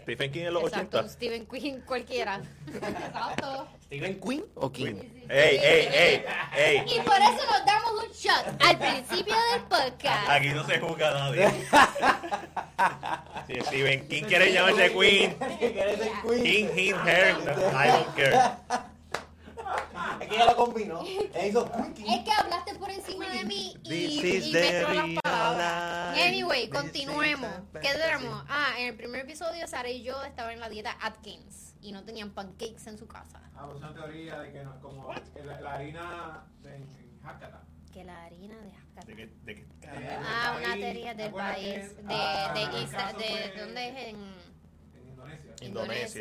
Speaker 2: Stephen King en Este los 80.
Speaker 6: mm, eh, Stephen King
Speaker 2: <laughs>
Speaker 6: cualquiera.
Speaker 3: Exacto.
Speaker 1: ¿Steven Queen o King?
Speaker 2: Ey, ey, ey, ey.
Speaker 6: Y por eso nos damos un shot al principio del podcast.
Speaker 2: Aquí no se juzga a nadie. Si Stephen King quiere llamarse Queen, King, King, Her, I don't care.
Speaker 1: Es que ya lo
Speaker 4: <laughs>
Speaker 1: combinó. hizo
Speaker 6: Es que hablaste por encima de mí y, y me entró las palabras. Anyway, continuemos. ¿Qué tenemos? Ah, en el primer episodio Sara y yo estaban en la dieta Atkins y no tenían pancakes en su casa.
Speaker 5: Ah, pues una teoría de que no, como la, la harina de, en Hakata.
Speaker 6: Que la harina de Hakata.
Speaker 2: De que- de que-
Speaker 6: Ah, una teoría del país. De, de, Insta- de, ¿Dónde es? En
Speaker 5: En Indonesia.
Speaker 2: Indonesia.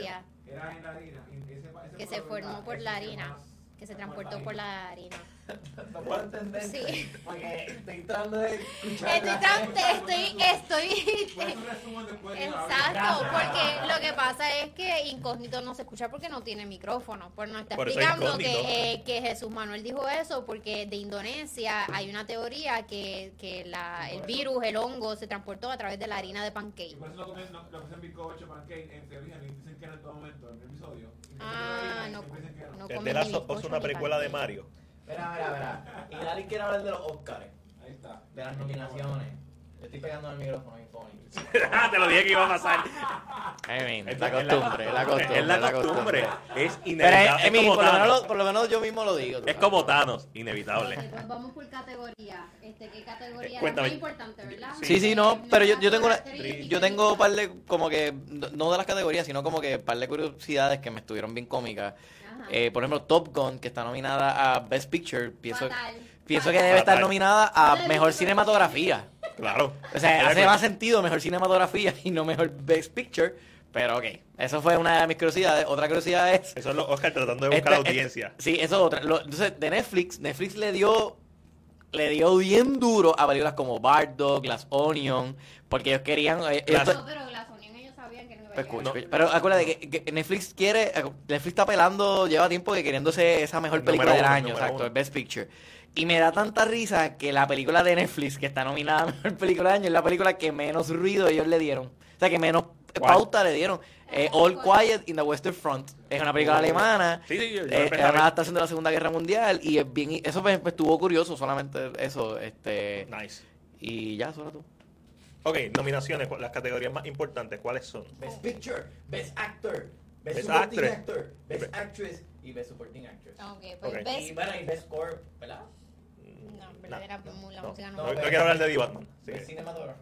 Speaker 6: Indonesia.
Speaker 5: Era en la harina. en ese- ese
Speaker 6: Que se
Speaker 5: pueblo
Speaker 6: formó
Speaker 5: era-
Speaker 6: por
Speaker 5: ese
Speaker 6: la
Speaker 5: se
Speaker 6: harina.
Speaker 5: formó
Speaker 6: Que se transportó por la harina.
Speaker 4: No puedo entender.
Speaker 6: Sí.
Speaker 4: Porque estoy tratando de escuchar.
Speaker 6: Estoy, tan- estoy,
Speaker 5: Fue
Speaker 6: estoy
Speaker 5: un resumen después de la-
Speaker 6: Exacto, porque lo que pasa es que incógnito no se escucha porque no tiene micrófono. Pues nos está
Speaker 2: Por eso
Speaker 6: explicando
Speaker 2: Incógnito.
Speaker 6: que, eh, que Jesús Manuel dijo eso porque de Indonesia hay una teoría que, que la, el virus, el hongo, se transportó a través de la harina de
Speaker 5: Y
Speaker 6: pancake.
Speaker 5: por
Speaker 6: <laughs>
Speaker 5: eso lo comen, no- lo que hacen bizcocho, pancake, en Sevilla, y dicen que era en todo momento, en el episodio. Y que
Speaker 6: Ah,
Speaker 5: se lo
Speaker 6: no,
Speaker 5: dicen, siempre dicen que
Speaker 6: no
Speaker 2: de
Speaker 6: comen
Speaker 2: la
Speaker 6: ni
Speaker 2: so-
Speaker 6: bizcocho
Speaker 2: es una
Speaker 6: ni
Speaker 2: precuela de
Speaker 6: pancake.
Speaker 2: Mario.
Speaker 4: Mira, mira, mira. Y Dari quiere hablar de los Oscars,
Speaker 5: Ahí está.
Speaker 4: de las nominaciones. Le estoy pegando al micrófono, mi
Speaker 1: <laughs>
Speaker 4: pony.
Speaker 2: Ah, Te lo dije que iba a pasar.
Speaker 1: es la costumbre, es la costumbre,
Speaker 2: Es la costumbre. Es
Speaker 1: Pero eh,
Speaker 2: inevitable.
Speaker 1: eh, mi,
Speaker 2: Es como
Speaker 1: por, lo menos,
Speaker 2: Thanos.
Speaker 1: lo- por lo menos yo mismo lo digo. tú
Speaker 2: Es
Speaker 1: sabes.
Speaker 2: como Thanos, inevitable.
Speaker 3: Pues vamos por categoría. Este, ¿Qué categoría?
Speaker 2: Eh,
Speaker 3: La
Speaker 2: cuéntame.
Speaker 3: más importante, ¿verdad?
Speaker 1: Sí, sí, no, pero yo, yo tengo una,
Speaker 3: Actriz.
Speaker 1: yo tengo un par de, como que, no no de las categorías, sino como que un par de curiosidades que me estuvieron bien cómicas.
Speaker 3: Ajá.
Speaker 1: Eh, por ejemplo, Top Gun, que está nominada a Best Picture, pienso,
Speaker 3: Fatal.
Speaker 1: pienso que
Speaker 3: Fatal.
Speaker 1: debe estar
Speaker 2: Fatal.
Speaker 1: nominada
Speaker 3: No
Speaker 1: a
Speaker 3: la he
Speaker 1: Mejor
Speaker 3: visto, pero-
Speaker 1: Cinematografía.
Speaker 2: Claro.
Speaker 1: O sea,
Speaker 2: Era
Speaker 1: hace
Speaker 2: que-
Speaker 1: más sentido Mejor Cinematografía y no Mejor Best Picture, pero ok. Eso fue una de mis curiosidades. Otra curiosidad es...
Speaker 2: Eso es los Oscar tratando de buscar
Speaker 1: Esta-
Speaker 2: audiencia.
Speaker 1: esta- sí, eso es otra. Lo- entonces, de Netflix, Netflix le dio le dio bien duro a películas como Bard Dog, Glass Onion, porque ellos querían... eh,
Speaker 2: Glass-
Speaker 1: esto-
Speaker 3: No, pero la Sony ellos sabían que no iba a
Speaker 1: Pues,
Speaker 3: llegar.
Speaker 1: escucha, escucha. Pero acuérdate que, que Netflix quiere, Netflix está apelando, lleva tiempo que queriéndose esa mejor
Speaker 2: Número
Speaker 1: película del
Speaker 2: uno,
Speaker 1: año,
Speaker 2: número
Speaker 1: exacto,
Speaker 2: uno.
Speaker 1: el Best Picture. Y me da tanta risa que la película de Netflix, que está nominada a mejor película del año, es la película que menos ruido ellos le dieron. O sea, que menos
Speaker 2: ¿Cuál?
Speaker 1: pauta le dieron. Eh, All Quiet in the Western Front. Es una película
Speaker 2: Oh.
Speaker 1: alemana.
Speaker 2: Sí, sí, yo- yo
Speaker 1: eh,
Speaker 2: empecé
Speaker 1: es
Speaker 2: a
Speaker 1: una
Speaker 2: ver.
Speaker 1: adaptación de la Segunda Guerra Mundial. Y es bien, eso me, me estuvo curioso, solamente eso. este
Speaker 2: Nice.
Speaker 1: Y ya, solo tú.
Speaker 2: Ok, nominaciones, cu- las categorías más importantes, ¿cuáles son?
Speaker 4: Best Picture, Best Actor, Best,
Speaker 2: Best
Speaker 4: Supporting
Speaker 2: Actress.
Speaker 4: Actor, Best
Speaker 2: Be-
Speaker 4: Actress y Best Supporting Actress.
Speaker 3: Ok, pues
Speaker 2: Ok.
Speaker 4: Y
Speaker 3: ves.
Speaker 4: bueno, y Best Score, ¿verdad?
Speaker 6: No, en
Speaker 2: Nah,
Speaker 6: verdad era mu- la
Speaker 2: no,
Speaker 6: música
Speaker 2: no,
Speaker 6: no.
Speaker 2: no
Speaker 4: pero-
Speaker 2: quiero hablar de The Batman. así
Speaker 4: Best
Speaker 2: que-
Speaker 4: Cinematography.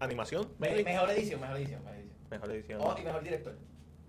Speaker 2: Animación,
Speaker 4: Me-
Speaker 2: maybe?
Speaker 4: mejor edición, mejor edición, mejor edición.
Speaker 2: mejor edición.
Speaker 4: Oh, y mejor director.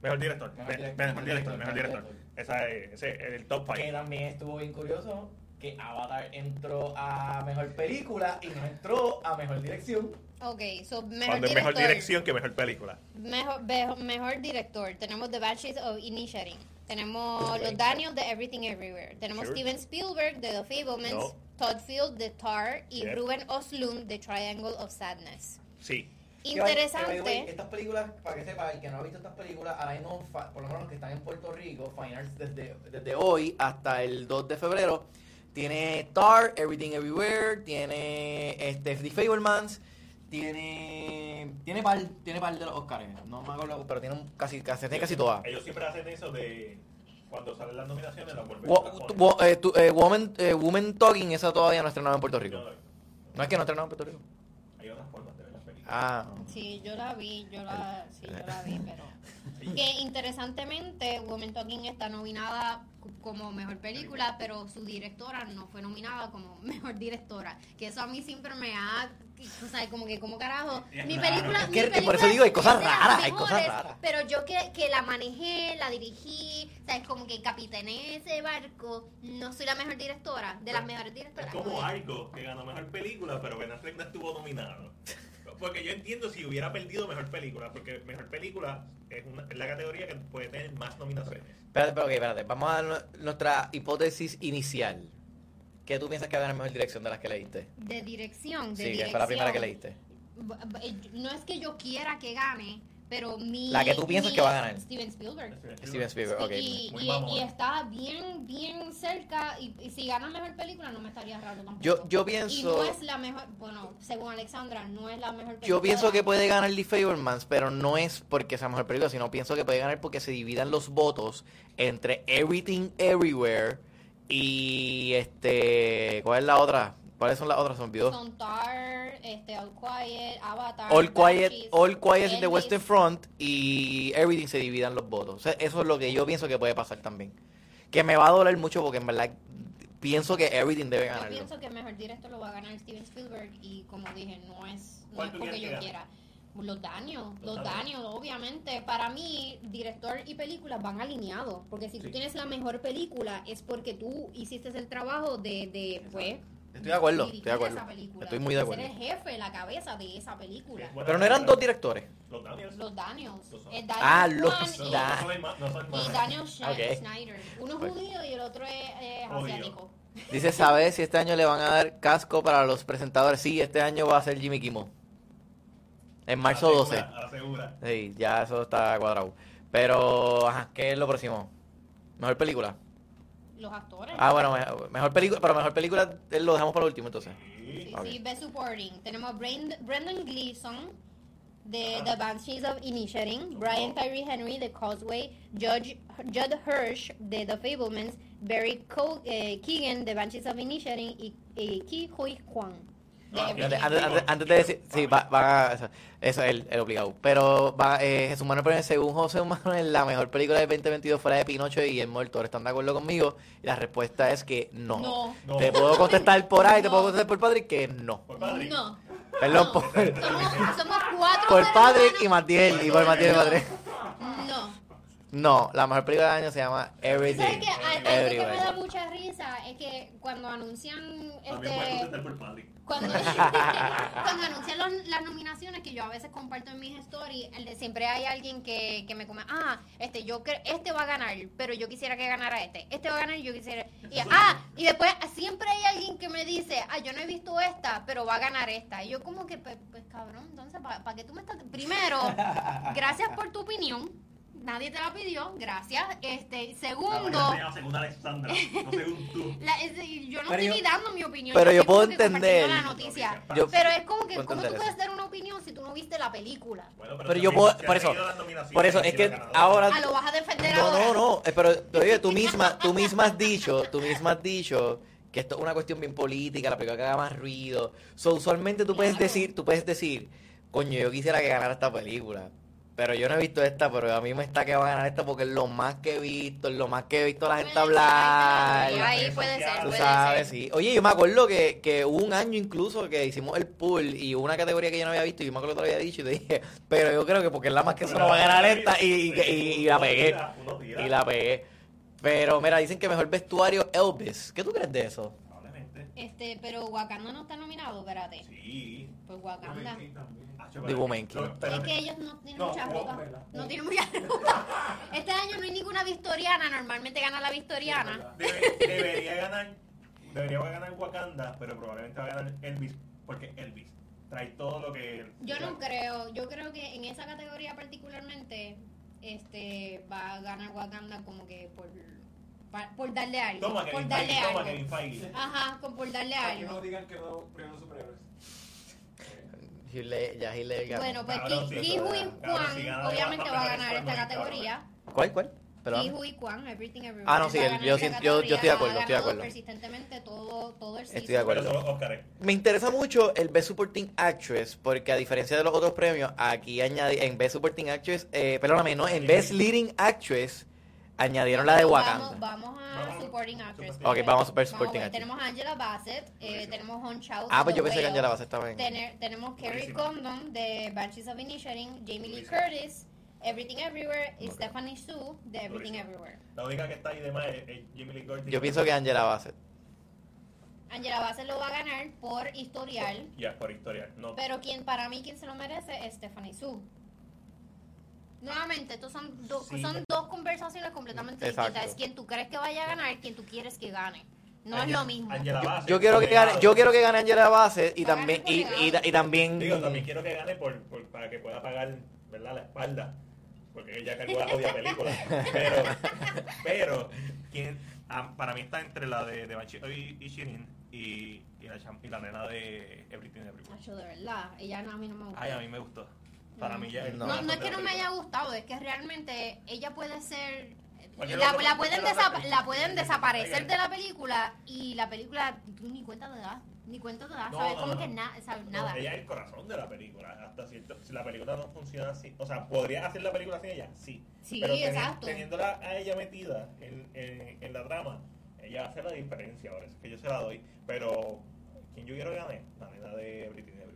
Speaker 2: Mejor director,
Speaker 4: Mejor
Speaker 2: me-
Speaker 4: director,
Speaker 2: mejor director, mejor
Speaker 4: mejor
Speaker 2: director.
Speaker 4: director.
Speaker 2: Esa es, ese es el top
Speaker 4: Que
Speaker 2: 5.
Speaker 4: también estuvo bien curioso que Avatar entró a mejor película y no entró a mejor dirección.
Speaker 6: Ok, so mejor
Speaker 2: Cuando es mejor
Speaker 6: director.
Speaker 2: dirección que mejor película.
Speaker 6: Mejor, bejo- mejor director. Tenemos The Banshees of Inisherin. Tenemos
Speaker 2: Ok.
Speaker 6: los Daniels de Everything Everywhere. Tenemos
Speaker 2: Sure.
Speaker 6: Steven Spielberg de The Fablemans.
Speaker 2: No.
Speaker 6: Todd Field de Tar. Y
Speaker 2: Yep.
Speaker 6: Ruben Oslund de Triangle of Sadness.
Speaker 2: Sí.
Speaker 4: Que by- que by the way,
Speaker 6: Interesante.
Speaker 4: eh, estas películas, para que sepa, el que no ha visto estas películas, ahora mismo, fa- por lo menos los que están en Puerto Rico, Fine Arts desde, desde hoy hasta el 2 de febrero, tiene Tar, Everything Everywhere, tiene este, The Fablemans, tiene tiene par, tiene par de los Oscars, no me acuerdo, pero tiene un- casi, casi, tiene casi todas.
Speaker 2: Ellos siempre hacen eso de cuando salen las nominaciones, las vuelven
Speaker 1: Wo-
Speaker 2: las
Speaker 1: tu-
Speaker 2: ponen.
Speaker 1: wo- eh, tu- eh, woman, eh, Woman Talking, esa todavía no ha estrenado en Puerto
Speaker 2: Yo
Speaker 1: Rico.
Speaker 2: no-
Speaker 1: No es que no ha estrenado en Puerto Rico.
Speaker 2: Hay otras formas de ver las películas.
Speaker 1: Ah,
Speaker 6: Sí, yo la vi, yo la, sí, yo la vi,
Speaker 1: <laughs>
Speaker 6: pero... Que interesantemente, Woman Talking está nominada cu- como mejor película, pero su directora no fue nominada como <laughs> mejor directora. Que eso a mí siempre me ha... O sea, como que, como carajo?
Speaker 2: Es
Speaker 6: Mi
Speaker 2: raro.
Speaker 6: película...
Speaker 1: Es que
Speaker 6: mi
Speaker 1: por eso
Speaker 6: película
Speaker 1: digo, hay
Speaker 6: es
Speaker 1: cosas
Speaker 6: de las
Speaker 1: raras, hay cosas
Speaker 6: mejores,
Speaker 1: raras.
Speaker 6: Pero yo que, que la manejé, la dirigí, o sea, es como que capitaneé ese barco, no soy la mejor directora, de las mejores
Speaker 2: Es
Speaker 6: directoras.
Speaker 2: como
Speaker 6: ¿no?
Speaker 2: algo que ganó mejor película, pero Ben Affleck no estuvo nominado. Porque yo entiendo si hubiera perdido mejor película, porque mejor película es, una- es la categoría que puede tener más nominaciones.
Speaker 1: espérate, pero ok, espérate. Vamos a nu- nuestra hipótesis inicial. ¿Qué tú piensas que va a ganar mejor dirección de las que leíste?
Speaker 6: De dirección, de
Speaker 1: sí,
Speaker 6: dirección.
Speaker 1: que fue la primera que leíste.
Speaker 6: B- b- eh, No es que yo quiera que gane, pero mi.
Speaker 1: La que tú piensas
Speaker 6: mi-
Speaker 1: que va a ganar.
Speaker 6: Steven Spielberg.
Speaker 1: Steven Spielberg, ok.
Speaker 6: Y,
Speaker 2: muy
Speaker 6: y-
Speaker 2: mamón.
Speaker 6: y está bien, bien cerca. Y, y si gana mejor película, no me estaría raro tampoco.
Speaker 1: Yo, yo
Speaker 6: Y
Speaker 1: pienso...
Speaker 6: no es la mejor. Bueno, según Alexandra, no es la mejor película.
Speaker 1: Yo pienso que puede ganar The Fablemans, pero no es porque sea mejor película, sino pienso que puede ganar porque se dividan los votos entre Everything Everywhere y este. ¿Cuál es la otra? ¿Cuáles son las otras? Se me olvidó.
Speaker 6: Son Tar, este, All Quiet, Avatar.
Speaker 1: All Quiet,
Speaker 6: Banshees,
Speaker 1: All Quiet in the
Speaker 6: Elvis.
Speaker 1: Western Front y Everything se dividan los votos. O sea, eso es lo que yo pienso que puede pasar también. Que me va a doler mucho porque en verdad pienso que Everything debe
Speaker 6: Yo
Speaker 1: ganarlo.
Speaker 6: pienso que mejor director lo va a ganar Steven Spielberg y como dije, no es, no
Speaker 2: ¿Cuál
Speaker 6: es
Speaker 2: tú
Speaker 6: porque yo
Speaker 2: quieres que
Speaker 6: quiera. Los daños,
Speaker 2: Los
Speaker 6: los
Speaker 2: daños.
Speaker 6: daños, obviamente. Para mí, director y película van alineados. Porque si
Speaker 2: Sí.
Speaker 6: tú tienes la mejor película, es porque tú hiciste el trabajo de, de pues,
Speaker 1: Estoy de acuerdo, estoy
Speaker 6: dirigir
Speaker 1: de acuerdo.
Speaker 6: esa película.
Speaker 1: Estoy muy de
Speaker 6: Tú eres
Speaker 1: acuerdo.
Speaker 6: el jefe, la cabeza de esa película.
Speaker 1: Pero no eran dos directores.
Speaker 2: Los Daniels.
Speaker 6: Los daños.
Speaker 2: Los-
Speaker 6: el
Speaker 1: Ah,
Speaker 6: Daniel
Speaker 1: los
Speaker 6: Kwan
Speaker 2: No,
Speaker 6: y-
Speaker 2: no,
Speaker 1: Da-
Speaker 2: son ima- no son
Speaker 6: Y
Speaker 2: imágenes.
Speaker 6: Daniel Schne-
Speaker 1: Ok.
Speaker 6: Schneider. Uno es
Speaker 1: Pues-
Speaker 6: judío y el otro es eh,
Speaker 2: Judío.
Speaker 6: asiático.
Speaker 1: Dice, ¿sabes si este año le van a dar casco para los presentadores? Sí, este año va a ser Jimmy Kimmel. En marzo 12.
Speaker 2: Asegura, asegura.
Speaker 1: Sí, ya eso está cuadrado. Pero, ajá, ¿qué es lo próximo? Mejor película.
Speaker 6: Los actores.
Speaker 1: Ah, bueno, me- mejor película, pero mejor película eh, lo dejamos para último entonces.
Speaker 2: Sí.
Speaker 6: Sí,
Speaker 1: Ok.
Speaker 6: sí, Best Supporting. Tenemos Brand- Brendan Gleeson de The Banshees of Inisherin, Brian Tyree Henry de Causeway, Judge, Judd Hirsch de The Fablemans, Barry Co- eh, Keegan de Banshees of Inisherin y, y Ki Hui Kwan. de
Speaker 2: Ah,
Speaker 1: Antes,
Speaker 6: Everything.
Speaker 1: antes- antes- antes de decir, sí, va, va- eso, eso es el, el obligado. Pero va, eh, Jesús Manuel Pérez, según José Manuel, la mejor película del 2022 fuera de Pinocho y El Muerto. ¿Están de acuerdo conmigo? Y la respuesta es que no.
Speaker 6: No.
Speaker 2: No.
Speaker 1: Te puedo contestar por ahí, te
Speaker 6: No.
Speaker 1: puedo contestar por Patrick, que no.
Speaker 2: Por Patrick.
Speaker 6: No.
Speaker 1: Perdón,
Speaker 6: <laughs> No.
Speaker 1: por,
Speaker 6: Somos, somos cuatro.
Speaker 1: por
Speaker 6: seres
Speaker 1: Patrick y
Speaker 6: humanos.
Speaker 1: Matiel, y por Matiel y Patrick.
Speaker 6: No.
Speaker 1: No, la mejor película del año se llama
Speaker 6: ¿Sabes
Speaker 1: Everything.
Speaker 6: qué? A- Algo que me da
Speaker 1: Everywhere.
Speaker 6: mucha risa es que cuando anuncian
Speaker 2: También puedes
Speaker 6: este,
Speaker 2: contestar por Patrick.
Speaker 6: Cuando, cuando anuncian los- las nominaciones que yo a veces comparto en mis stories, el de- siempre hay alguien que, que me come, ah, este yo cre- este va a ganar, pero yo quisiera que ganara este, este va a ganar y yo quisiera, y, ah, y después siempre hay alguien que me dice, ah, yo no he visto esta, pero va a ganar esta, y yo como que, pues, pues, cabrón, entonces, ¿para qué tú me estás? Primero, gracias por tu opinión, nadie te la pidió, gracias, este, segundo,
Speaker 2: La segunda Alexandra, no según tú.
Speaker 6: la- es- yo no
Speaker 1: Pero
Speaker 6: estoy
Speaker 1: yo-
Speaker 6: dando mi opinión.
Speaker 1: pero yo
Speaker 6: estoy
Speaker 1: puedo
Speaker 6: como que compartiendo
Speaker 1: entender.
Speaker 6: La noticia.
Speaker 1: Yo-
Speaker 6: pero es como que,
Speaker 1: puedo
Speaker 6: ¿cómo tú
Speaker 1: entender
Speaker 6: puedes
Speaker 1: eso.
Speaker 6: dar una opinión si tú no viste la película?
Speaker 2: Bueno,
Speaker 1: Pero yo
Speaker 2: también,
Speaker 1: puedo-
Speaker 2: si
Speaker 1: por
Speaker 2: has
Speaker 1: eso-
Speaker 2: leído las nominaciones,
Speaker 1: Por eso
Speaker 2: si
Speaker 1: es
Speaker 2: la
Speaker 1: que
Speaker 2: ganadora-
Speaker 1: ahora
Speaker 6: Ah, lo vas a defender
Speaker 1: No,
Speaker 6: ahora.
Speaker 1: no, no, eh, pero oye, tú misma, tú misma has dicho, tú misma has dicho que esto es una cuestión bien política, la película que haga más ruido. So, usualmente tú puedes
Speaker 6: Claro.
Speaker 1: decir, tú puedes decir, coño, yo quisiera que ganara esta película, pero yo no he visto esta, pero a mí me está que va a ganar esta porque es lo más que he visto, es lo más que he visto a la gente hablar.
Speaker 6: Ahí, puede ser,
Speaker 1: Tú
Speaker 6: puede
Speaker 1: sabes,
Speaker 6: ser.
Speaker 1: sí. Oye, yo me acuerdo que, que hubo un año incluso que hicimos el pool y hubo una categoría que yo no había visto y yo me acuerdo que te lo había dicho y te dije, pero yo creo que porque es la más que solo va a ganar esta y, y, y- y la
Speaker 2: Uno
Speaker 1: pegué.
Speaker 2: tira, uno tira.
Speaker 1: Y la pegué. Pero mira, dicen que mejor vestuario Elvis. ¿Qué tú crees de eso?
Speaker 2: Probablemente.
Speaker 6: Este, pero Wakanda no está nominado, espérate.
Speaker 2: Sí.
Speaker 6: Pues Wakanda.
Speaker 5: Yo también.
Speaker 2: Ah, yo-
Speaker 1: De Woman King.
Speaker 2: Pero- pero-
Speaker 6: Es que ellos no tienen
Speaker 2: No,
Speaker 6: mucha
Speaker 2: no,
Speaker 6: ropa.
Speaker 5: ¿verdad?
Speaker 6: No tienen mucha <laughs> ropa. Este año no hay ninguna victoriana. Normalmente gana la victoriana.
Speaker 2: debe- debería ganar. Debería ganar Wakanda, pero probablemente va a ganar Elvis. Porque Elvis. trae todo lo que...
Speaker 6: Yo no creo, yo creo que en esa categoría particularmente este va a ganar Wakanda como que por pa- por darle algo,
Speaker 2: Toma
Speaker 6: por
Speaker 2: Kevin
Speaker 6: darle
Speaker 2: Feige, toma
Speaker 6: algo.
Speaker 2: Kevin Feige.
Speaker 6: Ajá, con por darle
Speaker 5: Para que no
Speaker 6: algo.
Speaker 5: digan que no premios superhéroes.
Speaker 1: Heath Led- Ya Heath Ledger ganó.
Speaker 6: Bueno, pues
Speaker 2: Cabrón,
Speaker 6: Ki-
Speaker 2: sí,
Speaker 6: Ki
Speaker 2: eso
Speaker 6: Hui
Speaker 2: era.
Speaker 6: Kwan
Speaker 2: Cabrón, si gana de
Speaker 6: obviamente
Speaker 2: Wakanda,
Speaker 6: va a
Speaker 2: cabrón,
Speaker 6: ganar
Speaker 2: es
Speaker 6: esta
Speaker 2: cabrón.
Speaker 6: categoría.
Speaker 1: ¿Cuál, cuál? Perdón.
Speaker 6: Ki Hui Kwan, Everything Everywhere.
Speaker 1: Ah, no, sí,
Speaker 6: va a
Speaker 1: el-
Speaker 6: ganar
Speaker 1: yo
Speaker 6: esta
Speaker 1: sí- yo- yo estoy de
Speaker 6: categoría,
Speaker 1: acuerdo, estoy
Speaker 6: ha
Speaker 1: de
Speaker 6: ganado
Speaker 1: acuerdo.
Speaker 6: Persistentemente todo, todo el
Speaker 1: Estoy de
Speaker 6: season.
Speaker 1: acuerdo.
Speaker 2: Pero son los Óscares.
Speaker 1: Me interesa mucho el Best Supporting Actress, porque a diferencia de los otros premios, aquí añadí, en Best Supporting Actress, eh, perdóname, no, en Best Leading Actress, añadieron la de Wakanda.
Speaker 6: Vamos, vamos a
Speaker 2: Vamos.
Speaker 6: Supporting Actress.
Speaker 2: Ok,
Speaker 6: porque
Speaker 1: vamos a ver
Speaker 6: vamos
Speaker 1: Supporting
Speaker 6: ver,
Speaker 1: Actress.
Speaker 6: Tenemos a Angela Bassett, eh, tenemos Hon Chao.
Speaker 1: ah, pues yo pensé que Angela Bassett estaba en...
Speaker 6: Tener, tenemos Kerry
Speaker 2: Buenísima.
Speaker 6: Condon de Banshees of Inisherin, Jamie Lee Curtis, Everything Everywhere, y Stephanie Sue de Everything
Speaker 2: Buenísima.
Speaker 6: Everywhere.
Speaker 2: La única que está ahí de más es, es Jimmy Lee Curtis.
Speaker 1: Yo pienso que Angela Bassett.
Speaker 6: Angela Bassett lo va a ganar por historial,
Speaker 2: Ya, por historial. No,
Speaker 6: pero quien para mí quien se lo merece es Stephanie Sue. Nuevamente, estos son, do-
Speaker 2: Sí.
Speaker 6: son dos conversaciones completamente
Speaker 1: Exacto.
Speaker 6: distintas. Es quien tú crees que vaya a ganar, quien tú quieres que gane. No es
Speaker 2: Angela-
Speaker 6: lo mismo.
Speaker 2: Angela Bassett,
Speaker 1: Yo quiero que
Speaker 2: obligado.
Speaker 1: gane, yo quiero que gane Angela Bassett y
Speaker 6: Va a
Speaker 1: también,
Speaker 6: ganar
Speaker 1: y,
Speaker 6: por
Speaker 1: y,
Speaker 6: legado.
Speaker 1: y también...
Speaker 2: Digo, también quiero que gane por, por- para que pueda pagar ¿verdad? la espalda. Porque ella cargó la jodida película. Pero, pero ¿quién? Ah, para mí está entre la de, de Banshee y, y Shirin y, y la, cham- y la nena de Everything Everywhere.
Speaker 6: Nacho, de verdad, ella no, a mí no me gusta.
Speaker 2: Ay, a mí me gustó. Para mí ya
Speaker 1: No,
Speaker 6: No, no,
Speaker 2: la
Speaker 6: es que no me
Speaker 2: película.
Speaker 6: haya gustado, es que realmente ella puede ser...
Speaker 2: Cualquier
Speaker 6: La,
Speaker 2: otro-
Speaker 6: la pueden
Speaker 2: cualquier otra
Speaker 6: desapa-
Speaker 2: película.
Speaker 6: la pueden desaparecer de la película y la película tú ni cuenta te das, ni cuenta te das,
Speaker 2: No,
Speaker 6: sabes
Speaker 2: no,
Speaker 6: como
Speaker 2: no.
Speaker 6: que na- sabes
Speaker 2: No,
Speaker 6: nada.
Speaker 2: ella es el corazón de la película. Hasta cierto, si la película no funciona así, o sea, ¿podría hacer la película sin ella? Sí.
Speaker 6: Sí,
Speaker 2: Pero teni-
Speaker 6: exacto.
Speaker 2: teniéndola a ella metida en, en- en la trama, ella hace la diferencia. Ahora es que yo se la doy. Pero, ¿quién yo quiero que gane? La nena de Everything Everywhere.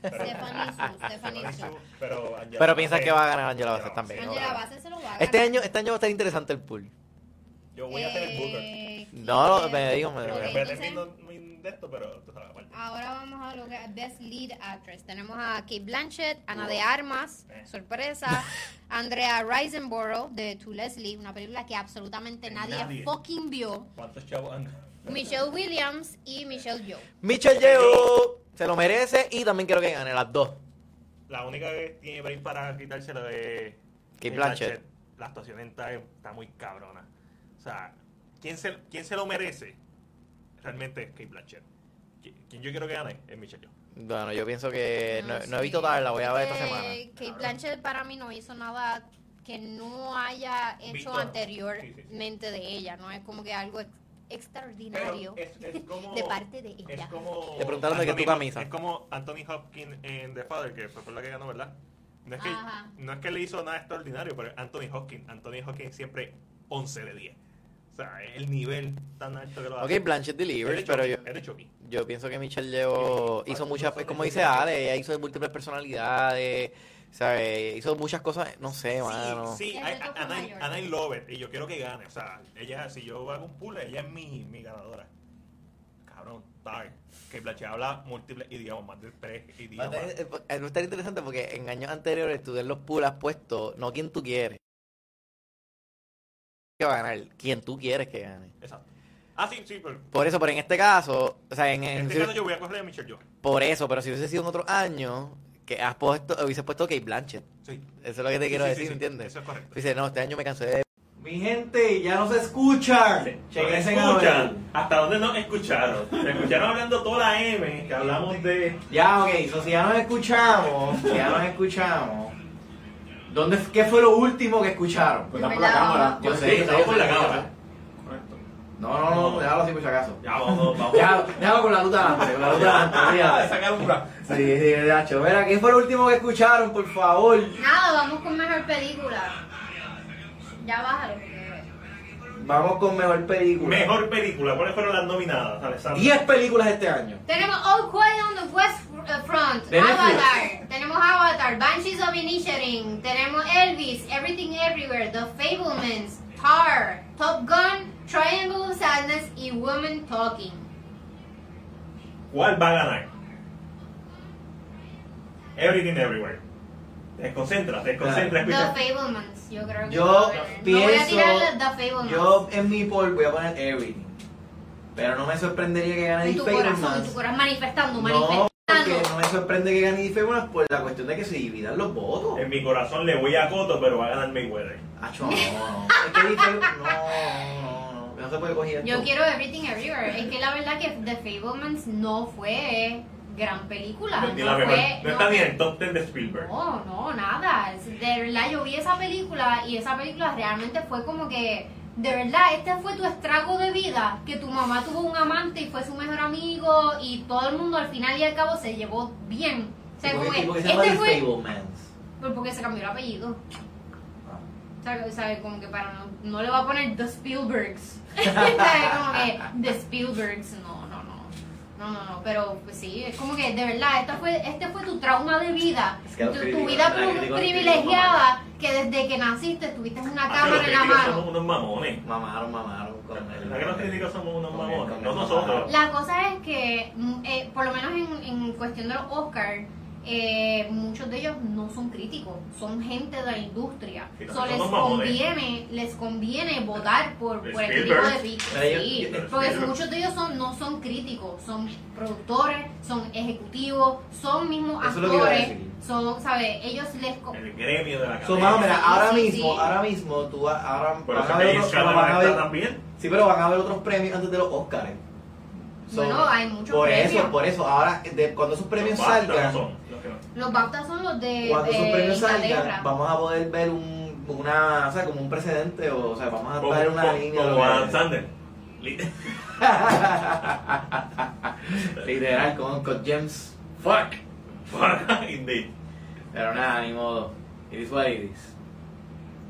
Speaker 2: Pero,
Speaker 6: Stephanie Su, Stephanie
Speaker 2: Stephanie
Speaker 6: Su.
Speaker 2: Su, pero, Angela
Speaker 1: Pero piensa
Speaker 2: Bassett-
Speaker 1: que va a ganar Angela Bassett también.
Speaker 2: Bassett.
Speaker 1: ¿no?
Speaker 6: Angela Bassett se lo va a ganar.
Speaker 1: Este año, este año va a estar interesante el pool.
Speaker 2: Yo voy a hacer el booker.
Speaker 6: Eh,
Speaker 1: No,
Speaker 6: ¿quién
Speaker 1: me
Speaker 6: es?
Speaker 1: digo, me
Speaker 6: Ok,
Speaker 1: digo.
Speaker 2: Voy a
Speaker 6: entonces, Ah.
Speaker 2: hacer mi, no- mi de esto, pero tú sabes, aparte.
Speaker 6: Ahora vamos a lo que Best Lead Actress. Tenemos a Kate Blanchett, Ana de Armas,
Speaker 2: Eh. <laughs>
Speaker 6: sorpresa, Andrea Riseborough de To Leslie, una película que absolutamente
Speaker 2: Que
Speaker 6: nadie,
Speaker 2: nadie.
Speaker 6: fucking vio.
Speaker 2: ¿Cuántos chavos han ganado?
Speaker 6: Michelle Williams y Michelle Yeoh.
Speaker 1: Michelle Yeoh se lo merece y también quiero que gane las dos.
Speaker 2: La única que tiene brain para quitárselo de
Speaker 1: Kate
Speaker 2: de
Speaker 1: Blanchett.
Speaker 2: La actuación está, está muy cabrona. O sea, ¿quién se, quién se lo merece? Realmente es Kate Blanchett. Qui- Quien yo quiero que gane es Michelle Yeoh.
Speaker 1: Bueno, yo pienso
Speaker 2: Ah,
Speaker 1: que Eh, no,
Speaker 6: No
Speaker 1: no he visto
Speaker 6: sé.
Speaker 1: tal, la voy a ver
Speaker 6: Eh,
Speaker 1: esta semana.
Speaker 6: Kate Blanchett para mí no hizo nada que no haya hecho
Speaker 2: Visto.
Speaker 6: anteriormente de ella, no es como que algo ex- extraordinario
Speaker 2: es, es como...
Speaker 6: <laughs> de parte de
Speaker 2: Es
Speaker 6: ella.
Speaker 2: como...
Speaker 1: Te preguntaron de qué
Speaker 2: Anthony
Speaker 1: tu camisa.
Speaker 2: Hop- Es como Anthony Hopkins en The Father, que fue por la que ganó, ¿verdad? No es que,
Speaker 6: Ajá.
Speaker 2: no es que le hizo nada extraordinario, pero Anthony Hopkins. Anthony Hopkins siempre 11 de 10. O sea, es el nivel tan alto que lo
Speaker 1: Ok,
Speaker 2: hace.
Speaker 1: Blanchett delivers,
Speaker 2: Eres
Speaker 1: pero
Speaker 2: Chucky,
Speaker 1: yo,
Speaker 2: eres Chucky.
Speaker 1: yo pienso que Michelle Yeoh hizo muchas, pues, como dice Ale, ella hizo de múltiples personalidades, ¿sabes? Hizo muchas cosas, no sé, mano.
Speaker 2: Sí, sí,
Speaker 6: El
Speaker 2: I-
Speaker 6: reto
Speaker 2: I-
Speaker 6: fue
Speaker 2: and I-
Speaker 6: mayor.
Speaker 2: and I love it. Y yo quiero que gane. O sea, ella, si yo hago un pull, ella es mi, mi ganadora. Cabrón, tal. Que Blache habla múltiples idiomas, más de tres
Speaker 1: Va a
Speaker 2: idiomas.
Speaker 1: estar- eh, Va a estar interesante porque en años anteriores tú en los pools has puesto no quien tú quieres que va a ganar, quien tú quieres que gane.
Speaker 2: Exacto. Ah, sí, sí, pero.
Speaker 1: Por eso, pero en este caso, o sea, en,
Speaker 2: En
Speaker 1: en-
Speaker 2: este caso yo voy a coger a Michelle yo.
Speaker 1: por eso, pero si hubiese sido en otro año que has puesto, hubiese puesto Kate Blanchett.
Speaker 2: Sí.
Speaker 1: Eso es lo que te
Speaker 2: Sí,
Speaker 1: quiero
Speaker 2: sí,
Speaker 1: decir,
Speaker 2: sí, sí.
Speaker 1: ¿entiendes?
Speaker 2: Eso es correcto.
Speaker 1: Dice, no, este año me cansé de
Speaker 4: Mi gente, ya nos escuchan. Chequense a ver.
Speaker 2: ¿Hasta dónde nos escucharon? Me escucharon hablando toda la M, que hablamos de.
Speaker 4: Ya, ok, so si ya nos escuchamos, si ya nos escuchamos. ¿Dónde, ¿Qué fue lo último que escucharon?
Speaker 5: Pues está por la cámara.
Speaker 4: Yo
Speaker 5: Pues
Speaker 4: sé,
Speaker 5: sí,
Speaker 4: yo
Speaker 5: está
Speaker 4: sé,
Speaker 5: por
Speaker 4: yo
Speaker 5: la
Speaker 4: sé, yo
Speaker 5: cámara.
Speaker 4: sé.
Speaker 5: Correcto.
Speaker 4: No, no, no, déjalo así por si acaso.
Speaker 2: Ya, vamos, vamos.
Speaker 4: Ya, déjalo con la ruta adelante, con la ruta
Speaker 5: Ah,
Speaker 4: adelante,
Speaker 5: sacaron una.
Speaker 4: olvídate. Sí, sí, Nacho. Mira, ¿qué fue lo último que escucharon, por favor?
Speaker 6: Nada, vamos con mejor película. Ya bájalo. porque-
Speaker 4: Vamos con mejor película.
Speaker 2: Mejor película, ¿cuáles fueron las nominadas, Alessandra?
Speaker 4: 10 películas este año.
Speaker 6: Tenemos All Quiet on the West eh, Front,
Speaker 4: De Netflix.
Speaker 6: Avatar, tenemos Avatar, Banshees of Inisherin, tenemos Elvis, Everything Everywhere, The Fablemans, Tar, Top Gun, Triangle of Sadness y Woman Talking.
Speaker 2: ¿Cuál va a ganar? Everything Everywhere. Desconcentra, desconcentra,
Speaker 6: The
Speaker 2: escucha.
Speaker 6: Fablemans, yo creo que
Speaker 4: Yo
Speaker 6: va a ganar. No voy a
Speaker 4: pienso-
Speaker 6: tirar The Fablemans.
Speaker 4: Yo en mi poll voy a poner Everything. Pero no me sorprendería que gane
Speaker 6: en
Speaker 4: The
Speaker 6: tu corazón,
Speaker 4: Fablemans.
Speaker 6: en tu corazón manifestando,
Speaker 4: No,
Speaker 6: manifestando.
Speaker 1: porque no me sorprende que gane Ifebunas por la cuestión de que se dividan los votos.
Speaker 2: En mi corazón le voy a Coto, pero va a ganar Mayweather.
Speaker 1: Acho, no, no. Es que Ifebu- no, no, no, no se puede coger esto.
Speaker 6: Yo quiero Everything Everywhere. Es que la verdad que The Fablemans no fue gran película.
Speaker 2: No,
Speaker 6: Ah, No,
Speaker 2: tiene la mejor-
Speaker 6: fue,
Speaker 2: no
Speaker 6: no
Speaker 2: está ni en
Speaker 6: fue-
Speaker 2: el top 10 de Spielberg.
Speaker 6: No, no, nada. Es- De verdad, yo vi esa película y esa película realmente fue como que. De verdad, este fue tu estrago de vida. Que tu mamá tuvo un amante y fue su mejor amigo. Y todo el mundo al final y al cabo se llevó bien. O sea, como
Speaker 1: Porque
Speaker 6: que,
Speaker 1: el tipo que se llama
Speaker 6: este fue.
Speaker 1: Fablemans.
Speaker 6: Pues porque se cambió el apellido. ¿Sabe? sabe, Como que para no, no le va a poner The Spielbergs. <laughs> ¿Sabe? Como que The Spielbergs, no, no, no. No, no, no, pero pues sí, es como que de verdad, esta fue, este fue tu trauma de vida,
Speaker 1: Es que los
Speaker 6: tu, tu
Speaker 1: críticos,
Speaker 6: vida
Speaker 1: la
Speaker 6: pri-
Speaker 1: crítica, los
Speaker 6: privilegiada, que desde que naciste tuviste una
Speaker 2: Ah, pero
Speaker 6: cámara
Speaker 2: los
Speaker 6: en la
Speaker 2: críticos
Speaker 6: mano.
Speaker 2: somos unos mamones.
Speaker 1: Mamaron, mamaron con el.
Speaker 2: ¿Verdad que los críticos somos unos
Speaker 1: Con el-
Speaker 2: mamones?
Speaker 1: con
Speaker 2: No
Speaker 1: el-
Speaker 2: nosotros.
Speaker 6: La cosa es que, mm, eh, por lo menos en, en cuestión de los Oscars, eh, muchos de ellos no son críticos, son gente de la industria.
Speaker 2: Sí,
Speaker 6: So,
Speaker 2: son
Speaker 6: les,
Speaker 2: unos mamones.
Speaker 6: conviene, les conviene votar por,
Speaker 2: Los
Speaker 6: por este tipo de
Speaker 2: Spielbergs.
Speaker 6: piques.
Speaker 1: Pero ellos-
Speaker 6: sí,
Speaker 2: ellos-
Speaker 6: porque
Speaker 2: Spielberg.
Speaker 6: muchos de ellos son, no son críticos, son productores, son ejecutivos, son mismos
Speaker 1: Eso es lo que iba a
Speaker 6: actores.
Speaker 1: decir.
Speaker 6: Son, ¿sabes? Ellos les... co-
Speaker 2: El gremio de la
Speaker 1: So,
Speaker 2: academia.
Speaker 1: mano, mira, ahora
Speaker 6: Sí, sí,
Speaker 1: mismo,
Speaker 6: sí.
Speaker 1: ahora mismo, tú vas- ahora
Speaker 2: Pero
Speaker 1: van
Speaker 2: si
Speaker 1: a ver
Speaker 2: James
Speaker 1: otros, pero
Speaker 2: Cameron
Speaker 1: van a
Speaker 2: está
Speaker 1: ver-
Speaker 2: también.
Speaker 1: sí, pero van a ver otros premios antes de los Oscars. So,
Speaker 6: Bueno, hay muchos
Speaker 1: por
Speaker 6: premios.
Speaker 1: eso, por eso, ahora, de- cuando esos premios
Speaker 2: Los BAFTA no
Speaker 1: salgan,
Speaker 2: son, los que no.
Speaker 6: Los BAFTA son los de,
Speaker 1: cuando
Speaker 6: de
Speaker 1: esos premios
Speaker 6: Inglaterra.
Speaker 1: salgan, vamos a poder ver un, una, o sea, como un precedente, o, o sea, vamos a
Speaker 2: Como-
Speaker 1: traer una
Speaker 2: como-
Speaker 1: línea.
Speaker 2: Como
Speaker 1: de-
Speaker 2: Adam Sandler. Li- <laughs>
Speaker 1: Literal, con, con James.
Speaker 2: Fuck. Fuck, indeed.
Speaker 1: Pero nada, ni modo. It is what it is.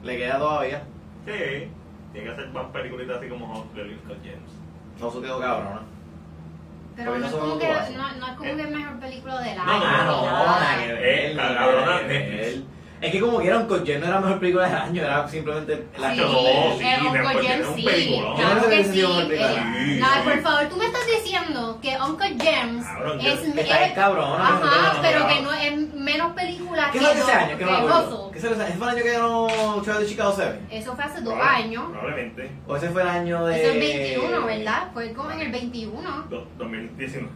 Speaker 1: Le queda todavía.
Speaker 2: Sí. Tiene que hacer más peliculitas así como Hot Girl con James.
Speaker 1: No se quedó cabrón, ¿no?
Speaker 6: Pero
Speaker 1: Porque
Speaker 6: no
Speaker 1: no
Speaker 6: es,
Speaker 1: son
Speaker 6: como que,
Speaker 1: autobases.
Speaker 6: no, no es como que es mejor película del año.
Speaker 2: No, no,
Speaker 1: Ah, no,
Speaker 2: no,
Speaker 1: nada que
Speaker 2: Eh,
Speaker 1: ver. nada
Speaker 2: cabrona,
Speaker 1: que ver.
Speaker 2: Netflix.
Speaker 1: Es que como quieran, con Jen no era la mejor película del año, era simplemente la
Speaker 2: Sí.
Speaker 1: que
Speaker 2: No, sí,
Speaker 6: el
Speaker 2: me
Speaker 6: Uncle
Speaker 2: acuerdo,
Speaker 6: Jam
Speaker 2: era un
Speaker 6: sí,
Speaker 2: peliculón.
Speaker 1: Yo
Speaker 6: Claro
Speaker 1: creo
Speaker 6: que
Speaker 1: que
Speaker 6: sí.
Speaker 1: sí, un
Speaker 6: eh,
Speaker 2: peliculón.
Speaker 6: nada,
Speaker 2: Sí.
Speaker 6: por favor, tú me estás diciendo que Uncle James
Speaker 2: Cabrón,
Speaker 6: es,
Speaker 2: yo-
Speaker 1: que está
Speaker 6: es-
Speaker 1: bien cabrón.
Speaker 6: ajá,
Speaker 1: no, no, no, no,
Speaker 6: pero
Speaker 1: no.
Speaker 6: que no es menos película
Speaker 1: ¿Qué
Speaker 6: que
Speaker 1: sale
Speaker 6: no,
Speaker 1: ese año? Que no me
Speaker 6: que
Speaker 1: acuerdo.
Speaker 6: gozo.
Speaker 1: ¿Qué sale ese año? ¿Ese fue el año que ganó Charlie de Chicago 7?
Speaker 6: Eso fue hace dos
Speaker 2: Probable-
Speaker 6: años.
Speaker 2: Probablemente.
Speaker 1: ¿O ese fue el año de...?
Speaker 6: Eso es 21, ¿verdad? Fue como en el 21.
Speaker 2: Do- 2019.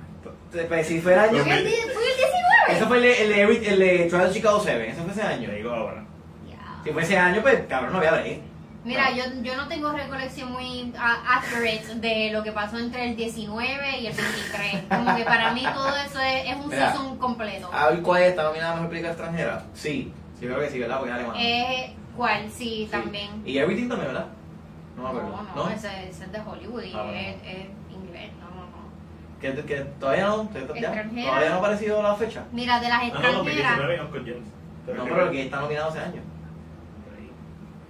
Speaker 1: Pero si pues, fue el año...
Speaker 6: Fue el di- fue el 19.
Speaker 1: Ese fue el de, el de, Every- el de Trial of Chicago 7, ese fue ese año.
Speaker 2: Yo digo ahora.
Speaker 6: Ya.
Speaker 1: Si fue ese año, pues cabrón, no había break.
Speaker 6: Mira, yo, yo no tengo recolección muy ah, accurate de lo que pasó entre el 19 y el 23. Como que para mí todo eso es, es un
Speaker 1: Mira. Ah,
Speaker 6: season completo.
Speaker 1: A ver cuál es, está nominada a mejor película extranjera. Sí, sí creo que sí, ¿verdad? Porque es alemana.
Speaker 6: Eh, ¿Cuál? Sí,
Speaker 1: Sí.
Speaker 6: también.
Speaker 1: Y Everything también, ¿verdad? No me
Speaker 6: No,
Speaker 1: acuerdo.
Speaker 6: no, Ese, ese es de Hollywood y
Speaker 1: Ah, bueno.
Speaker 6: es, es inglés. No, no, no.
Speaker 1: Que, que todavía no, que- ya,
Speaker 6: Extranjera.
Speaker 1: todavía no ha aparecido la fecha.
Speaker 6: Mira, de
Speaker 2: Ah,
Speaker 6: las
Speaker 2: no,
Speaker 6: extranjeras.
Speaker 2: 2019 Uncle James.
Speaker 1: No, pero que está nominado ese año.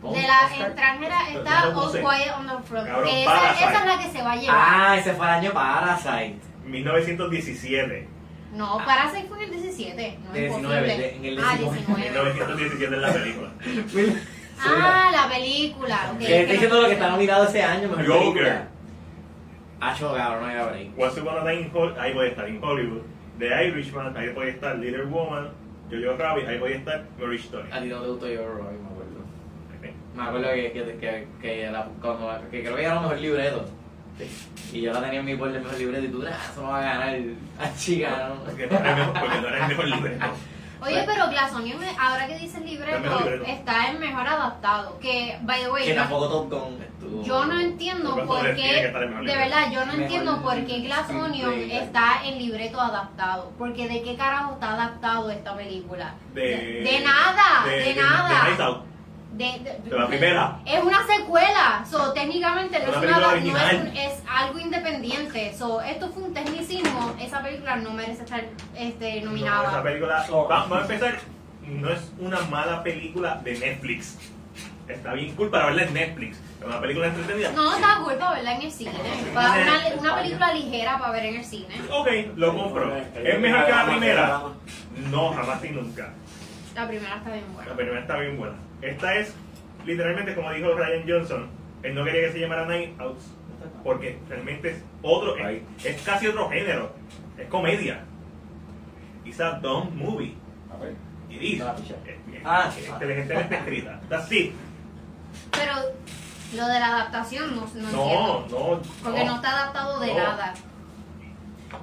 Speaker 6: De las
Speaker 1: Oscar.
Speaker 6: extranjeras
Speaker 2: Pero
Speaker 6: está
Speaker 2: no lo
Speaker 6: All
Speaker 2: puse.
Speaker 6: Quiet on the Front.
Speaker 2: Cabrón,
Speaker 6: que esa,
Speaker 2: Parasite.
Speaker 6: esa es la que se va a llevar.
Speaker 1: Ah, ese fue el año Parasite.
Speaker 2: 1917.
Speaker 6: No, Parasite fue en el 17. No,
Speaker 1: De 19,
Speaker 6: imposible.
Speaker 1: Ah. de- en el
Speaker 6: ah,
Speaker 1: 19. <laughs>
Speaker 6: 19.
Speaker 2: 1917 es la película.
Speaker 6: Ah, la película. ok,
Speaker 1: Que
Speaker 6: que
Speaker 1: estoy diciendo
Speaker 6: no-
Speaker 1: lo que está nominado ese año, mejor
Speaker 2: Joker.
Speaker 1: película. Acho, cabrón, no había break.
Speaker 2: Once Upon a Time in Hollywood, ahí voy a estar, en Hollywood. The Irishman, ahí voy a estar. Little Woman, Jojo Rabbit, ahí voy a estar. Marriage Story.
Speaker 1: A ti no te gustó yo, Roy, me acuerdo.
Speaker 2: Ok.
Speaker 1: Me acuerdo que, que, que, que, la- cuando, la- que creo que era el mejor libreto. Y yo la tenía en mi bol de mejor libreto y tú, ah, eso no va a ganar a chica, ¿no?
Speaker 2: Porque no eres mejor- porque no eres mejor libreto.
Speaker 6: Oye, pero Glass Onion, eh, ahora que dice libreto,
Speaker 2: El mejor libreto.
Speaker 6: está en mejor adaptado. Que, by the way,
Speaker 1: Que
Speaker 6: yo-
Speaker 1: tampoco Top Gun estuvo.
Speaker 6: Yo no
Speaker 2: Por
Speaker 6: entiendo
Speaker 2: eso
Speaker 6: por
Speaker 2: tiene que
Speaker 6: qué,
Speaker 2: estar en mejor
Speaker 6: de
Speaker 2: libreto.
Speaker 6: verdad, yo no
Speaker 1: Mejor
Speaker 6: entiendo por qué Glass Onion
Speaker 1: screenplay.
Speaker 6: está en libreto adaptado. Porque de qué carajo está adaptado esta película.
Speaker 2: De,
Speaker 6: De nada, de nada.
Speaker 2: De Night Out.
Speaker 6: De, de-
Speaker 2: De la primera.
Speaker 6: Es una secuela, so, técnicamente no
Speaker 2: Una
Speaker 6: es,
Speaker 2: película
Speaker 6: una, no es un-
Speaker 2: original.
Speaker 6: es algo independiente. So, esto fue un tecnicismo, esa película no merece estar este,
Speaker 2: No, esa
Speaker 6: nominada.
Speaker 2: película.
Speaker 1: Oh.
Speaker 2: va- vamos a empezar. No es una mala película de Netflix. Está bien cool para verla en Netflix. Es una película entretenida.
Speaker 6: No, está cool para verla en el cine. Para una, una película ligera para ver en el cine.
Speaker 2: Ok, lo compro. ¿Es mejor que la primera? No, jamás y nunca.
Speaker 6: La primera está bien
Speaker 2: La
Speaker 6: buena.
Speaker 2: primera está bien buena. Esta es, literalmente, como dijo Ryan Johnson, él no quería que se llamara Night Out porque realmente es otro, es, es casi otro género. Es comedia. It's a dumb movie. It is. Es- es-
Speaker 1: Ah. <laughs>
Speaker 2: es inteligentemente escrita. That's it.
Speaker 6: Pero lo de la adaptación no, no entiendo.
Speaker 2: No, no.
Speaker 6: Porque no, está adaptado de
Speaker 2: No.
Speaker 6: nada.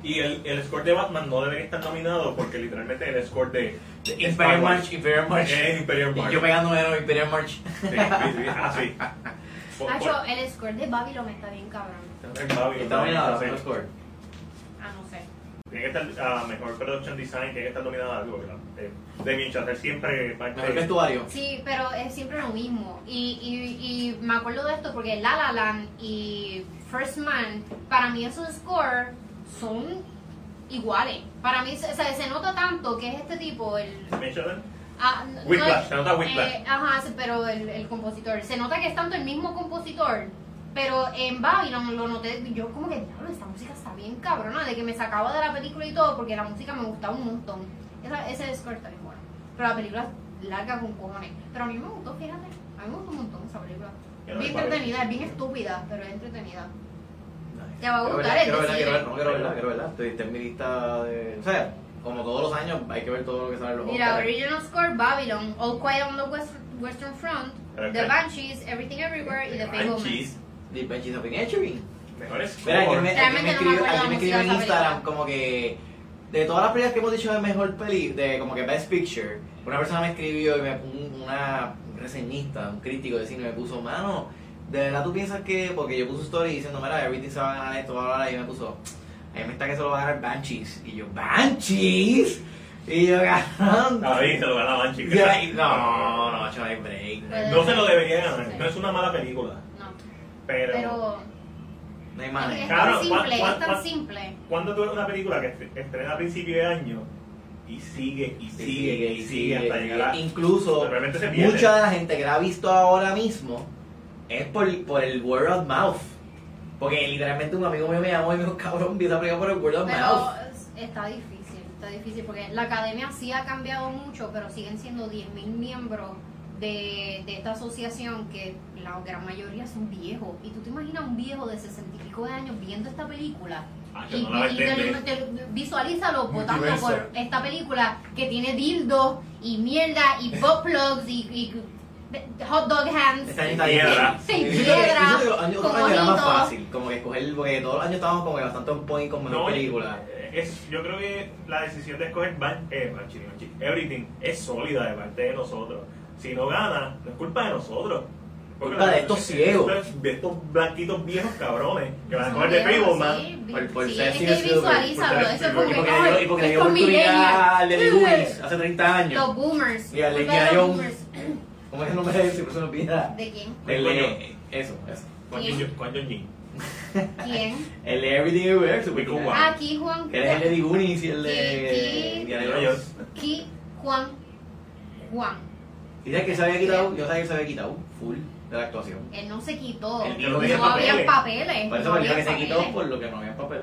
Speaker 2: Y el, el score de Batman no debería estar nominado porque literalmente el score de, de Star
Speaker 1: Imperial
Speaker 2: Wars
Speaker 1: March, Imperial March.
Speaker 2: es Imperial
Speaker 1: Y
Speaker 2: March.
Speaker 1: Eh, yo pegándome a los Imperial March.
Speaker 2: Sí, sí, sí, así. Por- por-
Speaker 6: Hacho, el score de Babylon está bien cabrón.
Speaker 2: Está bien,
Speaker 1: Está nominada,
Speaker 2: sí.
Speaker 1: pero score.
Speaker 6: Ah, no sé.
Speaker 2: Tiene que estar a mejor production design, tiene que estar nominada a algo, ¿verdad? Eh, Damien Chazelle siempre va a
Speaker 1: Mejor
Speaker 2: estar.
Speaker 1: vestuario.
Speaker 6: Sí, pero es siempre lo mismo. Y, y, y me acuerdo de esto porque La La Land y First Man, para mí esos scores son iguales. Para mí, se- o sea, se nota tanto que es este tipo, el...
Speaker 2: Damien Chazelle.
Speaker 6: ah, no-
Speaker 2: Whiplash,
Speaker 6: no-
Speaker 2: se nota Whiplash.
Speaker 6: eh, ajá, sí, pero el, el compositor. Se nota que es tanto el mismo compositor. Pero en Babylon lo noté, yo como que, diablo, esta música está bien cabrona, de que me sacaba de la película y todo, porque la música me gustaba un montón. Esa- ese score está bien bueno. Pero la película es larga con cojones. Pero a mí me gustó, fíjate, a mí me gustó un montón esa película. Es bien entretenida, es bien estúpida, pero es entretenida. Te va a
Speaker 1: Quiero
Speaker 6: gustar
Speaker 1: verla,
Speaker 6: el
Speaker 1: quiero verla,
Speaker 6: decir.
Speaker 1: quiero verla, no, quiero verla, quiero verla. Estoy- Está en mi lista de. O sea, como todos los años, hay que ver todo lo que sale en los
Speaker 6: Mira,
Speaker 1: Oscars.
Speaker 6: original score, Babylon, All Quiet on the West- Western Front,
Speaker 2: Pero
Speaker 6: The
Speaker 2: acá-
Speaker 6: Banshees, Everything Everywhere y The Fablemans.
Speaker 2: Banshees.
Speaker 1: The Banshees of Inisherin.
Speaker 2: Mejor score.
Speaker 1: Mira, ayer me, ayer me
Speaker 6: Realmente no me
Speaker 1: escribió,
Speaker 6: acuerdo
Speaker 1: ayer me
Speaker 6: la
Speaker 1: escribió en
Speaker 6: música de esa
Speaker 1: Instagram
Speaker 6: película.
Speaker 1: como que de todas las películas que hemos dicho de mejor peli, de como que Best Picture, una persona me escribió y me un- una reseñista, un crítico de cine me puso, mano, de verdad tú piensas que, porque yo puse story diciendo, mira, everything se va a ganar esto, bla, bla, bla", y me puso, a mí me está que se lo va a ganar Banshees. Y yo, ¿Banshees? Y yo, ganando.
Speaker 2: David Ah, se lo gana a Banshee.
Speaker 1: No, no, chaval, hay break.
Speaker 2: No se lo debería ganar. No es una mala película.
Speaker 6: No,
Speaker 2: Pero.
Speaker 6: pero
Speaker 1: No hay
Speaker 6: es,
Speaker 1: manera.
Speaker 6: es
Speaker 2: Claro,
Speaker 6: tan simple,
Speaker 2: ¿cuál-
Speaker 6: es tan
Speaker 2: cuál-
Speaker 6: simple.
Speaker 2: Cuando tú ves una película que est- estrena a principio de año y sigue y sigue, y sigue, hasta llegar a.
Speaker 1: Incluso,
Speaker 2: de repente se pierde.
Speaker 1: mucha de la gente que la ha visto ahora mismo es por, por el word of mouth. Porque literalmente un amigo mío me llamó y me dijo, cabrón, vi esa película por el word of
Speaker 6: Pero
Speaker 1: mouth.
Speaker 6: es- está difícil, está difícil porque la academia sí ha cambiado mucho, pero siguen siendo 10.000 miembros de, de esta asociación que la gran mayoría son viejos. Y tú te imaginas un viejo de 60 y pico de años viendo esta película.
Speaker 2: Ah, yo
Speaker 6: Y,
Speaker 2: no la voy a
Speaker 6: y te lo-
Speaker 2: entender.
Speaker 6: te- visualízalo votando
Speaker 2: Multiverso.
Speaker 6: por esta película que tiene dildos y mierda y pop plugs y, y hot dog hands.
Speaker 1: Este año
Speaker 6: y
Speaker 1: está
Speaker 2: Piedra.
Speaker 1: difícil.
Speaker 6: Sí,
Speaker 1: Yo creo que-
Speaker 6: piedra,
Speaker 1: yo creo que los años- otros años era más
Speaker 6: cojones.
Speaker 1: fácil, como que escoger, porque todos los años estábamos como que bastante on point con mejor
Speaker 2: No, eh,
Speaker 1: película.
Speaker 2: Es, yo creo que la decisión de escoger Ban eh, Banshee, Banshee, Everything es sólida de parte de nosotros. Si no gana, no es culpa de nosotros.
Speaker 1: Culpa de estos ciegos.
Speaker 2: De estos blanquitos viejos cabrones que van a
Speaker 6: Son
Speaker 2: coger de
Speaker 6: viejos,
Speaker 2: Fableman.
Speaker 6: sí, vi-
Speaker 1: por- por
Speaker 6: sí,
Speaker 1: ser
Speaker 6: es que
Speaker 1: Steven Spielberg,
Speaker 6: visualízalo,
Speaker 2: por ser
Speaker 6: eso es
Speaker 2: Spielberg.
Speaker 6: como
Speaker 1: Y
Speaker 6: que,
Speaker 1: porque
Speaker 6: ay,
Speaker 1: le dio, y porque le dio
Speaker 6: estos
Speaker 1: oportunidad al de
Speaker 6: millennials.
Speaker 1: Luis hace 30 años.
Speaker 6: <laughs> Los boomers.
Speaker 1: Y a
Speaker 6: culpa de
Speaker 1: Leguía
Speaker 6: los
Speaker 1: Jones.
Speaker 6: boomers.
Speaker 1: ¿Cómo es el nombre de él? Siempre se me olvida.
Speaker 6: ¿De quién?
Speaker 1: El,
Speaker 2: Coño.
Speaker 1: eh, eso, eso.
Speaker 2: Con
Speaker 6: ¿Quién?
Speaker 2: Jin- Con John Jin.
Speaker 6: ¿Quién? Ah,
Speaker 1: El de Everything Everywhere,
Speaker 2: Wicked
Speaker 1: Wicked
Speaker 2: One.
Speaker 1: One.
Speaker 6: Aquí Juan.
Speaker 1: Que era el de The Goonies y el
Speaker 6: Sí,
Speaker 1: de
Speaker 6: sí.
Speaker 1: Indiana Jones.
Speaker 6: Aquí Juan. Juan.
Speaker 1: Dice que se había quitado, yo sabía que se había quitado full de la actuación.
Speaker 6: Él no se quitó.
Speaker 1: Él
Speaker 6: no
Speaker 1: no tenía
Speaker 6: había
Speaker 2: papeles.
Speaker 6: papeles.
Speaker 1: Por eso
Speaker 6: no
Speaker 1: me dijo que
Speaker 6: había
Speaker 1: se quitó pues,
Speaker 6: papeles.
Speaker 1: por lo que no había papel.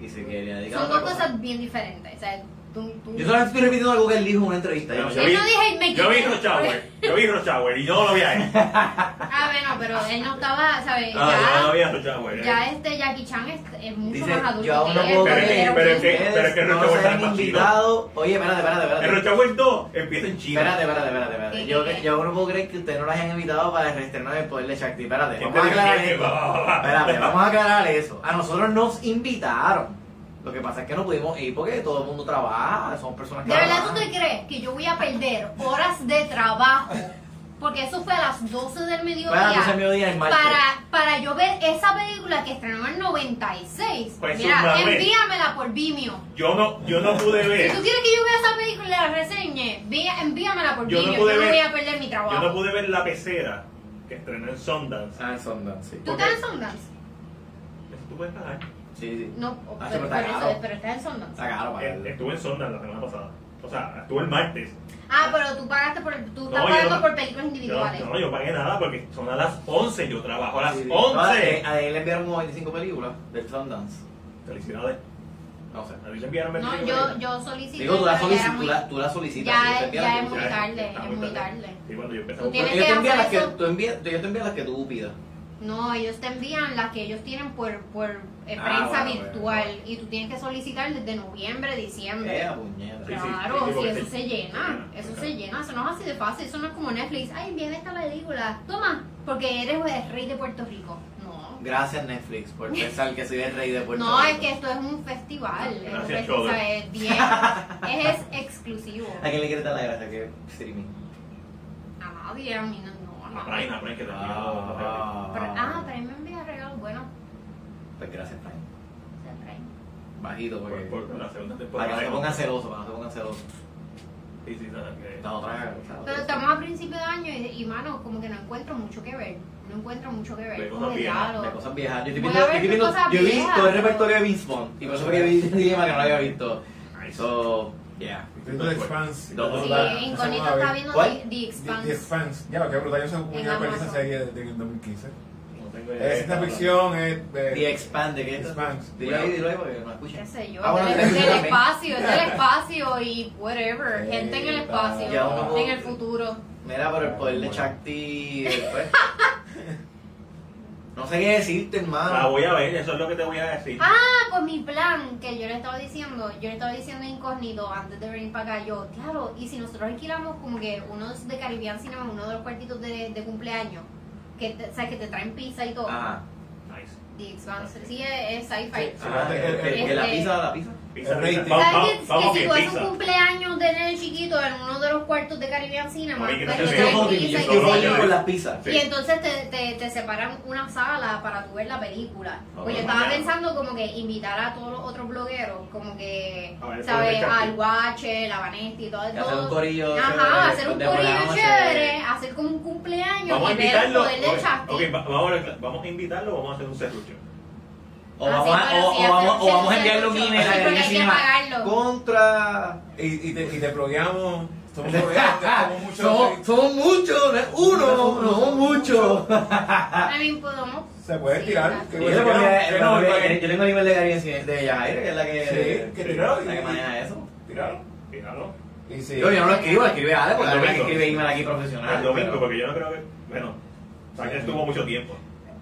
Speaker 1: Y se quería dedicar a
Speaker 6: Son
Speaker 1: otra
Speaker 6: dos
Speaker 1: cosa.
Speaker 6: cosas bien diferentes. O sea, tú, tú-
Speaker 1: Yo solamente estoy repitiendo algo que él dijo en una entrevista.
Speaker 2: Yo,
Speaker 1: Yo-
Speaker 2: yo
Speaker 6: Él
Speaker 2: vi,
Speaker 6: no dije, me
Speaker 2: yo vi
Speaker 6: quité.
Speaker 2: Rochauer, yo vi Rochauer y yo no lo vi a él.
Speaker 6: <laughs> Ah, bueno, pero él no estaba, ¿sabes?
Speaker 1: Ah,
Speaker 2: No,
Speaker 6: ya,
Speaker 2: yo no vi a Rochauer. eh.
Speaker 6: ya este Jackie Chan es, es mucho
Speaker 1: Dice,
Speaker 6: más adulto.
Speaker 1: yo aún no
Speaker 6: que
Speaker 1: puedo
Speaker 6: él,
Speaker 2: creer,
Speaker 6: pero-
Speaker 2: pero es que-
Speaker 1: ustedes
Speaker 2: pero es que el
Speaker 1: no
Speaker 2: Rocha
Speaker 1: se
Speaker 2: Huerta
Speaker 1: han
Speaker 2: es más chino.
Speaker 1: invitado. Oye, espérate, espérate,
Speaker 2: El
Speaker 1: espérate.
Speaker 2: Rochauer 2 empieza en China.
Speaker 1: Espérate, espérate, espérate, espérate. Yo, yo no puedo creer que ustedes no lo hayan invitado para el reestreno del poder de Shakti. Espérate,
Speaker 2: ¿Quién
Speaker 1: vamos
Speaker 2: te
Speaker 1: a
Speaker 2: dijo
Speaker 1: aclarar
Speaker 2: que-
Speaker 1: esto.
Speaker 2: va, va, va, va? <laughs>
Speaker 1: Espérate, vamos a aclarar eso. A nosotros nos invitaron. Lo que pasa es que no pudimos ir porque todo el mundo trabaja, son personas que
Speaker 6: ¿De verdad tú
Speaker 1: trabajan.
Speaker 6: te crees que yo voy a perder horas de trabajo? Porque eso fue a las 12 del
Speaker 1: Fue a
Speaker 6: mediodía.
Speaker 1: las 12 del mediodía el martes.
Speaker 6: Para, para yo ver esa película que estrenó en 96.
Speaker 2: Pues,
Speaker 6: Mira,
Speaker 2: sumame.
Speaker 6: envíamela por Vimeo.
Speaker 2: Yo no, yo no pude
Speaker 6: Si <laughs>
Speaker 2: ver.
Speaker 6: tú quieres que yo vea esa película y la reseñe, ve- envíamela por
Speaker 2: Yo no
Speaker 6: Vimeo.
Speaker 2: pude
Speaker 6: yo no
Speaker 2: ver-
Speaker 6: voy a perder mi trabajo.
Speaker 2: Yo no pude ver La Pecera, que estrenó en Sundance.
Speaker 1: Ah, en Sundance, sí.
Speaker 6: ¿Tú
Speaker 2: porque-
Speaker 6: estás en Sundance?
Speaker 2: Eso tú puedes pagar.
Speaker 1: Sí, sí.
Speaker 6: No,
Speaker 1: Ah, sí, pero
Speaker 6: pero,
Speaker 1: está
Speaker 6: por eso,
Speaker 1: caro.
Speaker 6: pero estás en Sundance.
Speaker 1: Está caro para
Speaker 2: Eh, Estuve en Sundance la semana pasada. O sea, estuve el martes.
Speaker 6: Ah, pero tú pagaste por, tú estás
Speaker 2: No, yo
Speaker 6: pagando
Speaker 2: no-
Speaker 6: por películas
Speaker 2: Yo,
Speaker 6: individuales.
Speaker 2: no, yo pagué nada porque son a las 11. Yo trabajo a las
Speaker 1: Sí, sí. No, a, él,
Speaker 2: 11.
Speaker 1: a él le enviaron como 25 películas del Sundance.
Speaker 2: Felicidades.
Speaker 1: No sé.
Speaker 2: A mí me enviaron
Speaker 6: No,
Speaker 2: 25
Speaker 6: yo,
Speaker 2: minutos.
Speaker 6: yo solicité.
Speaker 1: Digo, tú la,
Speaker 6: pero ya era
Speaker 1: solici- tú
Speaker 6: muy-
Speaker 1: la, tú la solicitas.
Speaker 6: ya
Speaker 1: sí, te
Speaker 6: es-
Speaker 1: envían las
Speaker 6: ya es muy
Speaker 1: películas.
Speaker 6: tarde,
Speaker 2: está
Speaker 6: es muy tarde.
Speaker 2: Y cuando yo empecé a
Speaker 6: Tú
Speaker 2: buscar-
Speaker 6: tienes
Speaker 1: Ellos
Speaker 6: que
Speaker 1: te envían las
Speaker 6: hacer
Speaker 1: que
Speaker 6: eso.
Speaker 1: tú envías, ellos te envían las que tú pidas.
Speaker 6: No, ellos te envían las que ellos tienen por, por eh,
Speaker 1: Ah,
Speaker 6: prensa
Speaker 1: bueno,
Speaker 6: virtual
Speaker 1: bueno.
Speaker 6: y tú tienes que solicitar desde noviembre, diciembre.
Speaker 1: Eh, puñeta.
Speaker 2: Sí, sí,
Speaker 6: Claro,
Speaker 2: sí, sí,
Speaker 6: sí,
Speaker 2: porque
Speaker 6: eso
Speaker 2: sí.
Speaker 6: se llena,
Speaker 2: Sí,
Speaker 6: eso
Speaker 2: claro.
Speaker 6: se llena, eso no es así de fácil, eso no es como Netflix, ay, envíame esta película, toma, porque eres el rey de Puerto Rico. No,
Speaker 1: Gracias Netflix por pensar que soy el rey de Puerto
Speaker 6: No, es
Speaker 1: Rico.
Speaker 6: que esto es un festival. Es un
Speaker 2: Gracias,
Speaker 6: festival,
Speaker 2: Choder.
Speaker 6: es bien.
Speaker 2: <laughs>
Speaker 6: Es exclusivo.
Speaker 1: ¿A quién le quieres dar la gracia que streaming?
Speaker 6: A nadie, a mí no, no, a
Speaker 2: A
Speaker 6: nadie.
Speaker 2: Prime, a Prime, pues, que te ha enviado.
Speaker 1: Ah,
Speaker 6: Pero- ah, pero él me envía regalos buenos.
Speaker 1: Pues gracias, Frank.
Speaker 6: Se trae.
Speaker 1: Bajito, porque.
Speaker 2: Por, por, por la segunda temporada.
Speaker 1: para que no se pongan celoso, para que no se pongan celoso.
Speaker 2: Sí, sí, nada, que-
Speaker 1: La otra, o sea,
Speaker 6: Pero estamos a principio de año y, y, mano, como que no encuentro mucho que ver. No encuentro mucho que ver.
Speaker 2: Ve
Speaker 6: como
Speaker 2: cosas
Speaker 6: que
Speaker 2: viejas,
Speaker 6: ya lo-
Speaker 1: de cosas viejas. Yo estoy
Speaker 6: Voy
Speaker 1: viendo,
Speaker 6: a
Speaker 1: yo
Speaker 6: ver
Speaker 1: estoy
Speaker 6: qué
Speaker 1: viendo,
Speaker 6: cosas
Speaker 1: yo he
Speaker 6: viejas,
Speaker 1: visto el
Speaker 6: pero-
Speaker 1: repertorio de Vince Vaughn y por eso fue que vi el dilema que no lo había visto.
Speaker 2: Nice.
Speaker 1: Ah. So, yeah.
Speaker 5: Viendo The Expanse.
Speaker 1: No,
Speaker 6: Sí,
Speaker 5: La- la
Speaker 6: Incógnito
Speaker 5: segunda
Speaker 6: está
Speaker 5: vez.
Speaker 6: viendo
Speaker 1: ¿Cuál?
Speaker 6: The, The
Speaker 5: The
Speaker 6: Expanse.
Speaker 5: Expanse. Ya, que brutal. Yo soy
Speaker 6: En
Speaker 5: una esa
Speaker 6: Amazon.
Speaker 5: serie de- en el 2015.
Speaker 2: No tengo idea.
Speaker 5: Es esta ficción, es. eh, de-
Speaker 1: Eh, The Expand, ¿de qué es?
Speaker 5: Expanse.
Speaker 1: Dilo ahí, dilo ahí porque no escuché.
Speaker 6: qué sé yo,
Speaker 1: Ah, bueno,
Speaker 6: es
Speaker 1: también.
Speaker 6: del del espacio, es del espacio y whatever, gente en el
Speaker 5: Epa.
Speaker 1: Ya uno
Speaker 6: espacio,
Speaker 1: puede-
Speaker 6: en el futuro.
Speaker 1: Mira, por el poder de Chakti después. <laughs> No sé qué decirte,
Speaker 2: La
Speaker 1: hermano.
Speaker 2: voy a ver, eso es lo que te voy a decir.
Speaker 6: Ah, pues mi plan que yo le estaba diciendo, yo le estaba diciendo a incógnito antes de venir para acá, yo, claro, y si nosotros alquilamos como que unos de Caribbean Cinema, uno de los cuartitos de, de cumpleaños, que te, o sea, que te traen pizza y todo,
Speaker 2: Ah.
Speaker 1: Ajá.
Speaker 2: Nice.
Speaker 6: The Expanse, sí, es, es sci-fi.
Speaker 1: Ah, el- el-
Speaker 6: este,
Speaker 1: el- la pizza, la pizza.
Speaker 2: Pizza,
Speaker 5: El
Speaker 2: pizza.
Speaker 5: rating.
Speaker 2: Vamos,
Speaker 6: ¿Sabes
Speaker 2: vamos,
Speaker 6: que,
Speaker 2: vamos
Speaker 6: que si
Speaker 2: bien,
Speaker 6: tú haces un
Speaker 2: pizza.
Speaker 6: cumpleaños de nene chiquito en uno de los cuartos de Caribbean Cinema,
Speaker 2: Oye, que no
Speaker 6: pues,
Speaker 2: se
Speaker 6: te traen
Speaker 2: vea.
Speaker 6: pizza y
Speaker 1: Yo
Speaker 2: Yo lo
Speaker 6: todo.
Speaker 2: voy a
Speaker 1: voy
Speaker 2: llevar.
Speaker 1: con las pizzas.
Speaker 2: Sí.
Speaker 6: Y entonces te, te, te separan una sala para tú ver la película.
Speaker 1: Ah,
Speaker 6: Pues yo
Speaker 1: bueno,
Speaker 6: estaba
Speaker 2: mañana.
Speaker 6: pensando como que invitar a todos los otros blogueros, como que,
Speaker 2: A ver, por
Speaker 6: ¿sabes?
Speaker 2: el
Speaker 6: Al Guache, la Vanetti, todo
Speaker 1: Que hacer un corillo
Speaker 6: Ajá,
Speaker 1: chévere,
Speaker 6: hacer un
Speaker 1: de
Speaker 6: corillo
Speaker 1: buena noche.
Speaker 6: chévere, hacer como un cumpleaños
Speaker 2: Vamos a
Speaker 6: y ver el
Speaker 2: invitarlo.
Speaker 6: poder de
Speaker 2: Ok,
Speaker 6: Chasti.
Speaker 2: ok, va- vamos, a, vamos a invitarlo o vamos a hacer un serrucho.
Speaker 1: O
Speaker 6: Ah, sí,
Speaker 1: vamos, a, o,
Speaker 6: pero sí,
Speaker 1: o
Speaker 6: hacer-
Speaker 1: vamos, o
Speaker 6: hacer
Speaker 1: vamos a
Speaker 6: un
Speaker 1: enviarle un
Speaker 6: servicio.
Speaker 1: email
Speaker 6: Sí,
Speaker 1: a
Speaker 6: porque <laughs> hay que
Speaker 1: Disney
Speaker 6: pagarlo.
Speaker 1: Contra.
Speaker 5: Y, y te, y te blogueamos.
Speaker 1: <laughs>
Speaker 5: Somos
Speaker 1: Ah,
Speaker 5: somos este, muchos.
Speaker 1: somos, somos muchos, no es uno, no somos muchos. Ah.
Speaker 6: También podemos...
Speaker 5: Se puede
Speaker 6: Sí,
Speaker 5: tirar.
Speaker 6: exacto.
Speaker 5: que-
Speaker 1: Yo
Speaker 5: que no- que no, que-
Speaker 1: tengo el nivel de Yajaira, de Yajaira, que es la que,
Speaker 5: Sí, que tiraron.
Speaker 1: la que maneja eso.
Speaker 5: Tiraron.
Speaker 2: Tíralo.
Speaker 5: Y sí.
Speaker 1: Yo, yo no lo escribo, lo escribe Ale, porque
Speaker 2: El
Speaker 1: Ale es la que
Speaker 2: domingo.
Speaker 1: escribe email aquí
Speaker 2: El
Speaker 1: profesional.
Speaker 2: domingo,
Speaker 1: Ah, pero-
Speaker 2: porque yo no creo que. Bueno, Sánchez estuvo mucho tiempo.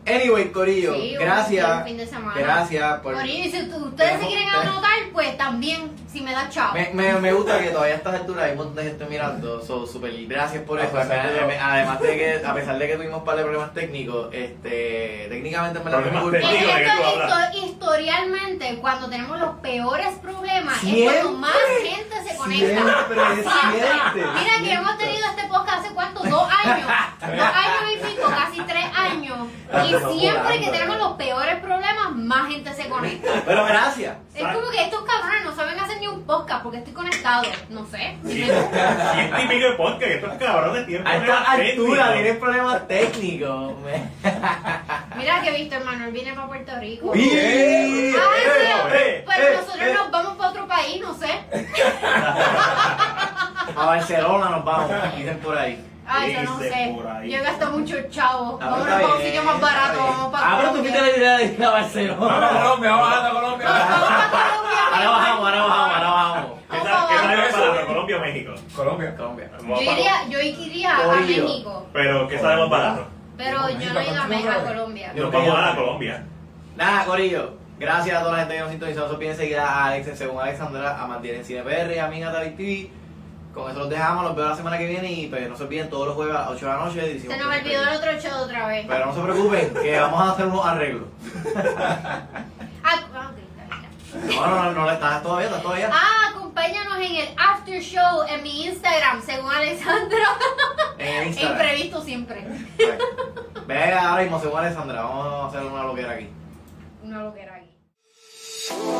Speaker 1: Anyway, Corillo,
Speaker 6: Sí, un- un
Speaker 1: gracias.
Speaker 6: fin de semana.
Speaker 1: Gracias por.
Speaker 6: Corillo, y si tú- ustedes se
Speaker 1: Tenemos-
Speaker 6: quieren
Speaker 1: tenemos-
Speaker 6: anotar, pues también, si me da chavo.
Speaker 1: Me, me, me gusta que todavía a estas alturas hay un montón de gente mirando, so, super gracias por
Speaker 5: A
Speaker 1: eso.
Speaker 5: pesar de
Speaker 1: Además, además de que, a pesar de que tuvimos un par de problemas técnicos, este, técnicamente me la
Speaker 2: Problemas
Speaker 1: culpa.
Speaker 6: Es que
Speaker 2: técnicos. Digo, ¿de qué tú
Speaker 6: esto,
Speaker 2: hablas?
Speaker 6: histo- historialmente, cuando tenemos los peores problemas, es cuando
Speaker 1: Siempre.
Speaker 6: más gente se
Speaker 1: Siempre,
Speaker 6: conecta.
Speaker 1: siempre.
Speaker 6: Mira que hemos tenido este podcast hace cuánto, dos
Speaker 2: <laughs>
Speaker 6: años, dos años y pico, casi tres años. Y siempre que tenemos los peores problemas, más gente se conecta.
Speaker 1: Pero gracias.
Speaker 6: Es como que estos cabrones no saben hacer ni un podcast porque estoy conectado. No sé.
Speaker 2: Sí, sí es típico de podcast, estos cabrones tienen
Speaker 1: Ah. A esta
Speaker 2: problemas
Speaker 1: altura
Speaker 2: técnicos.
Speaker 1: tienes problemas técnicos. me-
Speaker 6: Mira que Víctor Manuel viene para Puerto Rico.
Speaker 1: Sí.
Speaker 6: Ay,
Speaker 1: Eh,
Speaker 6: pero-
Speaker 2: eh,
Speaker 6: pero
Speaker 1: eh,
Speaker 6: nosotros
Speaker 1: eh.
Speaker 6: nos vamos para otro país, no sé.
Speaker 1: A Barcelona nos vamos, dicen por ahí.
Speaker 6: Ay, eso no
Speaker 2: Dice
Speaker 6: sé.
Speaker 2: por ahí.
Speaker 6: Yo he gastado mucho chavo.
Speaker 1: Ah,
Speaker 6: Vamos
Speaker 1: pero
Speaker 6: para
Speaker 1: está
Speaker 6: un sitio
Speaker 1: bien,
Speaker 6: más barato,
Speaker 1: está bien.
Speaker 6: vamos para
Speaker 1: Ah, pero tú
Speaker 6: Colombia.
Speaker 1: quitas la idea de ir a
Speaker 5: Vamos a
Speaker 1: Barcelona.
Speaker 5: Colombia, vamos a Colombia.
Speaker 6: Vamos
Speaker 1: <laughs>
Speaker 6: para Colombia.
Speaker 1: Ahora bajamos, ahora bajamos, ahora bajamos.
Speaker 2: ¿Qué
Speaker 6: Vamos
Speaker 2: tal- qué
Speaker 6: para
Speaker 2: tal
Speaker 5: abajo.
Speaker 2: para Colombia o México?
Speaker 5: Colombia.
Speaker 1: Colombia.
Speaker 2: Vamos
Speaker 6: Yo
Speaker 2: para-
Speaker 6: iría, yo iría a
Speaker 1: Corillo.
Speaker 6: México,
Speaker 2: Pero, ¿qué sale más barato?
Speaker 6: pero yo no he ido a, México, a Colombia.
Speaker 1: Yo
Speaker 2: Nos
Speaker 1: creo-
Speaker 2: vamos a la Colombia.
Speaker 1: Nada, Corillo. Gracias a toda la gente que nos sintonizó. No se olviden seguir a Alex en Según Alexandra, a Mantier en CinePR, a mí en David TV. Con eso los dejamos, los veo la semana que viene y pues, no se olviden todos los jueves a las 8 de la noche. decimos
Speaker 6: Se nos
Speaker 1: cosas
Speaker 6: olvidó el
Speaker 1: increíbles.
Speaker 6: otro show otra vez.
Speaker 1: Pero no se preocupen, que vamos a hacer unos arreglos.
Speaker 6: Ah, ah, ok, está bien.
Speaker 1: No, no, no, no, no, estás todavía, estás todavía.
Speaker 6: Ah, acompáñanos en el after show en mi Instagram, según Alessandra.
Speaker 1: En Instagram.
Speaker 6: Imprevisto siempre.
Speaker 1: Bueno, Ve ahora mismo, según Alexandra, vamos a hacer una loquera aquí.
Speaker 6: Una loquera aquí.
Speaker 8: Ooh,